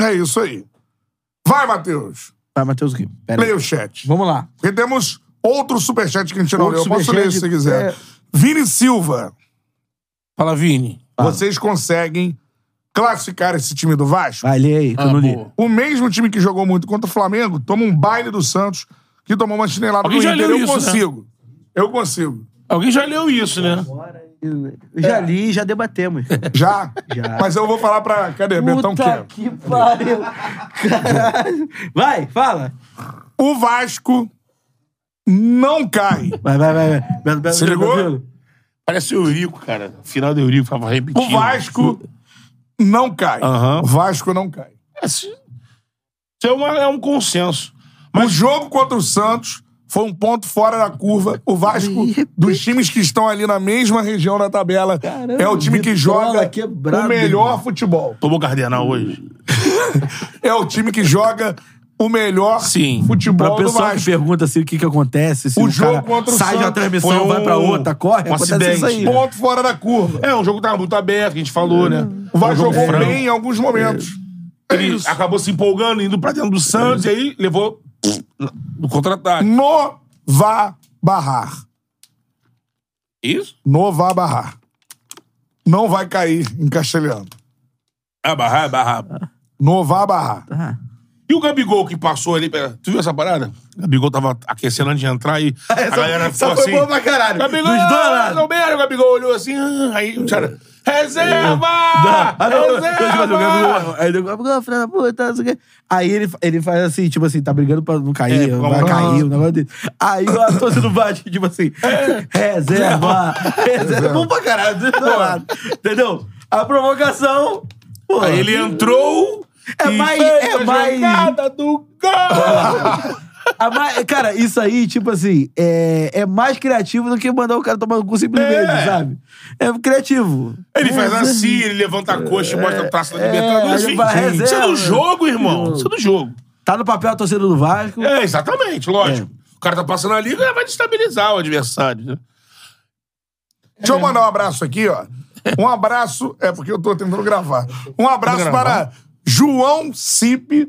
Speaker 1: É isso aí. Vai, Matheus.
Speaker 3: Tá, Matheus Guim. Pera aí.
Speaker 1: Leia o chat.
Speaker 3: Vamos lá.
Speaker 1: Porque temos outro superchat que a gente não
Speaker 3: Outro
Speaker 1: leu. Eu posso
Speaker 3: superchat,
Speaker 1: ler se você quiser.
Speaker 3: é.
Speaker 1: Vini Silva,
Speaker 2: Fala, Vini.
Speaker 3: Ah.
Speaker 1: vocês conseguem classificar esse time do Vasco?
Speaker 3: Vai, lê aí,
Speaker 2: Ah,
Speaker 3: que eu não li.
Speaker 2: boa.
Speaker 1: O mesmo time que jogou muito contra o Flamengo toma um baile do Santos, que tomou uma chinelada do
Speaker 2: Alguém já
Speaker 1: Inter.
Speaker 2: leu
Speaker 1: Eu
Speaker 2: isso, né?
Speaker 1: consigo. Eu consigo.
Speaker 2: Alguém já leu isso, né?
Speaker 3: Eu Já li e já debatemos.
Speaker 1: Já?
Speaker 3: Já.
Speaker 1: Mas eu vou falar pra. Cadê? Betão
Speaker 3: Puta
Speaker 1: quer.
Speaker 3: que pariu. Caralho. Vai, fala.
Speaker 1: O Vasco não cai.
Speaker 3: Vai, vai, vai. vai. Beto, Beto,
Speaker 1: Se
Speaker 3: Beto,
Speaker 1: ligou?
Speaker 3: Beto.
Speaker 2: Parece o Eurico, cara. Final do Eurico, tava repetindo.
Speaker 1: O Vasco não cai.
Speaker 2: Aham.
Speaker 1: O Vasco não cai.
Speaker 2: É, Isso isso é, uma- é um consenso.
Speaker 1: O jogo contra o Santos foi um ponto fora da curva. O Vasco,
Speaker 3: De
Speaker 1: dos times que estão ali na mesma região da tabela,
Speaker 3: Caramba,
Speaker 1: é o time que
Speaker 3: Vitrola
Speaker 1: joga
Speaker 3: quebrado,
Speaker 1: o melhor futebol.
Speaker 2: Tomou Cardenal hoje.
Speaker 1: É o time que joga o melhor
Speaker 2: Sim.
Speaker 1: futebol do
Speaker 3: Pra pessoa que
Speaker 1: Vasco.
Speaker 3: pergunta assim, o que que acontece, se
Speaker 1: O
Speaker 3: o,
Speaker 1: jogo
Speaker 3: cara
Speaker 1: contra o
Speaker 3: sai de uma
Speaker 1: Santos
Speaker 3: transmissão,
Speaker 2: foi
Speaker 3: vai pra
Speaker 2: um-
Speaker 3: outra, corre,
Speaker 2: um
Speaker 3: acontece
Speaker 2: acidente.
Speaker 3: isso aí. né?
Speaker 1: Ponto fora da curva.
Speaker 2: É, um jogo tava muito aberto, que a gente falou, né?
Speaker 1: O Vasco
Speaker 2: Foi um jogo
Speaker 1: jogou
Speaker 2: franco.
Speaker 1: bem em alguns momentos.
Speaker 2: Ele acabou se empolgando, indo pra dentro do Santos, e aí levou no contra-ataque.
Speaker 1: No Vasco. barrar.
Speaker 2: Isso?
Speaker 1: Nova barrar. Não vai cair em castelhano.
Speaker 2: Ah, barrar, é barrar.
Speaker 1: Nova barrar.
Speaker 3: Tá.
Speaker 2: E o Gabigol que passou ali, pera, tu viu essa parada? O Gabigol tava aquecendo antes de entrar e a galera ficou assim...
Speaker 3: pra caralho.
Speaker 2: Gabigol,
Speaker 3: Dos dois
Speaker 2: ah,
Speaker 3: lados.
Speaker 2: Gilberto, o Gabigol olhou assim, ah, aí o cara... Reserva!
Speaker 3: Ah, não, não, não, não, não,
Speaker 2: Reserva!
Speaker 3: Gabigol, Aí deu Gabigol, filha da puta, não sei o quê. Aí ele, ele faz assim, tipo assim, tá brigando pra não cair,
Speaker 2: É,
Speaker 3: vai
Speaker 2: não.
Speaker 3: cair, o negócio dele. Aí o torcida bate, tipo assim, reserva, reserva. Bom pra caralho, do outro lado. entendeu? A provocação, pô.
Speaker 2: Aí ele entrou...
Speaker 3: É
Speaker 2: e
Speaker 3: mais-
Speaker 2: fez
Speaker 3: é
Speaker 2: a
Speaker 3: mais-
Speaker 2: jogada do gol!
Speaker 3: a mais- cara, isso aí, tipo assim, é, é mais criativo do que mandar o cara tomar no cu simplesmente,
Speaker 2: É.
Speaker 3: sabe? É criativo.
Speaker 2: Ele faz
Speaker 3: Reserva.
Speaker 2: assim, ele levanta a coxa e mostra o traço da
Speaker 3: é,
Speaker 2: Libertadores.
Speaker 3: ele
Speaker 2: Enfim,
Speaker 3: vai
Speaker 2: gente, isso é
Speaker 3: reserva.
Speaker 2: do jogo, irmão. Isso é do jogo.
Speaker 3: Tá no papel a torcida do Vasco.
Speaker 2: É, exatamente, lógico. O cara tá passando a liga, vai destabilizar o adversário. né?
Speaker 1: Deixa eu mandar um abraço aqui, ó. Um abraço. É porque eu tô tentando gravar. Um abraço para João Cipe,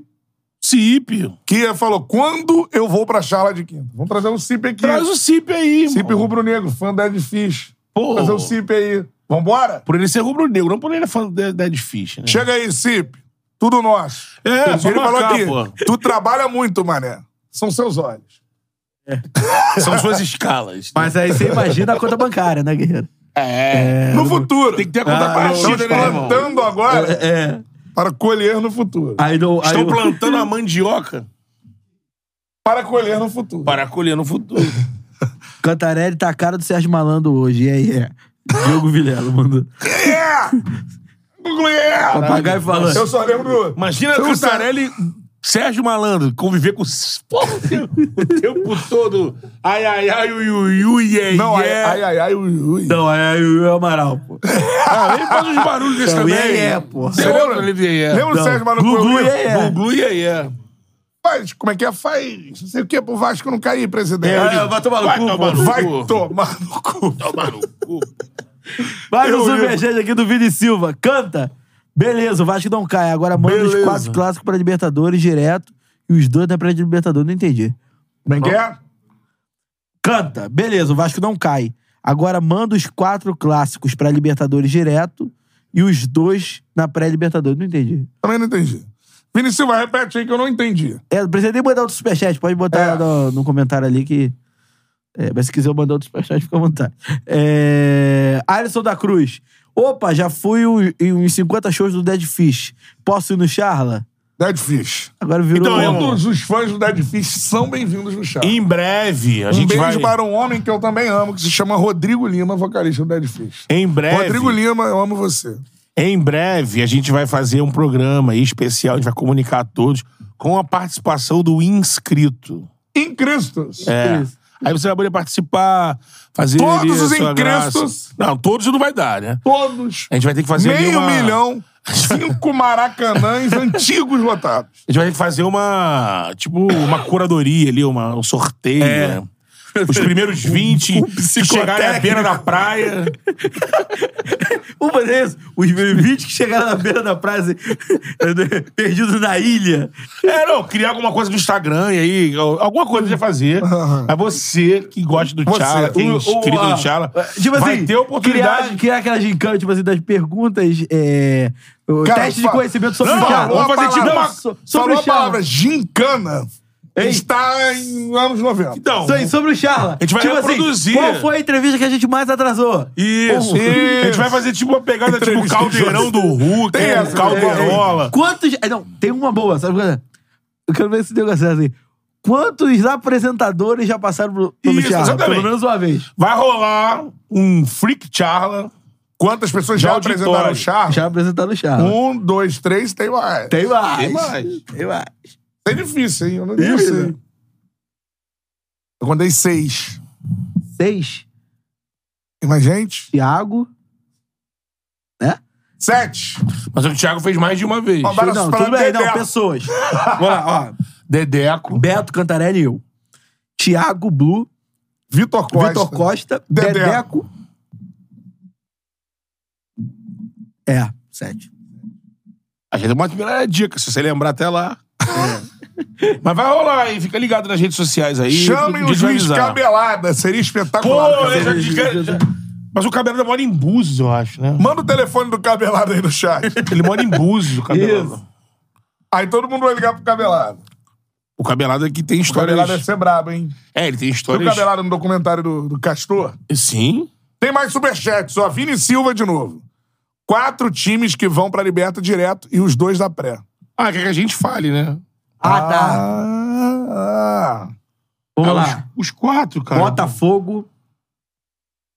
Speaker 2: Cip.
Speaker 1: que falou: quando eu vou pra charla de quinta? Vamos trazer um Cipe aqui.
Speaker 2: Traz o Cip aí, irmão.
Speaker 1: Cipe rubro-negro, fã da Ed Fish.
Speaker 2: Pô.
Speaker 1: Trazer o Cipe aí. Vambora?
Speaker 2: Por ele ser rubro-negro, não por ele é fã do Dead Dead Fish, né?
Speaker 1: Chega aí, Cipe. Tudo nosso.
Speaker 2: É,
Speaker 1: Ele
Speaker 2: só
Speaker 1: falou
Speaker 2: marcar,
Speaker 1: aqui:
Speaker 2: pô.
Speaker 1: tu trabalha muito, mané. São seus olhos.
Speaker 2: São suas escalas.
Speaker 3: Mas aí você imagina a conta bancária, né, guerreiro?
Speaker 2: é.
Speaker 1: No futuro.
Speaker 2: Tem que ter a conta
Speaker 3: Ah,
Speaker 2: partida,
Speaker 1: Estamos
Speaker 2: né, irmão?
Speaker 1: plantando agora
Speaker 3: É.
Speaker 1: para colher no futuro.
Speaker 3: Aí não. aí
Speaker 2: Estão
Speaker 3: não-
Speaker 2: plantando a mandioca
Speaker 1: Para colher no futuro.
Speaker 2: para colher no futuro.
Speaker 3: Cantarelli tá a cara do Sérgio Malandro hoje. E aí, é. Diogo Vilela mandou.
Speaker 1: Yeah! Yeah!
Speaker 3: Papagaio falando.
Speaker 1: Eu só lembro.
Speaker 2: Imagina
Speaker 1: Eu
Speaker 2: o Cantarelli, Sérgio Malandro, conviver com os- Pô, o tempo, o tempo todo. Ai, ai, ai, ui, ui, ui, yeah,
Speaker 1: Não, ai,
Speaker 2: yeah.
Speaker 1: ai, ai, ai, ui, ui.
Speaker 3: Não, aí o Will Amaral, pô.
Speaker 2: Ah, ele faz uns barulhos desse
Speaker 3: Não,
Speaker 2: também.
Speaker 3: yeah, yeah, pô.
Speaker 2: Tem outro ali, yeah, yeah.
Speaker 1: Lembra do
Speaker 3: Não.
Speaker 1: Sérgio Mano
Speaker 3: Gugu, é,
Speaker 1: Coelho?
Speaker 3: yeah, yeah. Lembra?
Speaker 2: Glu, yeah, yeah.
Speaker 1: Faz, como é que é? Faz, não sei o que, pro Vasco não cair, presidente.
Speaker 3: É, vai tomar no
Speaker 2: Vai
Speaker 3: cu,
Speaker 2: tomar
Speaker 3: pô.
Speaker 2: no
Speaker 1: Vai
Speaker 2: cu.
Speaker 1: tomar no cu.
Speaker 2: Tomar no cu.
Speaker 3: Vai no
Speaker 1: Eu lembro.
Speaker 3: superchat aqui do Vini Silva. Canta. Beleza, o Vasco não cai. Agora manda os
Speaker 1: Beleza.
Speaker 3: quatro clássicos pra Libertadores direto. E os dois na pré-Libertadores. Não entendi.
Speaker 1: Como é que é?
Speaker 3: Canta. Beleza, o Vasco não cai. Agora manda os quatro clássicos pra Libertadores direto. E os dois na pré-Libertadores. Não entendi.
Speaker 1: Também não entendi. Vini Silva, repete aí que eu não entendi.
Speaker 3: É, não precisa nem mandar outro superchat. Pode botar
Speaker 1: É.
Speaker 3: no, no comentário ali que. é, mas se quiser eu mandar outro superchat, fica à vontade. É, Alisson da Cruz. Opa, já fui um- em uns 50 shows do Dead Fish. Posso ir no Charla?
Speaker 1: Dead Fish.
Speaker 3: Agora virou. um.
Speaker 2: Então, irmão,
Speaker 1: Todos os fãs do Dead Fish são bem-vindos no chat.
Speaker 2: Em breve, a
Speaker 1: Um
Speaker 2: gente
Speaker 1: beijo
Speaker 2: vai...
Speaker 1: para um homem que eu também amo, que se chama Rodrigo Lima, vocalista do Dead Fish.
Speaker 2: Em breve,
Speaker 1: Rodrigo Lima, eu amo você.
Speaker 2: em breve, a gente vai fazer um programa aí especial, a gente vai comunicar a todos com a participação do inscrito.
Speaker 1: Incristos.
Speaker 2: É. Aí você vai poder participar, fazer
Speaker 1: Todos
Speaker 2: ali a
Speaker 1: os
Speaker 2: sua graça.
Speaker 1: increstos.
Speaker 2: Não, todos não vai dar, né?
Speaker 1: Todos.
Speaker 2: A gente vai ter que fazer ali
Speaker 1: Meio
Speaker 2: é uma...
Speaker 1: milhão, cinco maracanãs antigos lotados.
Speaker 2: A gente vai ter que fazer uma. Tipo, uma curadoria ali, uma, um sorteio. né? Os primeiros 20 que chegarem à beira da praia.
Speaker 3: Um beleza. Os meus 20 que chegaram na beira da praia, assim, perdidos na ilha.
Speaker 2: É, não, criar alguma coisa no Instagram e aí, al- alguma coisa a gente vai fazer. É você que gosta do
Speaker 1: Você.
Speaker 2: Tchala, quem é
Speaker 3: O- o-
Speaker 2: inscrito
Speaker 3: a-
Speaker 2: no Tchala,
Speaker 3: Tipo
Speaker 2: vai
Speaker 3: assim,
Speaker 2: ter a oportunidade.
Speaker 3: Criar, criar aquela gincana, tipo assim, das perguntas. É, o
Speaker 1: Cara,
Speaker 3: teste de
Speaker 1: fa-
Speaker 3: conhecimento sobre
Speaker 2: Não,
Speaker 3: o Charla.
Speaker 1: Falou
Speaker 2: vamos
Speaker 1: a
Speaker 2: fazer tipo
Speaker 1: palavra-
Speaker 2: uma-
Speaker 3: so- sobre
Speaker 1: Falou
Speaker 3: o
Speaker 1: a
Speaker 3: Charla.
Speaker 1: palavra gincana.
Speaker 3: Ei.
Speaker 1: Está em anos 90.
Speaker 2: Então,
Speaker 3: Isso aí, sobre o Charla.
Speaker 2: A gente vai
Speaker 3: tipo assim,
Speaker 2: reproduzir.
Speaker 3: qual foi a entrevista que a gente mais atrasou?
Speaker 1: Isso.
Speaker 2: isso. A gente vai fazer tipo uma pegada tipo
Speaker 1: Entrevista de
Speaker 2: caldeirão do Hulk,
Speaker 1: Tem
Speaker 2: é,
Speaker 1: essa,
Speaker 2: calderola.
Speaker 3: Quantos. ah, Não, tem uma boa, sabe? qual é? Eu quero ver se deu assim. Quantos apresentadores já passaram pelo, pelo
Speaker 2: Isso,
Speaker 3: Charla?
Speaker 2: exatamente.
Speaker 3: Pelo menos uma vez.
Speaker 2: Vai rolar um freak Charla.
Speaker 1: Quantas pessoas já
Speaker 2: De auditório.
Speaker 1: apresentaram o
Speaker 2: Ah.
Speaker 1: charme?
Speaker 3: Já apresentaram o Charla.
Speaker 1: Um, dois, três, tem mais.
Speaker 3: Tem mais.
Speaker 2: Tem mais.
Speaker 3: Tem mais.
Speaker 1: É difícil, hein? Eu não eu
Speaker 3: Isso.
Speaker 1: sei. Eu contei seis.
Speaker 3: Seis.
Speaker 1: Tem mais gente?
Speaker 3: Thiago.
Speaker 1: Sete.
Speaker 2: Mas o Thiago fez mais de uma vez.
Speaker 1: Ó, Abraço
Speaker 3: não,
Speaker 1: para
Speaker 3: tudo bem, não,
Speaker 1: Bebeto.
Speaker 3: pessoas. Vamos lá, ó.
Speaker 2: Dedeco.
Speaker 3: Beto Cantarelli e eu. Thiago Blue,
Speaker 1: Vitor Costa.
Speaker 3: Vitor Costa,
Speaker 1: Dedeco.
Speaker 3: Dedeco. É, sete. É,
Speaker 2: A gente tem uma primeira dica, se você lembrar até lá. É. Mas vai rolar, hein? Fica ligado nas redes sociais aí.
Speaker 1: Chamem
Speaker 2: fica-
Speaker 1: o juiz
Speaker 2: visualizar.
Speaker 1: Cabelada. Seria espetacular.
Speaker 2: Pô,
Speaker 1: cara.
Speaker 2: eu já diga- já- Mas o Cabelada mora em Búzios, eu acho, né?
Speaker 1: Manda o telefone do Cabelada aí no chat.
Speaker 2: Ele mora em Búzios, o Cabelada.
Speaker 3: Isso.
Speaker 1: Aí todo mundo vai ligar pro Cabelada.
Speaker 2: O Cabelada que tem
Speaker 1: O
Speaker 2: histórias...
Speaker 1: Cabelada deve ser brabo, hein?
Speaker 2: É, ele tem
Speaker 1: Viu o
Speaker 2: histórias...
Speaker 1: Cabelada no documentário do, do Castor?
Speaker 2: Sim.
Speaker 1: Tem mais superchats, ó. Vini Silva de novo. Quatro times que vão pra Liberta direto e os dois da pré.
Speaker 2: Ah, quer que a gente fale, né?
Speaker 3: Ah, tá.
Speaker 1: Ah,
Speaker 3: Vamos
Speaker 2: Ah,
Speaker 3: lá.
Speaker 2: Os, os quatro, cara.
Speaker 3: Botafogo.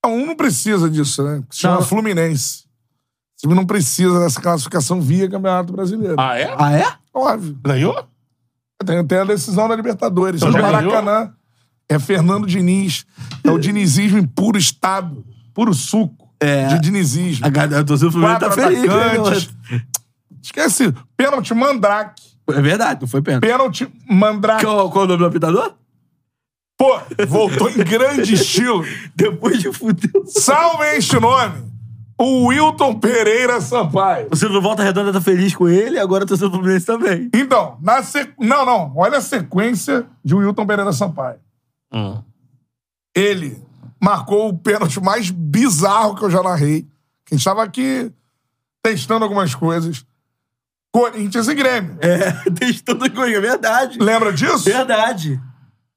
Speaker 1: ah. Um não precisa disso, né? Se chama
Speaker 3: Não.
Speaker 1: Fluminense. O time não precisa dessa classificação via Campeonato Brasileiro.
Speaker 2: Ah, é?
Speaker 3: Ah, é?
Speaker 1: Óbvio.
Speaker 2: Ganhou?
Speaker 1: Tem, tem a decisão da Libertadores.
Speaker 2: Então
Speaker 1: No
Speaker 2: já
Speaker 1: Maracanã é Fernando Diniz. É o dinizismo em puro estado. Puro suco
Speaker 2: É.
Speaker 1: de dinizismo.
Speaker 3: A galera do Fluminense
Speaker 1: Quatro
Speaker 3: tá feliz.
Speaker 1: atacantes.
Speaker 3: né?
Speaker 1: Esquece. Pênalti Mandrake.
Speaker 3: É verdade, não foi pena.
Speaker 1: Pênalti Mandrake.
Speaker 3: Qual, qual é o nome do apitador?
Speaker 1: Pô, voltou em grande estilo.
Speaker 3: Depois de fuder.
Speaker 1: Salve este nome. O Wilton Pereira Sampaio.
Speaker 3: Você não volta redonda tá feliz com ele, agora torcendo pro Fluminense também.
Speaker 1: Então, na sequ... Não, não. Olha a sequência de Wilton Pereira Sampaio.
Speaker 2: Ah.
Speaker 1: Ele marcou o pênalti mais bizarro que eu já narrei. Que a gente tava aqui testando algumas coisas. Corinthians e Grêmio.
Speaker 3: É, testando o Coringa, é verdade.
Speaker 1: Lembra disso?
Speaker 3: Verdade.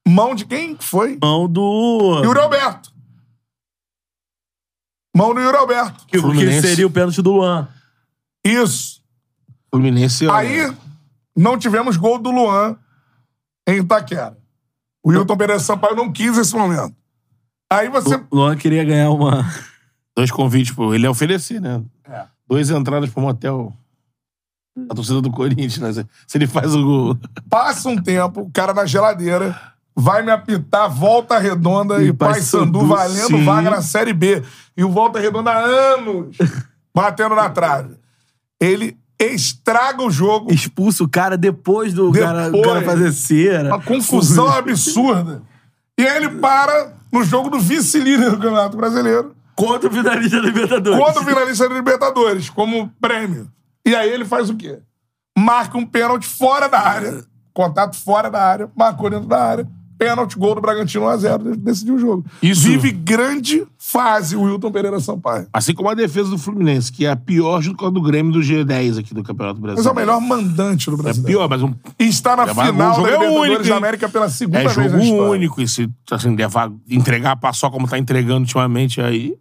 Speaker 1: Mão de quem que foi?
Speaker 3: Mão do.
Speaker 1: Yuri Alberto. Mão do Yuri Alberto.
Speaker 3: Que, que
Speaker 2: Fluminense.
Speaker 3: seria o pênalti do Luan.
Speaker 1: Isso.
Speaker 2: Fluminense... ó.
Speaker 1: Aí não tivemos gol do Luan em Itaquera. O Hilton Pereira Sampaio não quis esse momento. Aí você.
Speaker 3: O Luan queria ganhar uma.
Speaker 2: Dois convites, pô. Ele ia oferecer, né?
Speaker 1: É.
Speaker 2: Dois entradas pro motel. A torcida do Corinthians, né? Se- Se ele faz o gol.
Speaker 1: Passa um tempo, o cara na geladeira, vai me apitar Volta Redonda e,
Speaker 3: E
Speaker 1: Paysandu
Speaker 3: Paysandu,
Speaker 1: valendo
Speaker 3: sim.
Speaker 1: vaga na Série B. E o Volta Redonda há anos batendo na trave. Ele estraga o jogo.
Speaker 3: Expulsa o cara depois do cara, o
Speaker 1: Depois.
Speaker 3: cara fazer cera.
Speaker 1: Uma confusão absurda. E aí ele para no jogo do vice-líder do Campeonato Brasileiro.
Speaker 3: Contra o finalista da Libertadores.
Speaker 1: quando o finalista da Libertadores, como prêmio. E aí ele faz o quê? Marca um pênalti fora da área. Contato fora da área, marcou dentro da área. Pênalti, gol do Bragantino 1x0, decidiu o jogo.
Speaker 2: Isso.
Speaker 1: Vive grande fase o Wilton Pereira Sampaio.
Speaker 2: Assim como a defesa do Fluminense, que é a pior junto com a do Grêmio do G10 aqui do Campeonato
Speaker 1: Mas é o
Speaker 2: Brasileiro.
Speaker 1: melhor mandante do
Speaker 2: É
Speaker 1: Brasil.
Speaker 2: pior, mas um
Speaker 1: E está na
Speaker 2: É, mas o
Speaker 1: final da
Speaker 2: jogo é
Speaker 1: Libertadores
Speaker 2: único,
Speaker 1: da
Speaker 2: hein?
Speaker 1: América pela segunda
Speaker 2: é
Speaker 1: vez na
Speaker 2: jogo
Speaker 1: história.
Speaker 2: único. E se assim, levar, entregar pra só como tá entregando ultimamente aí.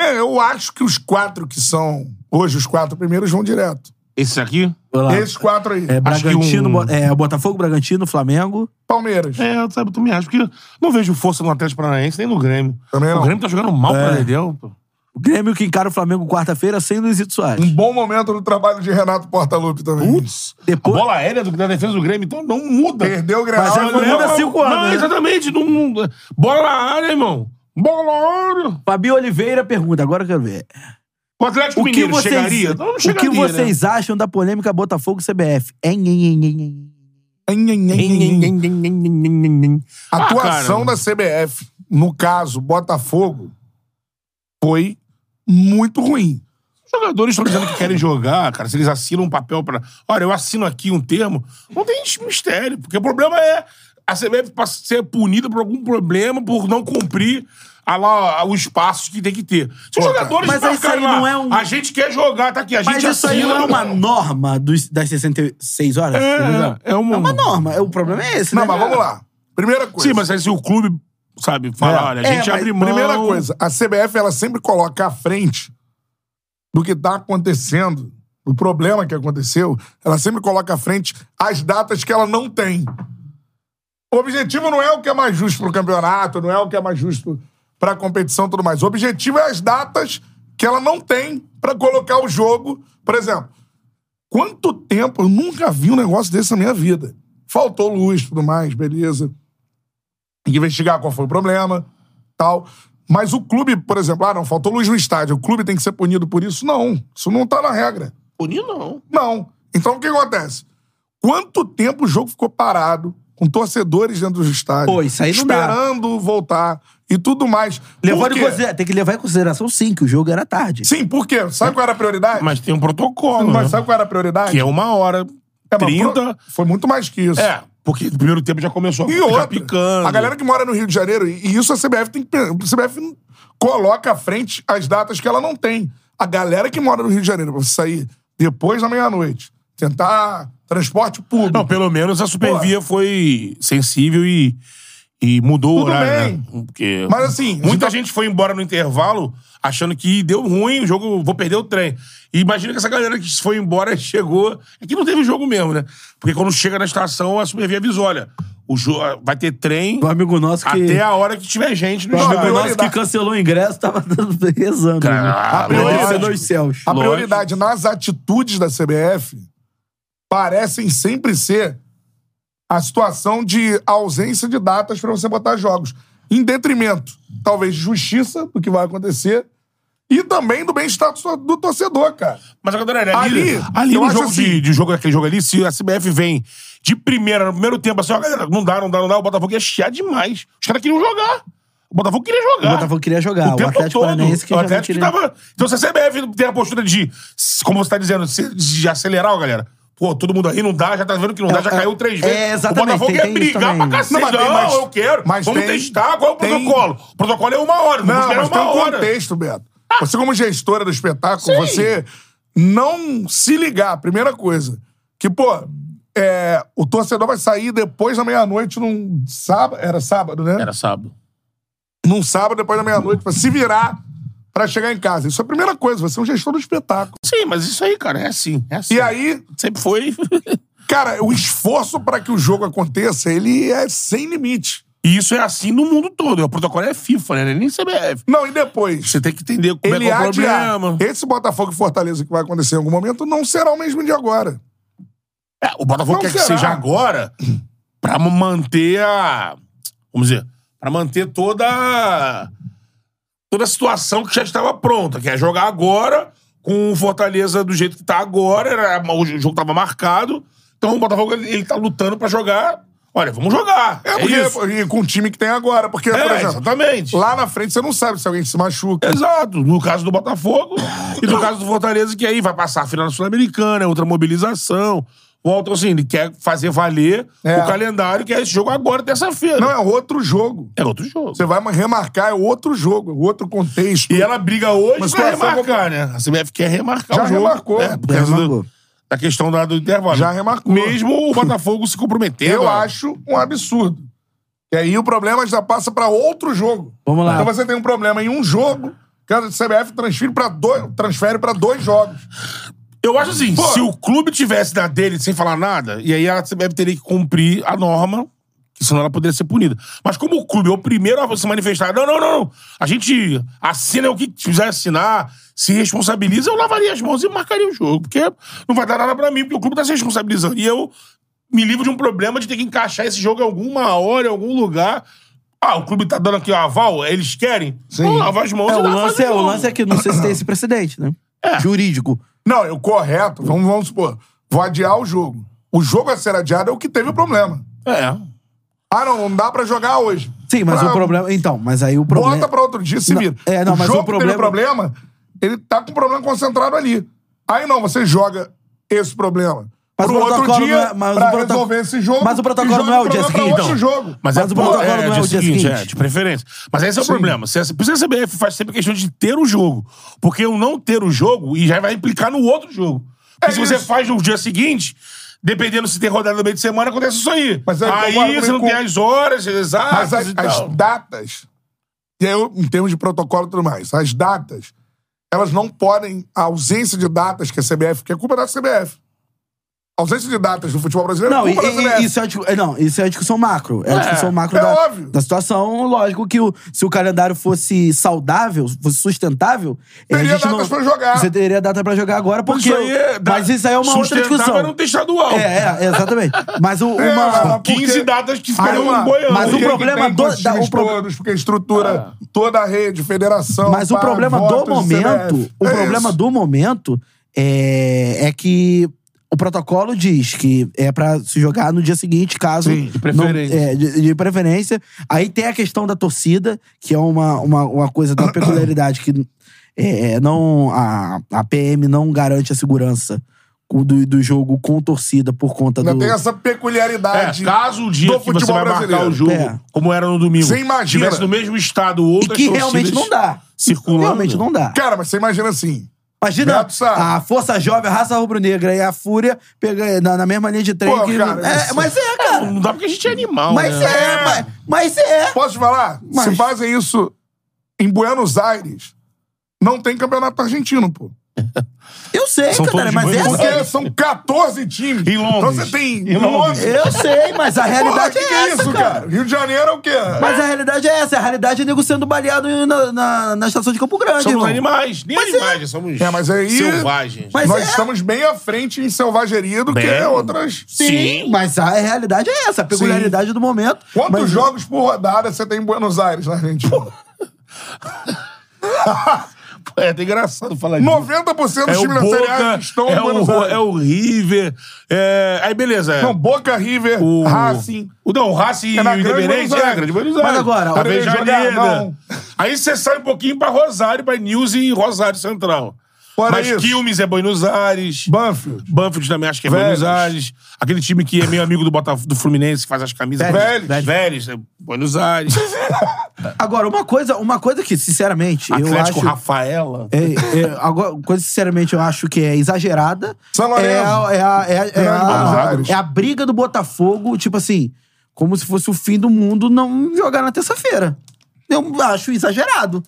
Speaker 1: É, eu acho que os quatro que são hoje os quatro primeiros vão direto.
Speaker 2: Esse aqui?
Speaker 3: Vai lá.
Speaker 1: Esses quatro aí.
Speaker 3: É,
Speaker 2: Acho que
Speaker 3: Bragantino,
Speaker 2: um-
Speaker 3: Bo- é, Botafogo, Bragantino, Flamengo.
Speaker 1: Palmeiras.
Speaker 2: É, eu, sabe, eu também acho, porque não vejo força no Atlético Paranaense nem no Grêmio.
Speaker 1: Também
Speaker 2: O
Speaker 1: É, não.
Speaker 2: Grêmio tá jogando mal pra
Speaker 3: É.
Speaker 2: Dedéu, pô.
Speaker 3: O Grêmio que encara o Flamengo quarta-feira sem Luizito Soares.
Speaker 1: Um bom momento do trabalho de Renato Portaluppi também.
Speaker 2: Putz,
Speaker 3: Depois-
Speaker 2: a bola aérea do, da defesa do Grêmio, então não muda.
Speaker 1: Perdeu o Grenal.
Speaker 3: Mas é
Speaker 1: mas
Speaker 3: o Grêmio
Speaker 1: não-
Speaker 3: há cinco anos,
Speaker 2: Não,
Speaker 3: né?
Speaker 2: exatamente. Não, não- é, bola na área, irmão. Bola na área.
Speaker 3: Fabi Oliveira pergunta, agora eu quero ver.
Speaker 2: O Atlético
Speaker 3: O que
Speaker 2: Mineiro
Speaker 3: vocês,
Speaker 2: chegaria? Não, não
Speaker 3: o
Speaker 2: chegaria,
Speaker 3: que
Speaker 2: né?
Speaker 3: vocês acham da polêmica Botafogo CBF? Hein, hein, hein, hein, hein.
Speaker 2: Ah,
Speaker 1: Atuação
Speaker 2: cara.
Speaker 1: da CBF, no caso, Botafogo, foi muito ruim.
Speaker 2: Os jogadores estão dizendo que querem jogar, cara. Se eles assinam um papel pra. Olha, eu assino aqui um termo. Não tem mistério, porque o problema é a CBF pa- ser punida por algum problema por não cumprir a lá, os passos que tem que ter. Se os
Speaker 1: Pô,
Speaker 3: cara.
Speaker 2: jogadores
Speaker 3: Mas aí isso aí
Speaker 2: marcarem lá,
Speaker 3: não é um-
Speaker 2: a gente quer jogar, tá aqui, a gente
Speaker 3: Mas isso aí
Speaker 2: assina,
Speaker 3: não é uma
Speaker 2: mano.
Speaker 3: norma dos, das 66 horas?
Speaker 2: É,
Speaker 3: Tá ligado?
Speaker 2: é uma-
Speaker 3: é uma norma. É, O problema é esse,
Speaker 1: Não,
Speaker 3: né?
Speaker 1: mas vamos lá. Primeira coisa.
Speaker 2: Sim, mas aí se o clube, sabe, fala, olha, a
Speaker 1: É,
Speaker 2: gente
Speaker 1: mas
Speaker 2: abre mão.
Speaker 1: Primeira coisa, a CBF ela sempre coloca à frente do que está acontecendo, do problema que aconteceu, ela sempre coloca à frente as datas que ela não tem. O objetivo não é o que é mais justo para o campeonato, não é o que é mais justo para a competição e tudo mais. O objetivo é as datas que ela não tem para colocar o jogo. Por exemplo, quanto tempo eu nunca vi um negócio desse na minha vida? Faltou luz, tudo mais, beleza. Tem que investigar qual foi o problema, tal. Mas o clube, por exemplo, ah, não, faltou luz no estádio, o clube tem que ser punido por isso? Não, isso não tá na regra.
Speaker 2: Punir, não.
Speaker 1: Não. Então o que acontece? Quanto tempo o jogo ficou parado, com torcedores dentro do estádio,
Speaker 3: Pô, isso aí não dá.
Speaker 1: esperando voltar e tudo mais.
Speaker 3: Levando
Speaker 1: Por
Speaker 3: em
Speaker 1: quê?
Speaker 3: considera- Tem que levar em consideração, sim, que o jogo era tarde.
Speaker 1: Sim, por quê? Sabe qual era a prioridade?
Speaker 2: Mas tem um protocolo.
Speaker 1: Mas
Speaker 2: né?
Speaker 3: é
Speaker 1: sabe qual era a prioridade?
Speaker 2: Que é uma hora.
Speaker 1: É, mas
Speaker 2: 30.
Speaker 1: pro- Foi muito mais que isso.
Speaker 2: É, porque no primeiro tempo já começou a
Speaker 1: E
Speaker 2: já
Speaker 1: outra,
Speaker 2: picando.
Speaker 1: a galera que mora no Rio de Janeiro, e e isso a CBF tem que... pe- A CBF não coloca à frente as datas que ela não tem. A galera que mora no Rio de Janeiro, pra você sair depois da meia-noite, tentar transporte público.
Speaker 2: Não, pelo menos a Supervia foi sensível e, e mudou
Speaker 1: Tudo
Speaker 2: o horário.
Speaker 1: bem.
Speaker 2: Né? Porque
Speaker 1: Mas, assim, a gente
Speaker 2: Muita
Speaker 1: tá-
Speaker 2: gente foi embora no intervalo achando que deu ruim, o jogo, vou perder o trem. E imagina que essa galera que foi embora chegou. Aqui não teve jogo mesmo, né? Porque quando chega na estação, a Supervia avisa: olha, o jo... vai ter trem
Speaker 3: Um amigo nosso que.
Speaker 2: até a hora que tiver gente no
Speaker 3: Um
Speaker 1: Não,
Speaker 2: estádio.
Speaker 1: a
Speaker 3: amigo nosso
Speaker 1: prioridade-
Speaker 3: que cancelou o ingresso tava dando- rezando.
Speaker 2: Cara,
Speaker 3: Né?
Speaker 1: lógico.
Speaker 3: Agradecendo aos céus.
Speaker 1: A
Speaker 2: Lógico.
Speaker 1: prioridade nas atitudes da CBF parecem sempre ser a situação de ausência de datas para você botar jogos. Em detrimento, talvez, de justiça do que vai acontecer e também do bem-estar do so- do torcedor, cara.
Speaker 2: Mas agora, ali,
Speaker 1: Ali,
Speaker 2: ali, ali
Speaker 1: é eu
Speaker 2: no
Speaker 1: acho
Speaker 2: jogo
Speaker 1: assim-
Speaker 2: de, de jogo, aquele jogo ali, se a CBF vem de primeira, no primeiro tempo, assim, ó, galera, não dá, não dá, não dá, o Botafogo ia chiar demais. Os caras queriam jogar. O Botafogo queria jogar.
Speaker 3: O Botafogo queria jogar. O,
Speaker 2: o tempo
Speaker 3: Atlético
Speaker 2: todo.
Speaker 3: Paranaense que
Speaker 2: o
Speaker 3: já não
Speaker 2: Atlético
Speaker 3: queria.
Speaker 2: tava... Então, se a CBF tem a postura de, como você tá dizendo, se- de acelerar, ó, galera, pô, todo mundo aí não dá, já tá vendo que não dá, já
Speaker 3: é-
Speaker 2: caiu três
Speaker 3: é,
Speaker 2: vezes.
Speaker 3: exatamente,
Speaker 2: O Botafogo
Speaker 3: tem-
Speaker 2: quer
Speaker 3: tem isso
Speaker 2: brigar pra
Speaker 3: também.
Speaker 2: cacete.
Speaker 1: Não,
Speaker 2: Não,
Speaker 1: mas tem- mas-
Speaker 2: eu quero.
Speaker 1: mas
Speaker 2: Vamos
Speaker 1: tem-
Speaker 2: testar qual é o
Speaker 1: tem-
Speaker 2: protocolo. O protocolo é uma hora.
Speaker 1: Não,
Speaker 2: é
Speaker 1: mas tem
Speaker 2: uma
Speaker 1: um
Speaker 2: hora.
Speaker 1: contexto, Beto. Você, como gestora do espetáculo, você não se ligar, primeira coisa. Que, pô, é, o torcedor vai sair depois da meia-noite num sábado. Era sábado, né?
Speaker 2: Era sábado.
Speaker 1: num sábado depois da meia-noite pra se virar pra chegar em casa. Isso é a primeira coisa, você é um gestor do espetáculo.
Speaker 2: Sim, mas isso aí, cara, é assim. É assim.
Speaker 1: E aí,
Speaker 2: Sempre foi.
Speaker 1: cara, o esforço pra que o jogo aconteça, ele é sem limite.
Speaker 2: E isso é assim no mundo todo. O protocolo é FIFA, né? Não é Nem CBF.
Speaker 1: Não, e depois,
Speaker 2: Você tem que entender como
Speaker 1: ele
Speaker 2: é que é o
Speaker 1: há de há.
Speaker 2: problema.
Speaker 1: Esse Botafogo e Fortaleza que vai acontecer em algum momento não será o mesmo de agora.
Speaker 2: É, o Botafogo
Speaker 1: Não
Speaker 2: quer
Speaker 1: será.
Speaker 2: que seja agora pra ma- manter a. Vamos dizer, pra manter toda. a- toda a situação que já estava pronta, que é jogar agora com o Fortaleza do jeito que tá agora, era- o jogo tava marcado. Então o Botafogo ele, ele tá lutando pra jogar. Olha, vamos jogar.
Speaker 1: É
Speaker 2: É,
Speaker 1: porque
Speaker 2: isso.
Speaker 1: e com o time que tem agora, porque
Speaker 2: É,
Speaker 1: por exemplo,
Speaker 2: exatamente.
Speaker 1: lá na frente você não sabe se alguém se machuca.
Speaker 2: Exato. No caso do Botafogo e no caso do Fortaleza, que aí vai passar a final da sul-americana, é outra mobilização. Volta assim, ele quer fazer valer
Speaker 1: É.
Speaker 2: o calendário, que é esse jogo agora, terça-feira.
Speaker 1: Não é outro jogo.
Speaker 2: É outro jogo.
Speaker 1: Você vai remarcar é outro jogo, é outro contexto.
Speaker 2: E ela briga hoje
Speaker 1: Mas
Speaker 2: pra
Speaker 1: situação-
Speaker 2: remarcar, né? A CBF quer remarcar
Speaker 1: Já
Speaker 2: o jogo.
Speaker 1: remarcou.
Speaker 2: É, por causa
Speaker 3: Remarcou.
Speaker 2: do- da questão da, do intervalo.
Speaker 1: Já remarcou.
Speaker 2: Mesmo o Botafogo se comprometendo.
Speaker 1: Eu
Speaker 2: a-
Speaker 1: acho um absurdo. E aí o problema já passa pra outro jogo.
Speaker 3: Vamos lá.
Speaker 1: Então você tem um problema em um jogo, que a CBF transfere pra dois, transfere para dois jogos.
Speaker 2: Eu acho assim,
Speaker 1: Pô.
Speaker 2: se o clube tivesse na dele sem falar nada, e aí a CBF teria que cumprir a norma, que senão ela poderia ser punida. Mas como o clube é o primeiro a se manifestar, não, não, não, não, a gente assina o que quiser assinar, se responsabiliza, eu lavaria as mãos e marcaria o jogo, porque não vai dar nada pra mim, porque o clube tá se responsabilizando. E eu me livro de um problema de ter que encaixar esse jogo em alguma hora, em algum lugar. Ah, o clube tá dando aqui o aval, eles querem?
Speaker 1: Sim.
Speaker 2: Então lava as mãos
Speaker 3: É,
Speaker 2: e
Speaker 3: o,
Speaker 2: lá faz
Speaker 3: lance é, o
Speaker 2: jogo.
Speaker 3: lance é que não sei se tem esse precedente, né? Jurídico.
Speaker 1: Não, eu correto, vamos, vamos supor, vou adiar o jogo. O jogo a ser adiado é o que teve o problema.
Speaker 2: É.
Speaker 1: Ah, não, não dá pra jogar hoje.
Speaker 3: Sim, mas
Speaker 1: Ah,
Speaker 3: o problema. Então, mas aí o problema.
Speaker 1: Bota pra outro dia, se
Speaker 3: Não,
Speaker 1: vira.
Speaker 3: é, não,
Speaker 1: o
Speaker 3: mas
Speaker 1: jogo
Speaker 3: o
Speaker 1: que teve problema, ele tá com um problema concentrado ali. Aí não, você joga esse problema.
Speaker 3: Mas
Speaker 1: pro
Speaker 3: o
Speaker 1: outro
Speaker 3: protocolo
Speaker 1: dia,
Speaker 3: não é- mas
Speaker 1: pra
Speaker 3: o protoco-
Speaker 1: resolver esse jogo.
Speaker 3: mas o
Speaker 1: e
Speaker 3: protocolo
Speaker 1: joga
Speaker 3: não é o
Speaker 1: um
Speaker 3: dia
Speaker 1: problema pra
Speaker 3: seguinte,
Speaker 1: outro jogo.
Speaker 2: Mas,
Speaker 3: Mas
Speaker 2: é
Speaker 3: o protocolo
Speaker 2: é,
Speaker 3: não é o dia seguinte.
Speaker 2: É, de preferência. Mas esse é o problema. Se a- Por isso a CBF faz sempre questão de ter o jogo. Porque eu não ter o jogo e já vai implicar no outro jogo.
Speaker 1: É
Speaker 2: Porque se você
Speaker 1: isso.
Speaker 2: faz no dia seguinte, dependendo se tem rodada no meio de semana, acontece isso aí.
Speaker 1: Mas eu concordo
Speaker 2: aí você não
Speaker 1: com-
Speaker 2: tem as horas exatas
Speaker 1: Mas as,
Speaker 2: e
Speaker 1: as
Speaker 2: tal.
Speaker 1: datas, e aí eu, em termos de protocolo e tudo mais, as datas, elas não podem. A ausência de datas que a CBF, que é culpa da CBF. A ausência de datas do futebol brasileiro
Speaker 3: Não,
Speaker 1: é
Speaker 3: e-
Speaker 1: culpa da
Speaker 3: e-
Speaker 1: CBF.
Speaker 3: e isso é, a discu- é, não, isso é a discussão macro. É a
Speaker 2: É,
Speaker 3: discussão macro
Speaker 1: é
Speaker 3: da,
Speaker 1: óbvio.
Speaker 3: da situação. Lógico que o- se o calendário fosse saudável, fosse sustentável. eh,
Speaker 1: Teria
Speaker 3: a gente
Speaker 1: datas
Speaker 3: não,
Speaker 1: pra jogar.
Speaker 3: Você teria data pra jogar agora, porque.
Speaker 2: Isso aí é da-
Speaker 3: mas isso aí é uma outra
Speaker 2: sustentável
Speaker 3: discussão.
Speaker 2: não ter estadual.
Speaker 3: É, é, exatamente. Mas o.
Speaker 1: É,
Speaker 3: uma-
Speaker 1: mas porque-
Speaker 2: 15 datas que
Speaker 1: Aí
Speaker 2: ficaram
Speaker 1: uma-
Speaker 2: boiando.
Speaker 3: mas o
Speaker 1: porque
Speaker 3: problema
Speaker 1: um que tem
Speaker 3: do-
Speaker 1: com os
Speaker 3: da- o
Speaker 1: times
Speaker 3: pro-
Speaker 1: todos, porque estrutura
Speaker 2: Ah.
Speaker 1: toda a rede, federação.
Speaker 3: Mas o
Speaker 1: pá,
Speaker 3: problema do
Speaker 1: votos,
Speaker 3: momento,
Speaker 1: CBF.
Speaker 3: o
Speaker 1: É
Speaker 3: problema
Speaker 1: isso.
Speaker 3: do momento é, é que o protocolo diz que é pra se jogar no dia seguinte, caso
Speaker 2: Sim, de preferência.
Speaker 3: não- é, de, de preferência. Aí tem a questão da torcida, que é uma, uma, uma coisa da é, peculiaridade que é, não a, a PM não garante a segurança do, do jogo com torcida por conta
Speaker 1: Ainda
Speaker 3: do.
Speaker 1: tem essa peculiaridade.
Speaker 2: É, caso o dia
Speaker 1: do
Speaker 2: que você
Speaker 1: futebol
Speaker 2: vai marcar
Speaker 1: brasileiro.
Speaker 2: o jogo,
Speaker 3: É.
Speaker 2: como era no domingo,
Speaker 1: Você imagina.
Speaker 2: tivesse no mesmo estado
Speaker 3: E
Speaker 2: outras
Speaker 3: que
Speaker 2: torcidas
Speaker 3: realmente não dá.
Speaker 2: circulando.
Speaker 3: Realmente não dá.
Speaker 1: Cara, mas você imagina assim.
Speaker 3: Imagina
Speaker 1: Beto Sá.
Speaker 3: a Força Jovem, a Raça Rubro-Negra e a Fúria pega, na, na mesma linha de trem.
Speaker 1: Pô,
Speaker 3: que-
Speaker 1: cara,
Speaker 3: é,
Speaker 1: isso-
Speaker 3: mas é, cara.
Speaker 2: Não dá porque a gente é animal,
Speaker 3: Mas é,
Speaker 2: né?
Speaker 1: É.
Speaker 3: Mas, mas é.
Speaker 1: Posso te falar?
Speaker 3: Mas-
Speaker 1: Se fazem isso em Buenos Aires, não tem campeonato argentino, pô.
Speaker 3: Eu sei,
Speaker 2: São
Speaker 3: cara,
Speaker 2: todos
Speaker 3: mas
Speaker 2: muito
Speaker 3: é
Speaker 2: bons.
Speaker 3: assim.
Speaker 1: Porque são 14 times.
Speaker 2: Em Londres.
Speaker 1: Então você tem
Speaker 2: Em Londres.
Speaker 1: 11.
Speaker 3: Eu sei, mas a
Speaker 1: Porra,
Speaker 3: realidade
Speaker 1: que que
Speaker 3: é essa,
Speaker 1: isso,
Speaker 3: cara.
Speaker 1: cara? Rio de Janeiro é o quê?
Speaker 3: Mas a realidade é essa. A realidade é nego sendo baleado na, na, na estação de Campo Grande,
Speaker 2: Somos
Speaker 3: irmão.
Speaker 2: animais. Nem animais, somos
Speaker 1: É, mas aí-
Speaker 2: selvagens.
Speaker 3: Mas
Speaker 1: Nós
Speaker 3: é.
Speaker 1: estamos bem à frente em selvageria do que
Speaker 2: Bem.
Speaker 1: outras.
Speaker 3: Sim,
Speaker 2: Sim.
Speaker 3: mas a realidade é essa. A peculiaridade do momento.
Speaker 1: Quantos
Speaker 3: mas,
Speaker 1: jogos por rodada você tem em Buenos Aires né, na Argentina?
Speaker 2: É até engraçado falar disso.
Speaker 1: 90% dos
Speaker 2: É o
Speaker 1: times da Série A
Speaker 2: Boca,
Speaker 1: estão em
Speaker 2: é
Speaker 1: Buenos
Speaker 2: o,
Speaker 1: Aires.
Speaker 2: é o River. é- Aí, beleza. é.
Speaker 1: Não, Boca, River,
Speaker 2: o
Speaker 1: Racing.
Speaker 2: O, não, o Racing
Speaker 1: É na
Speaker 2: e o
Speaker 1: Grande
Speaker 2: Independente
Speaker 1: Buenos
Speaker 2: é a
Speaker 1: Aires.
Speaker 2: Grande Buenos
Speaker 3: Mas
Speaker 2: Ares.
Speaker 3: agora,
Speaker 2: a
Speaker 3: olha,
Speaker 1: não.
Speaker 2: Vejaneira. Aí você sai um pouquinho pra Rosário, pra News e Rosário Central.
Speaker 1: Fora
Speaker 2: Mas
Speaker 1: isso.
Speaker 2: Quilmes é Buenos Aires.
Speaker 1: Banfield.
Speaker 2: Banfield também acho que é
Speaker 1: Vélez.
Speaker 2: Buenos Aires. Aquele time que é meio amigo do, Botafogo, do Fluminense, que faz as camisas.
Speaker 3: Vélez.
Speaker 2: Vélez. Vélez, é Buenos Aires.
Speaker 3: Agora, uma coisa, uma coisa que, sinceramente, eu
Speaker 2: Atlético
Speaker 3: acho...
Speaker 2: Rafaela.
Speaker 3: É, é, agora, coisa que, sinceramente, eu acho que é exagerada.
Speaker 1: São Lourenço.
Speaker 3: É a, é, a, é, a- é,
Speaker 1: Buenos
Speaker 3: a,
Speaker 1: Aires.
Speaker 3: é a briga do Botafogo, tipo assim, como se fosse o fim do mundo não jogar na terça-feira. Eu acho exagerado.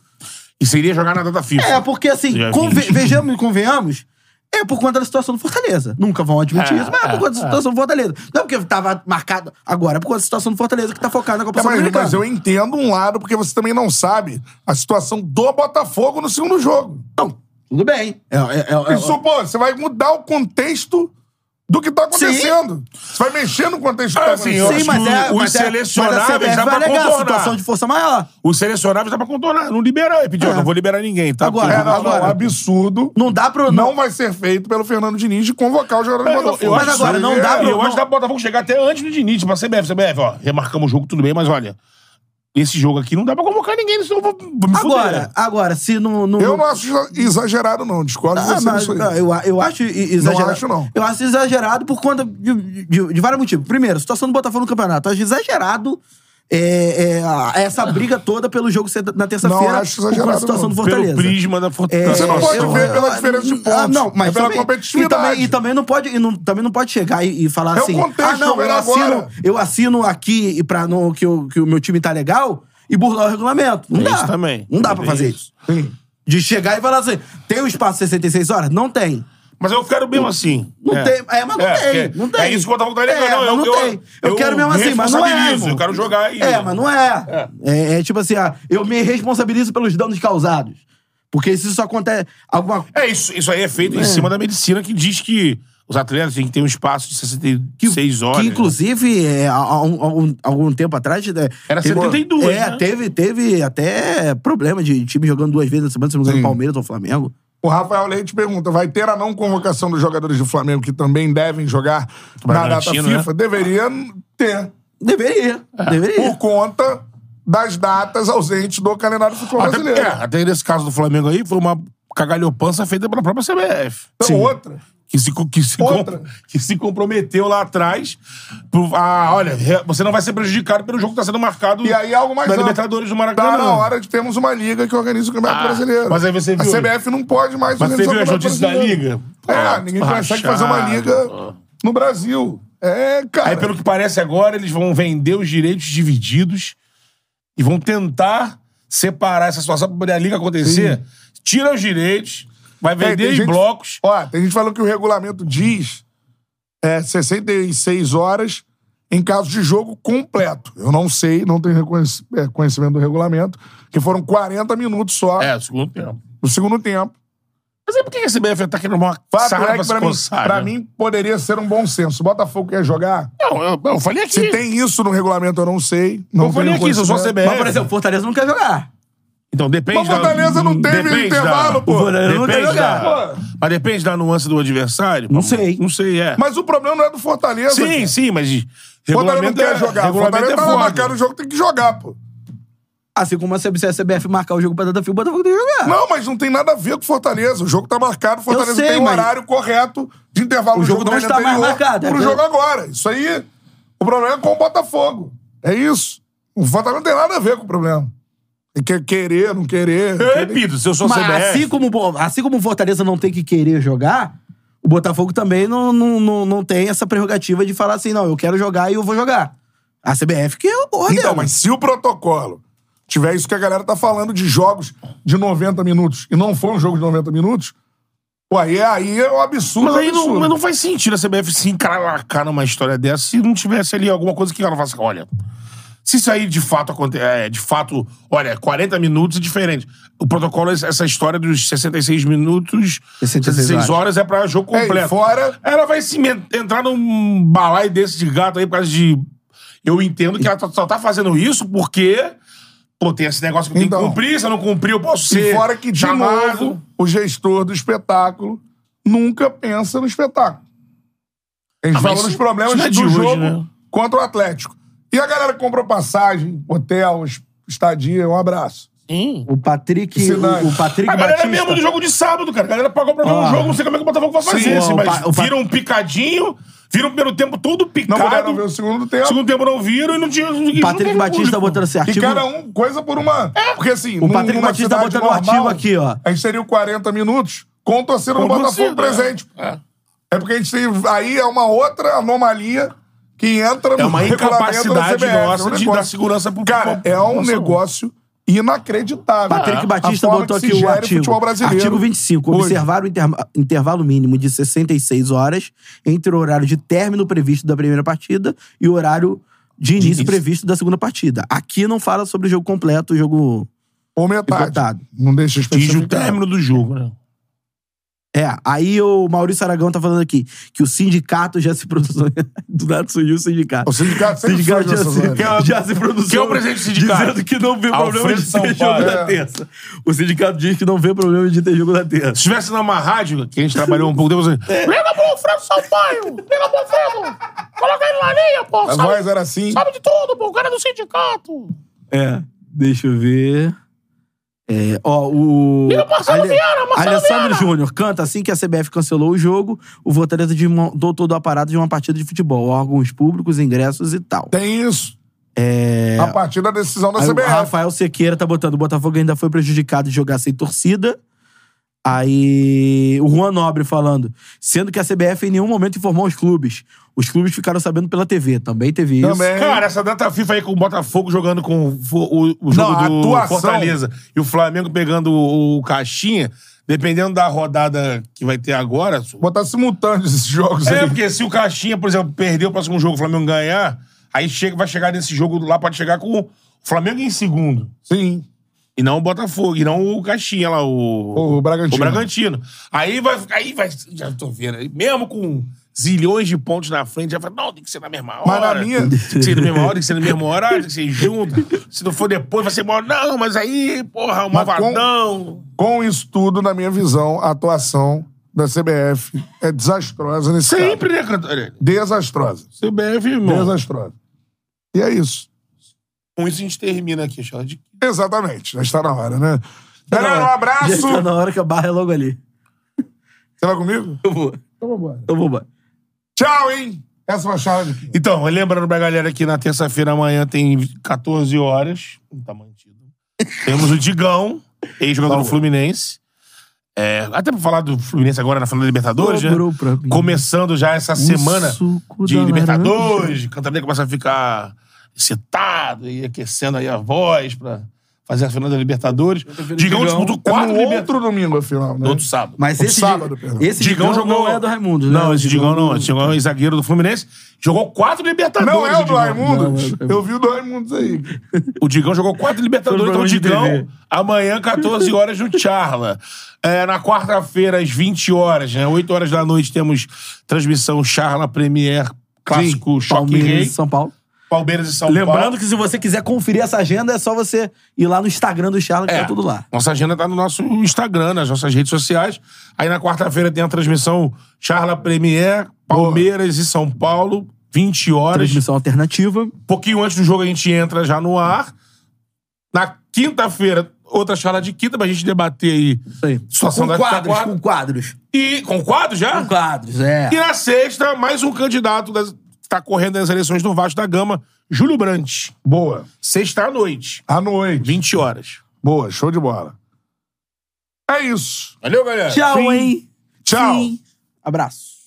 Speaker 2: E seria jogar na data FIFA.
Speaker 3: É, porque assim,
Speaker 2: Dia
Speaker 3: conve-
Speaker 2: 20.
Speaker 3: vejamos e convenhamos, é por conta da situação do Fortaleza. Nunca vão admitir
Speaker 2: É,
Speaker 3: isso, mas é por
Speaker 2: é,
Speaker 3: conta da situação do Fortaleza. Não é porque tava marcado agora, é por conta da situação do Fortaleza que tá focado na Copa
Speaker 1: É, mas,
Speaker 3: Sul-Americana.
Speaker 1: mas eu entendo um lado, porque você também não sabe a situação do Botafogo no segundo jogo.
Speaker 3: Não, tudo bem. É, é- é- é-
Speaker 1: Isso, pô, você vai mudar o contexto do que tá acontecendo. Você vai mexer no contexto do que
Speaker 2: Ah,
Speaker 1: tá acontecendo.
Speaker 2: sim, eu acho que os
Speaker 3: mas
Speaker 2: selecionáveis
Speaker 3: mas a CBF
Speaker 2: dá
Speaker 3: vai
Speaker 2: pra
Speaker 3: alegar a
Speaker 2: contornar.
Speaker 3: situação de força maior.
Speaker 2: Os selecionáveis dá pra contornar. Não liberar, é pedir, ó,
Speaker 3: É.
Speaker 2: não vou liberar ninguém, tá?
Speaker 3: Agora,
Speaker 2: Porque-
Speaker 1: É, não, não,
Speaker 3: Agora-
Speaker 1: um absurdo.
Speaker 3: Não dá pro.
Speaker 1: Não vai ser feito pelo Fernando Diniz de convocar o jogador do
Speaker 2: É, eu-
Speaker 1: Botafogo.
Speaker 2: eu
Speaker 3: Mas
Speaker 2: acho
Speaker 3: agora,
Speaker 2: que- é.
Speaker 3: não dá pra-
Speaker 2: Eu acho
Speaker 3: não-
Speaker 2: que dá pro Botafogo chegar até antes do Diniz, pra CBF. CBF, ó, remarcamos o jogo, tudo bem, mas olha, esse jogo aqui não dá pra convocar ninguém, senão eu vou, vou me
Speaker 3: Agora, agora, se não. não
Speaker 1: Eu não acho exagerado, não. Discordo de
Speaker 3: Ah,
Speaker 1: você
Speaker 3: mas,
Speaker 1: nisso aí.
Speaker 3: não, eu, eu acho e- exagerado.
Speaker 1: acho, não.
Speaker 3: Eu acho exagerado por conta de, de- de vários motivos. Primeiro, situação do Botafogo no campeonato. Eu acho exagerado é, é, a- essa briga toda pelo jogo ser na
Speaker 1: Ah. Não
Speaker 3: terça-feira
Speaker 1: acho
Speaker 3: por conta da
Speaker 1: exagerado,
Speaker 3: situação
Speaker 1: não.
Speaker 3: do
Speaker 2: Pelo
Speaker 3: Fortaleza.
Speaker 2: prisma da né? Fortaleza.
Speaker 1: Você não pode
Speaker 3: É, eu-
Speaker 1: ver pela diferença de pontos,
Speaker 3: Ah, não, mas
Speaker 1: é pela
Speaker 3: também-
Speaker 1: competitividade.
Speaker 3: E também, e também não pode, e não- também não pode chegar e, e falar
Speaker 1: É o
Speaker 3: assim.
Speaker 1: contexto,
Speaker 3: ah, não,
Speaker 1: era
Speaker 3: eu assino,
Speaker 1: agora."
Speaker 3: eu assino aqui e pra não que, o- que o meu time tá legal e burlar o regulamento. Não
Speaker 2: É
Speaker 3: dá.
Speaker 2: isso também.
Speaker 3: Não dá
Speaker 2: É
Speaker 3: pra fazer
Speaker 2: isso.
Speaker 3: isso. De chegar e falar assim: tem o espaço 66 horas? Não tem.
Speaker 2: Mas eu quero mesmo assim.
Speaker 3: Não tem. É, mas não tem.
Speaker 2: porque
Speaker 3: não tem.
Speaker 2: É isso que o Botafogo tá ligando.
Speaker 3: É,
Speaker 2: não,
Speaker 3: mas
Speaker 2: eu,
Speaker 3: não
Speaker 2: eu,
Speaker 3: tem. Eu, quero mesmo assim, mas não é.
Speaker 2: responsabilizo,
Speaker 3: irmão.
Speaker 2: Eu quero jogar aí.
Speaker 3: É, mas não é. É, é tipo assim, ah, eu me responsabilizo pelos danos causados. Porque se isso acontece. Alguma...
Speaker 2: É, isso, isso aí é feito em cima da medicina que diz que os atletas têm que ter um espaço de 66 horas.
Speaker 3: Que,
Speaker 2: né?
Speaker 3: inclusive, é, há, há um- há um- algum tempo atrás. né,
Speaker 2: Era
Speaker 3: teve-
Speaker 2: 72,
Speaker 3: É,
Speaker 2: né?
Speaker 3: teve, teve até problema de time jogando duas vezes na semana, se não me engano, Palmeiras ou Flamengo.
Speaker 1: O Rafael Leite pergunta: vai ter a não convocação dos jogadores do Flamengo que também devem jogar na data
Speaker 2: Bragantino, né?
Speaker 1: FIFA? Deveria ter,
Speaker 3: Deveria.
Speaker 2: É.
Speaker 3: Deveria.
Speaker 1: por conta das datas ausentes do calendário do futebol
Speaker 2: Até,
Speaker 1: brasileiro.
Speaker 2: é, até nesse caso do Flamengo aí, foi uma cagalhopança feita pela própria CBF.
Speaker 1: Então, outra.
Speaker 2: Que se, co- que, se com-
Speaker 1: Outra.
Speaker 2: que se comprometeu lá atrás. pro- ah, olha, re- você não vai ser prejudicado pelo jogo que está sendo marcado
Speaker 1: E aí algo mais
Speaker 2: na
Speaker 1: amplo.
Speaker 2: Libertadores do
Speaker 1: Tá
Speaker 2: Maracanã.
Speaker 1: na hora de termos uma liga que organiza o Campeonato
Speaker 2: Ah,
Speaker 1: Brasileiro.
Speaker 2: mas aí você viu-
Speaker 1: A CBF não pode mais
Speaker 2: Mas você
Speaker 1: organizar
Speaker 2: viu
Speaker 1: o
Speaker 2: as
Speaker 1: Campeonato
Speaker 2: notícias da
Speaker 1: Brasileiro.
Speaker 2: liga?
Speaker 1: É,
Speaker 2: Ah,
Speaker 1: ninguém consegue
Speaker 2: rachado.
Speaker 1: fazer uma liga no Brasil. É, cara.
Speaker 2: Aí, pelo que parece agora, eles vão vender os direitos divididos e vão tentar separar essa situação para poder a liga acontecer. Tira os direitos, vai
Speaker 1: É, tem
Speaker 2: vender em
Speaker 1: gente-
Speaker 2: blocos.
Speaker 1: Ó, tem gente falando que o regulamento diz é, 66 horas em caso de jogo completo. Eu não sei, não tenho reconhec- é, conhecimento do regulamento, que foram 40 minutos só
Speaker 2: É, segundo tempo.
Speaker 1: no segundo tempo.
Speaker 2: Mas aí por que a CBF tá querendo uma
Speaker 1: Fato
Speaker 2: sarna
Speaker 1: é
Speaker 2: pra
Speaker 1: que
Speaker 2: se
Speaker 1: pra mim,
Speaker 2: coçar,
Speaker 1: pra
Speaker 2: né?
Speaker 1: mim poderia ser um bom senso. Se o Botafogo quer jogar,
Speaker 2: Não, eu, eu falei aqui.
Speaker 1: se tem isso no regulamento, eu não sei. Não
Speaker 2: eu falei
Speaker 1: tenho
Speaker 2: aqui, se eu sou
Speaker 1: conhecimento.
Speaker 2: CBF.
Speaker 3: Mas, por exemplo, o Fortaleza não quer jogar.
Speaker 2: Então depende
Speaker 1: Mas o Fortaleza não teve
Speaker 2: depende
Speaker 1: intervalo,
Speaker 2: da-
Speaker 1: pô. O
Speaker 3: Fortaleza não
Speaker 2: Depende
Speaker 3: quer
Speaker 2: da...
Speaker 1: jogar. Pô.
Speaker 2: Mas depende da nuance do adversário.
Speaker 3: Não
Speaker 2: pô.
Speaker 3: sei.
Speaker 2: Não sei, é.
Speaker 1: Mas o problema não é do Fortaleza.
Speaker 2: sim,
Speaker 1: cara.
Speaker 2: sim, mas...
Speaker 1: O Fortaleza tá não
Speaker 2: regulamento
Speaker 1: quer
Speaker 2: é-
Speaker 1: jogar. O
Speaker 2: Regulamento
Speaker 1: Fortaleza
Speaker 2: é
Speaker 1: tá lá
Speaker 2: foda.
Speaker 1: marcado o jogo, tem que jogar, pô.
Speaker 3: Assim como a CBC e a CBF marcar o jogo pra data fio, o Botafogo tem que jogar.
Speaker 1: Não, mas não tem nada a ver com Fortaleza. O jogo tá marcado, Fortaleza
Speaker 3: sei,
Speaker 1: tem o
Speaker 3: mas-
Speaker 1: horário correto de intervalo
Speaker 3: O
Speaker 1: do
Speaker 3: jogo não
Speaker 1: da
Speaker 2: tá
Speaker 3: está mais marcado, é
Speaker 1: Pro
Speaker 2: né?
Speaker 3: ver-
Speaker 1: jogo agora. Isso aí, o problema é com o Botafogo. É isso. O Fortaleza não tem nada a ver com o problema. Tem que querer, não querer.
Speaker 2: Eu repito, se eu sou a
Speaker 3: Mas
Speaker 2: CBF...
Speaker 3: assim como, o Bo- assim como o Fortaleza não tem que querer jogar, o Botafogo também não, não, não, não tem essa prerrogativa de falar assim, não, eu quero jogar e eu vou jogar. A CBF que é o ordem.
Speaker 1: Então, mas se o protocolo tiver isso que a galera tá falando de jogos de 90 minutos e não for um jogo de 90 minutos, pô, aí, é- aí é um absurdo.
Speaker 2: Mas aí não,
Speaker 1: absurdo. É,
Speaker 2: mas não faz sentido a CBF se encravacar numa história dessa se não tivesse ali alguma coisa que ela faça. Olha, se isso aí de fato acontece. de fato, olha, 40 minutos é diferente. O protocolo, é essa história dos 66 minutos,
Speaker 3: 66
Speaker 2: 66 horas é pra jogo
Speaker 1: É, e
Speaker 2: completo.
Speaker 1: fora-
Speaker 2: Ela vai se met- entrar num balaio desse de gato aí por causa de. Eu entendo que ela só- só tá fazendo isso porque. Pô, tem esse negócio que eu
Speaker 1: Então.
Speaker 2: tem que cumprir, se eu não cumprir, eu posso ser.
Speaker 1: E fora que, de
Speaker 2: chamado.
Speaker 1: novo, o gestor do espetáculo nunca pensa no espetáculo. A gente
Speaker 2: Ah, mas
Speaker 1: falou
Speaker 2: isso-
Speaker 1: dos problemas
Speaker 2: isso não é
Speaker 1: do
Speaker 2: de hoje,
Speaker 1: jogo
Speaker 2: né?
Speaker 1: contra o Atlético. E a galera que comprou passagem, hotel, es- estadia, um abraço.
Speaker 2: Sim.
Speaker 3: O Patrick,
Speaker 1: Esse
Speaker 3: o,
Speaker 1: lance.
Speaker 3: o Patrick
Speaker 2: é- A galera
Speaker 3: Batista...
Speaker 2: mesmo do jogo de sábado, cara. A galera pagou pra ver
Speaker 3: Ah.
Speaker 2: um jogo, não sei como é que o Botafogo vai fazer.
Speaker 3: Sim,
Speaker 2: assim,
Speaker 3: o
Speaker 2: mas
Speaker 3: pa- o pa-
Speaker 2: viram um picadinho, viram pelo tempo todo
Speaker 1: Não
Speaker 2: picado.
Speaker 1: puderam ver o segundo tempo.
Speaker 2: um- segundo tempo não viram e não tinha.
Speaker 3: o Patrick Batista botando
Speaker 2: botando
Speaker 3: esse
Speaker 1: E
Speaker 3: artigo...
Speaker 1: cada um, coisa por uma.
Speaker 2: É.
Speaker 1: Porque assim,
Speaker 3: O
Speaker 1: num-
Speaker 3: Patrick
Speaker 1: numa
Speaker 3: Batista
Speaker 1: cidade
Speaker 3: botando um
Speaker 1: normal,
Speaker 3: artigo aqui, ó.
Speaker 1: A gente teria o 40 minutos com o torcedor do Botafogo presente.
Speaker 2: É.
Speaker 1: É porque a gente tem. Aí é uma outra anomalia que entra
Speaker 2: É uma
Speaker 1: regulamento
Speaker 2: incapacidade
Speaker 1: da CBF, é um
Speaker 2: nossa de
Speaker 1: negócio-
Speaker 2: dar segurança pro-
Speaker 1: Cara,
Speaker 2: pro-
Speaker 1: é um
Speaker 2: nossa,
Speaker 1: negócio inacreditável.
Speaker 3: Patrick
Speaker 1: A
Speaker 3: Batista
Speaker 1: forma
Speaker 3: botou
Speaker 1: que
Speaker 3: aqui
Speaker 1: se
Speaker 3: o
Speaker 1: gera é
Speaker 3: artigo.
Speaker 1: futebol brasileiro.
Speaker 3: Artigo 25.
Speaker 1: Hoje.
Speaker 3: Observar o interma- intervalo mínimo de 66 horas entre o horário de término previsto da primeira partida e o horário de início,
Speaker 2: início.
Speaker 3: previsto da segunda partida. Aqui não fala sobre o jogo completo, o jogo
Speaker 1: Ou metade.
Speaker 3: empatado.
Speaker 1: Não deixa
Speaker 2: Diz o
Speaker 1: especificado.
Speaker 2: término do jogo, né?
Speaker 3: É, aí o Maurício Aragão tá falando aqui que o sindicato já se produziu. Do nada surgiu o sindicato. assim,
Speaker 1: O sindicato
Speaker 3: O
Speaker 1: sempre surge
Speaker 3: já
Speaker 1: nessas
Speaker 3: se,
Speaker 1: horas.
Speaker 3: já se produziu.
Speaker 2: Quem é o presidente do sindicato?
Speaker 3: Dizendo que não vê
Speaker 2: Alfredo
Speaker 3: problema de ter
Speaker 2: Sampaio.
Speaker 3: jogo da
Speaker 1: É.
Speaker 3: terça. O sindicato diz que não vê problema de ter jogo da terça.
Speaker 2: Se tivesse numa rádio, que a gente trabalhou um pouco depois. assim, Pega a mão, Fred Sampaio! Pega a mão, Fredo! Coloca ele na linha, pô!
Speaker 1: A voz era assim.
Speaker 2: de tudo, pô! O cara é do sindicato!
Speaker 3: É, deixa eu ver. É, ó, o.
Speaker 2: Liga o Marcelo Vieira, Marcelo
Speaker 3: Alessandro
Speaker 2: Vieira!
Speaker 3: Júnior canta assim que a CBF cancelou o jogo, o Fortaleza desmontou todo o aparato de uma partida de futebol, órgãos públicos, ingressos e tal.
Speaker 1: Tem isso. A partir da decisão da
Speaker 3: É. Aí o
Speaker 1: CBF.
Speaker 3: Rafael Sequeira tá botando. O Botafogo ainda foi prejudicado de jogar sem torcida. Aí o Juan Nobre falando. Sendo que a CBF em nenhum momento informou os clubes. Os clubes ficaram sabendo pela TV. Também teve isso.
Speaker 1: Também.
Speaker 2: Cara, essa data FIFA aí com o Botafogo jogando com o, fo- o- o jogo
Speaker 1: Não, a
Speaker 2: do
Speaker 1: atuação.
Speaker 2: Fortaleza e o Flamengo pegando o, o Caixinha, dependendo da rodada que vai ter agora. su-
Speaker 1: Botar simultâneos esses jogos
Speaker 2: É,
Speaker 1: aí.
Speaker 2: porque se o Caixinha, por exemplo, perder o próximo jogo, o Flamengo ganhar, aí chega, vai chegar nesse jogo lá, pode chegar com o Flamengo em segundo.
Speaker 1: Sim.
Speaker 2: E não o Botafogo, e não o Caixinha lá, o.
Speaker 1: O Bragantino.
Speaker 2: O Bragantino. Aí vai. Aí vai. Já tô vendo. aí, Mesmo com zilhões de pontos na frente, já fala, não, tem que ser na mesma hora.
Speaker 1: Mas na minha-
Speaker 2: Tem que ser na mesma hora, tem que ser no mesmo horário, tem que ser junto. Se não for depois, vai ser maior. Não, mas aí, porra, é um o
Speaker 1: Mas com-
Speaker 2: Mavadão.
Speaker 1: Com isso tudo, na minha visão, a atuação da CBF é desastrosa nesse caso.
Speaker 2: Sempre, né, Cantarelli?
Speaker 1: Desastrosa.
Speaker 2: CBF, irmão.
Speaker 1: Desastrosa. E é isso.
Speaker 2: Com isso a gente termina aqui, Charles. de
Speaker 1: Exatamente. Já está na hora, né?
Speaker 3: Tá na
Speaker 1: Galera, um
Speaker 3: hora. Já
Speaker 1: abraço.
Speaker 3: está na hora que a barra é logo ali.
Speaker 1: Você vai comigo?
Speaker 3: Eu vou.
Speaker 1: Então vambora.
Speaker 3: Eu vou, embora.
Speaker 1: Tchau, hein? Essa é foi a chave.
Speaker 2: Então, lembrando pra galera que na terça-feira amanhã tem 14 horas. Não tá mantido. Temos o Digão, ex-jogador do Fluminense. É, até pra falar do Fluminense agora na final da Libertadores, né?
Speaker 3: Sobrou pra mim.
Speaker 2: Começando já essa semana
Speaker 3: suco
Speaker 2: de
Speaker 3: da
Speaker 2: Libertadores. O Cantabria começa a ficar excitado e aquecendo aí a voz pra fazer a final da Libertadores. Digão
Speaker 3: Digão.
Speaker 2: disputou
Speaker 1: É
Speaker 2: quatro
Speaker 1: no
Speaker 2: Libertadores.
Speaker 1: outro domingo, afinal, né?
Speaker 2: No outro sábado.
Speaker 3: Mas
Speaker 1: No
Speaker 3: esse,
Speaker 1: sábado,
Speaker 3: Digão-
Speaker 1: perdão.
Speaker 3: esse Digão, não é do Raimundo, né?
Speaker 2: Não, esse
Speaker 3: O
Speaker 2: Digão não. Esse Digão é zagueiro do Fluminense. Jogou quatro Libertadores.
Speaker 1: Não é o do
Speaker 2: Digão.
Speaker 1: Raimundo?
Speaker 3: Não, é do Raimundo.
Speaker 1: Eu vi o do Raimundo aí.
Speaker 2: O Digão jogou quatro Libertadores, então o
Speaker 3: Programa de
Speaker 2: Digão,
Speaker 3: TV.
Speaker 2: amanhã, 14 horas, no Charla. É, na quarta-feira, às 20 horas, né? 8 horas da noite, temos transmissão Charla Premier Clássico Choque
Speaker 3: Palmeiras e
Speaker 2: Rei,
Speaker 3: São Paulo.
Speaker 2: Palmeiras e São
Speaker 3: Lembrando
Speaker 2: Paulo.
Speaker 3: que se você quiser conferir essa agenda, é só você ir lá no Instagram do Charla, que
Speaker 2: É.
Speaker 3: tá tudo lá.
Speaker 2: Nossa agenda tá no nosso Instagram, nas nossas redes sociais. Aí na quarta-feira tem a transmissão Charla Premier, Palmeiras e São Paulo, 20 horas.
Speaker 3: Transmissão alternativa.
Speaker 2: Pouquinho antes do jogo a gente entra já no ar. Na quinta-feira, outra charla de quinta pra gente debater aí.
Speaker 3: Isso aí.
Speaker 2: Situação
Speaker 3: com
Speaker 2: da
Speaker 3: quadros,
Speaker 2: Taquara.
Speaker 3: com quadros.
Speaker 2: E com quadro já?
Speaker 3: Com quadros, é.
Speaker 2: E na sexta, mais um candidato das- que tá correndo nas eleições do Vasco da Gama, Júlio Brandt.
Speaker 1: Boa.
Speaker 2: Sexta à noite,
Speaker 1: À noite.
Speaker 2: 20 horas.
Speaker 1: Boa, show de bola. É isso.
Speaker 2: Valeu, galera.
Speaker 3: Tchau,
Speaker 1: Sim.
Speaker 3: hein?
Speaker 1: Tchau.
Speaker 3: Sim. Abraço.